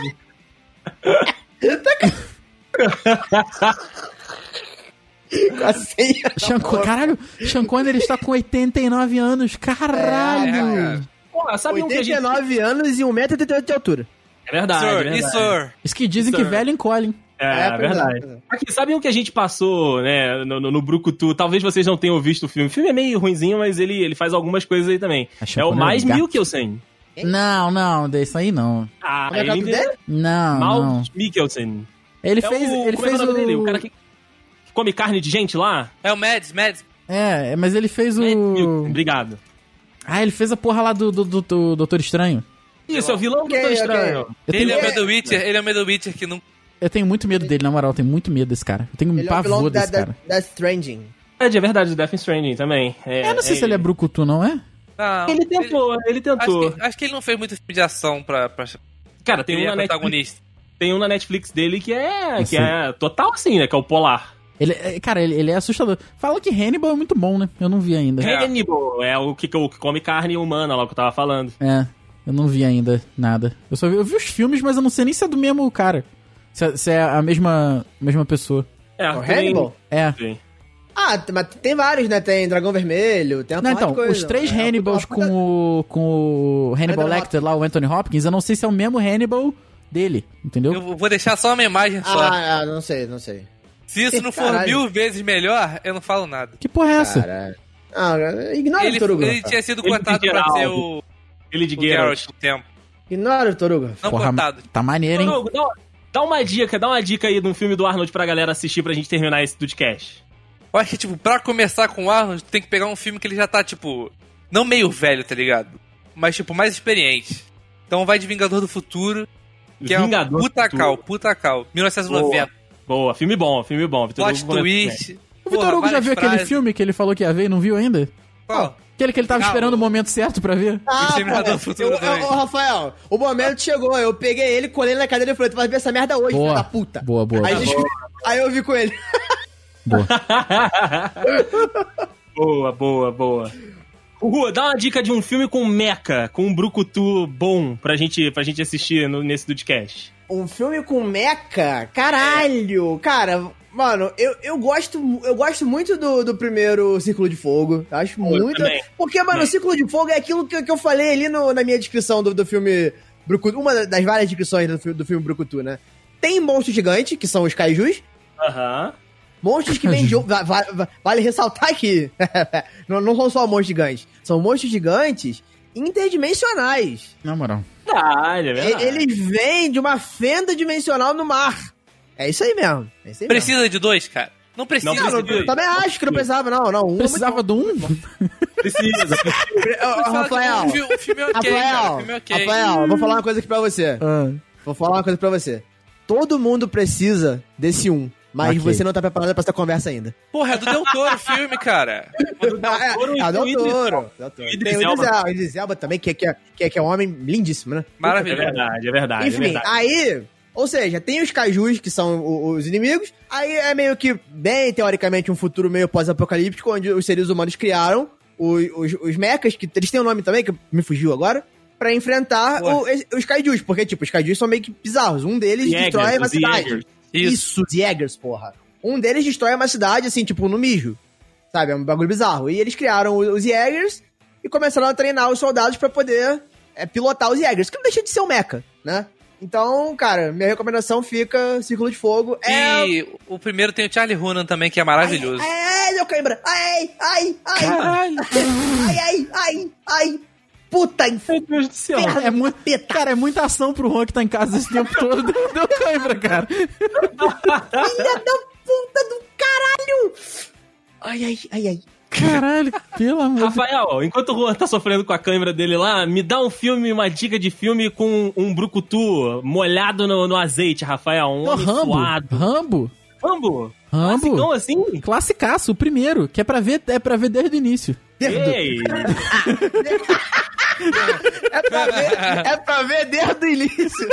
Speaker 4: Com a senha.
Speaker 2: *laughs* Xancô, caralho, Xancô ele está com 89 anos,
Speaker 5: É,
Speaker 2: caralho.
Speaker 4: Hum.
Speaker 5: cara.
Speaker 3: Porra, sabe um que a gente...
Speaker 4: 89 anos e 1,88m de altura.
Speaker 3: É verdade, é
Speaker 5: Sir,
Speaker 3: verdade.
Speaker 5: e sir.
Speaker 2: Isso que dizem que
Speaker 3: Isso é-
Speaker 2: velho encolhe, hein?
Speaker 3: É,
Speaker 4: pois
Speaker 3: verdade.
Speaker 4: é.
Speaker 3: Aqui, sabe o que a gente passou, né, no, no, no Brucutu? Talvez vocês não tenham visto o filme. O filme é meio ruinzinho, mas ele, ele faz algumas coisas aí também.
Speaker 2: Achei
Speaker 3: é o
Speaker 2: que não
Speaker 3: mais
Speaker 2: era um
Speaker 3: mil Mikkelsen.
Speaker 2: Não, não, desse aí não.
Speaker 3: Ah,
Speaker 4: Como é que é o
Speaker 3: ele
Speaker 4: nome dele?
Speaker 2: Não, Ah, não.
Speaker 3: Mal Mikkelsen.
Speaker 2: Ele
Speaker 3: É
Speaker 2: fez,
Speaker 3: o,
Speaker 2: ele
Speaker 3: como é
Speaker 2: fez
Speaker 3: que é o
Speaker 2: o...
Speaker 3: nome dele? O cara que come carne de gente lá?
Speaker 5: É o Mads, Mads.
Speaker 2: É, mas ele fez
Speaker 3: É,
Speaker 2: o...
Speaker 3: Mikkelsen, Obrigado.
Speaker 2: Ah, ele fez a porra lá do, do, do, do Doutor Estranho.
Speaker 3: Isso, é o vilão do
Speaker 4: Ok,
Speaker 3: Doutor
Speaker 4: ok.
Speaker 3: Estranho.
Speaker 2: Eu
Speaker 5: Ele
Speaker 2: tenho,
Speaker 5: é o Medo Witcher, ele é o Medo Witcher que não.
Speaker 2: eu tenho muito medo dele, na moral, eu tenho muito medo desse cara. Eu tenho um
Speaker 4: Ele é o
Speaker 2: pavor
Speaker 4: vilão da,
Speaker 2: desse
Speaker 4: da,
Speaker 2: cara.
Speaker 4: da Stranding.
Speaker 3: É, de verdade, do Death Stranding também.
Speaker 2: Eu não sei se ele é brucutu, não é?
Speaker 5: Não,
Speaker 3: Ele
Speaker 4: um
Speaker 3: tentou, né, ele, tentou.
Speaker 5: Acho que, acho que ele não fez muito filme de ação pra. pra
Speaker 3: Cara, tem
Speaker 5: ele
Speaker 3: um,
Speaker 5: é
Speaker 3: na Netflix,
Speaker 5: protagonista.
Speaker 3: tem um na Netflix dele que é,
Speaker 2: Assim.
Speaker 3: que é total assim, né? Que é o Polar.
Speaker 2: Ele, é- cara, ele, ele é assustador. Falam que Hannibal é muito bom, né? Eu não vi ainda.
Speaker 5: É.
Speaker 3: Hannibal, é o que, que come carne humana, lá que eu tava falando.
Speaker 2: É, eu não vi ainda nada. Eu só vi, eu vi os filmes, mas eu não sei nem se é do mesmo cara. Se, é- se é a mesma, mesma pessoa.
Speaker 3: É,
Speaker 4: O
Speaker 3: tem-
Speaker 4: Hannibal?
Speaker 2: É.
Speaker 3: tem.
Speaker 4: Ah, t- mas tem vários, né? Tem Dragão Vermelho, tem uma
Speaker 2: Não,
Speaker 4: porrada
Speaker 2: então,
Speaker 4: de coisa.
Speaker 2: os três
Speaker 4: É uma
Speaker 2: Hannibals
Speaker 4: puta- uma puta-
Speaker 2: com o, com o Hannibal
Speaker 4: Hannibal
Speaker 2: Lecter lá, o Anthony Hopkins, eu não sei se é o mesmo Hannibal dele, entendeu?
Speaker 5: Eu vou deixar só uma imagem só.
Speaker 4: Ah, ah, não sei, não sei.
Speaker 5: Se isso não for
Speaker 4: Caralho.
Speaker 5: mil vezes melhor, eu não falo nada.
Speaker 2: Que porra é essa?
Speaker 4: Caralho. Ah, ignora
Speaker 5: Ele,
Speaker 4: o Torugo.
Speaker 5: ele tinha sido
Speaker 3: Ele
Speaker 5: cotado
Speaker 3: tem
Speaker 5: pra
Speaker 3: Geralt.
Speaker 5: ser o, o
Speaker 3: Ele de Geralt.
Speaker 5: Geralt no tempo.
Speaker 4: Ignora o Torugo.
Speaker 5: Não
Speaker 2: Porra,
Speaker 5: cotado.
Speaker 2: tá maneiro, hein?
Speaker 3: Diogo, dá, dá uma dica, dá uma dica aí de um filme do Arnold pra galera assistir pra gente terminar esse podcast.
Speaker 5: Eu acho que, tipo, pra começar com o Arnold, tem que pegar um filme que ele já tá, tipo, não meio velho, tá ligado? Mas, tipo, mais experiente. Então vai de Vingador do Futuro, que é um puta
Speaker 3: Futuro.
Speaker 5: cal, puta cal. 1990.
Speaker 3: Boa, filme bom, filme bom. né? Vitor
Speaker 5: Plot
Speaker 3: Hugo comentou bem.
Speaker 5: twist.
Speaker 2: O Vitor
Speaker 5: Porra,
Speaker 2: Hugo já
Speaker 5: várias
Speaker 2: viu aquele
Speaker 5: frases.
Speaker 2: filme que ele falou que ia ver e não viu ainda?
Speaker 5: Qual?
Speaker 2: Aquele que ele tava
Speaker 5: Calma.
Speaker 2: esperando o momento certo pra ver?
Speaker 4: Ah,
Speaker 5: Exterminador
Speaker 4: pô,
Speaker 5: do Futuro
Speaker 4: eu- eu-
Speaker 5: dois.
Speaker 4: Ô, Rafael, o momento chegou. Eu peguei ele, colei ele na cadeira e falei, tu vai ver essa merda hoje, filho da
Speaker 2: Boa,
Speaker 4: puta.
Speaker 2: boa, boa.
Speaker 4: Aí, gente- aí eu vi com ele.
Speaker 3: Boa, boa, boa. Uhul, dá uma dica de um filme com meca, com um brucutu bom pra gente, pra gente assistir no- nesse podcast.
Speaker 4: Um filme com meca? Caralho! Cara, mano, eu, eu, gosto, eu gosto muito do, do primeiro Círculo de Fogo. Eu Acho muito.
Speaker 3: também.
Speaker 4: Porque, mano, o Círculo de Fogo é aquilo que, que eu falei ali no- na minha descrição do, do filme Brucutu. Uma das várias descrições do, fi- do filme Brucutu, né? Tem monstro gigante, que são os kaijus.
Speaker 3: Aham.
Speaker 4: Monstros que vêm de. o- va- va- va- Vale ressaltar que *laughs* não, não são só monstros gigantes, são monstros gigantes interdimensionais.
Speaker 2: Na moral.
Speaker 3: Verdade, é
Speaker 4: E-
Speaker 3: verdade.
Speaker 4: *laughs* Eles vêm de uma fenda dimensional no mar. É isso aí mesmo. É isso aí
Speaker 5: Precisa de dois, cara? Não precisa,
Speaker 3: Não tá
Speaker 4: mesmo. Não,
Speaker 5: de
Speaker 4: não, eu
Speaker 5: dois.
Speaker 4: também acho que não precisava, não. não um é muito
Speaker 2: Precisava do um?
Speaker 3: Precisa.
Speaker 4: bom. Ô,
Speaker 5: Fala
Speaker 4: ô,
Speaker 5: que
Speaker 4: Rafael,
Speaker 5: O um filme, o filme é ok, cara. O filme é
Speaker 4: Rafael,
Speaker 5: ok.
Speaker 4: Rafael, vou falar uma coisa aqui pra você.
Speaker 2: Ah.
Speaker 4: Vou falar uma coisa pra você. Todo mundo precisa desse um, mas
Speaker 2: Ok.
Speaker 4: você não tá preparado pra essa conversa ainda.
Speaker 5: Porra, é do Del Toro o filme, cara.
Speaker 4: *laughs* Ah,
Speaker 3: Toro e
Speaker 4: ah,
Speaker 3: o
Speaker 4: Del
Speaker 3: Idris
Speaker 4: Toro. Del Toro.
Speaker 3: Idris
Speaker 4: Tem o Idris
Speaker 3: Elba.
Speaker 4: Elba, o Idris Elba também, que, que, que, que é um homem lindíssimo, né?
Speaker 3: É
Speaker 5: Maravilhoso.
Speaker 3: verdade, é verdade. é
Speaker 4: Enfim,
Speaker 3: verdade.
Speaker 4: aí, ou seja, tem os cajus, que são o- os inimigos, aí é meio que, bem teoricamente, um futuro meio pós-apocalíptico, onde os seres humanos criaram os, os, os mechas, que eles têm um nome também, que me fugiu agora, pra enfrentar
Speaker 5: Ué.
Speaker 4: o- es- os kaijus, porque, tipo, os kaijus são meio que bizarros. Um deles
Speaker 3: Jägers,
Speaker 4: destrói uma
Speaker 3: os
Speaker 4: cidade.
Speaker 3: Jägers.
Speaker 5: Isso.
Speaker 4: Isso, os Jägers, porra. Um deles destrói uma cidade, assim, tipo, no mijo. Sabe? É um bagulho bizarro. E eles criaram o- os Jägers e começaram a treinar os soldados pra poder é, pilotar os Jägers, que não deixa de ser um mecha, né? Então, cara, minha recomendação fica Círculo de Fogo. É.
Speaker 5: E o primeiro tem o Charlie Hunnam também, que é maravilhoso.
Speaker 4: Ai, meu cãibra! Ai, ai, ai!
Speaker 5: Caralho.
Speaker 4: Ai, ai, ai, ai! Puta
Speaker 3: Meu Deus do céu.
Speaker 5: Então,
Speaker 4: inferno!
Speaker 2: É muito,
Speaker 4: Peta.
Speaker 2: cara, é muita ação pro Juan que tá em casa esse *laughs* tempo todo. Deu, deu cãibra, cara.
Speaker 4: Filha da puta do caralho! Ai, ai, ai, ai.
Speaker 2: Caralho, pelo amor de
Speaker 3: Rafael, enquanto o Juan tá sofrendo com a câmera dele lá, me dá um filme, uma dica de filme com um brucutu molhado no, no azeite, Rafael. Um
Speaker 2: Pô,
Speaker 3: homem
Speaker 2: Rambo.
Speaker 3: suado.
Speaker 2: Rambo.
Speaker 3: Rambo?
Speaker 2: Rambo.
Speaker 3: Classicão assim?
Speaker 2: Classicaço, o primeiro, que é pra ver, é pra ver desde o início.
Speaker 3: Ei!
Speaker 4: É pra ver, é pra ver desde
Speaker 2: *laughs*
Speaker 4: o início.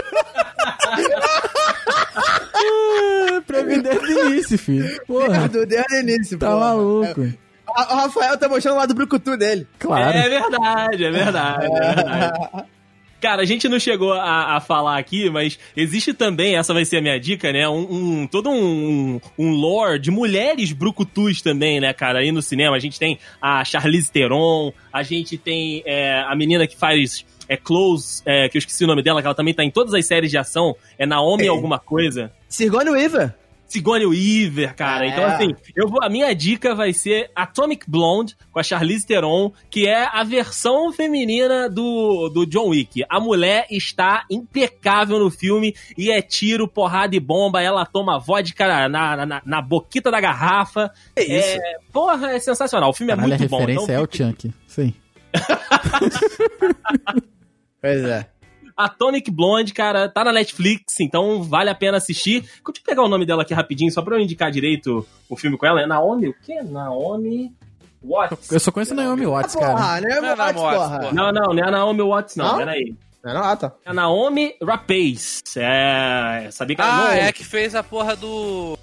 Speaker 2: É pra ver desde o início, filho. Porra,
Speaker 4: Desde, desde o início,
Speaker 2: tá
Speaker 4: porra. É,
Speaker 2: maluco.
Speaker 4: O Rafael tá mostrando lá do brucutu dele.
Speaker 2: Claro.
Speaker 3: É verdade, é verdade, é verdade. Cara, a gente não chegou a, a falar aqui, mas existe também, essa vai ser a minha dica, né? Um, um- todo um, um lore de mulheres brucutus também, né, cara? Aí no cinema a gente tem a Charlize Theron, a gente tem é, a menina que faz é Close, é, que eu esqueci o nome dela, que ela também tá em todas as séries de ação, é Naomi
Speaker 4: É.
Speaker 3: alguma coisa.
Speaker 4: Sigourney Weaver.
Speaker 3: Sigourney Weaver, cara.
Speaker 4: É.
Speaker 3: Então, assim, eu vou, a minha dica vai ser Atomic Blonde, com a Charlize Theron, que é a versão feminina do, do John Wick. A mulher está impecável no filme e é tiro, porrada e bomba. Ela toma vodka na, na, na, na boquita da garrafa.
Speaker 4: É isso.
Speaker 3: É, porra, é sensacional. O filme
Speaker 2: Caralho,
Speaker 3: é
Speaker 2: a
Speaker 3: muito bom.
Speaker 2: referência
Speaker 3: Então,
Speaker 2: é o Chunk.
Speaker 3: *laughs*
Speaker 2: Sim. *laughs*
Speaker 4: Pois é.
Speaker 3: Atomic Blonde, cara, tá na Netflix, então vale a pena assistir. Deixa eu pegar o nome dela aqui rapidinho, só pra eu indicar direito o filme com ela. É Naomi, o quê? Naomi Watts.
Speaker 2: Eu só conheço Naomi Watts, cara.
Speaker 4: Porra, né?
Speaker 5: Não é
Speaker 4: Watts,
Speaker 5: namoro,
Speaker 4: porra.
Speaker 5: porra.
Speaker 3: Não, não, não é a Naomi Watts, não.
Speaker 4: Não?
Speaker 3: Peraí.
Speaker 4: Não, não, ah, tá.
Speaker 3: É a Naomi Rapace. É. Sabia que
Speaker 5: Ah,
Speaker 3: não,
Speaker 5: é a que fez a porra do.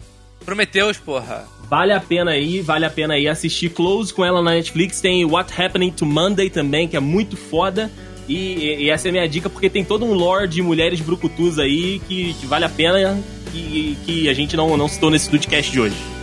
Speaker 5: Prometeus, porra.
Speaker 3: Vale a pena aí, vale a pena aí assistir Close com ela na Netflix. Tem What Happening to Monday também, que é muito foda. E, e- e essa é a minha dica, porque tem todo um lore de mulheres brucutus aí que, que vale a pena e e que a gente não, não citou nesse podcast de hoje.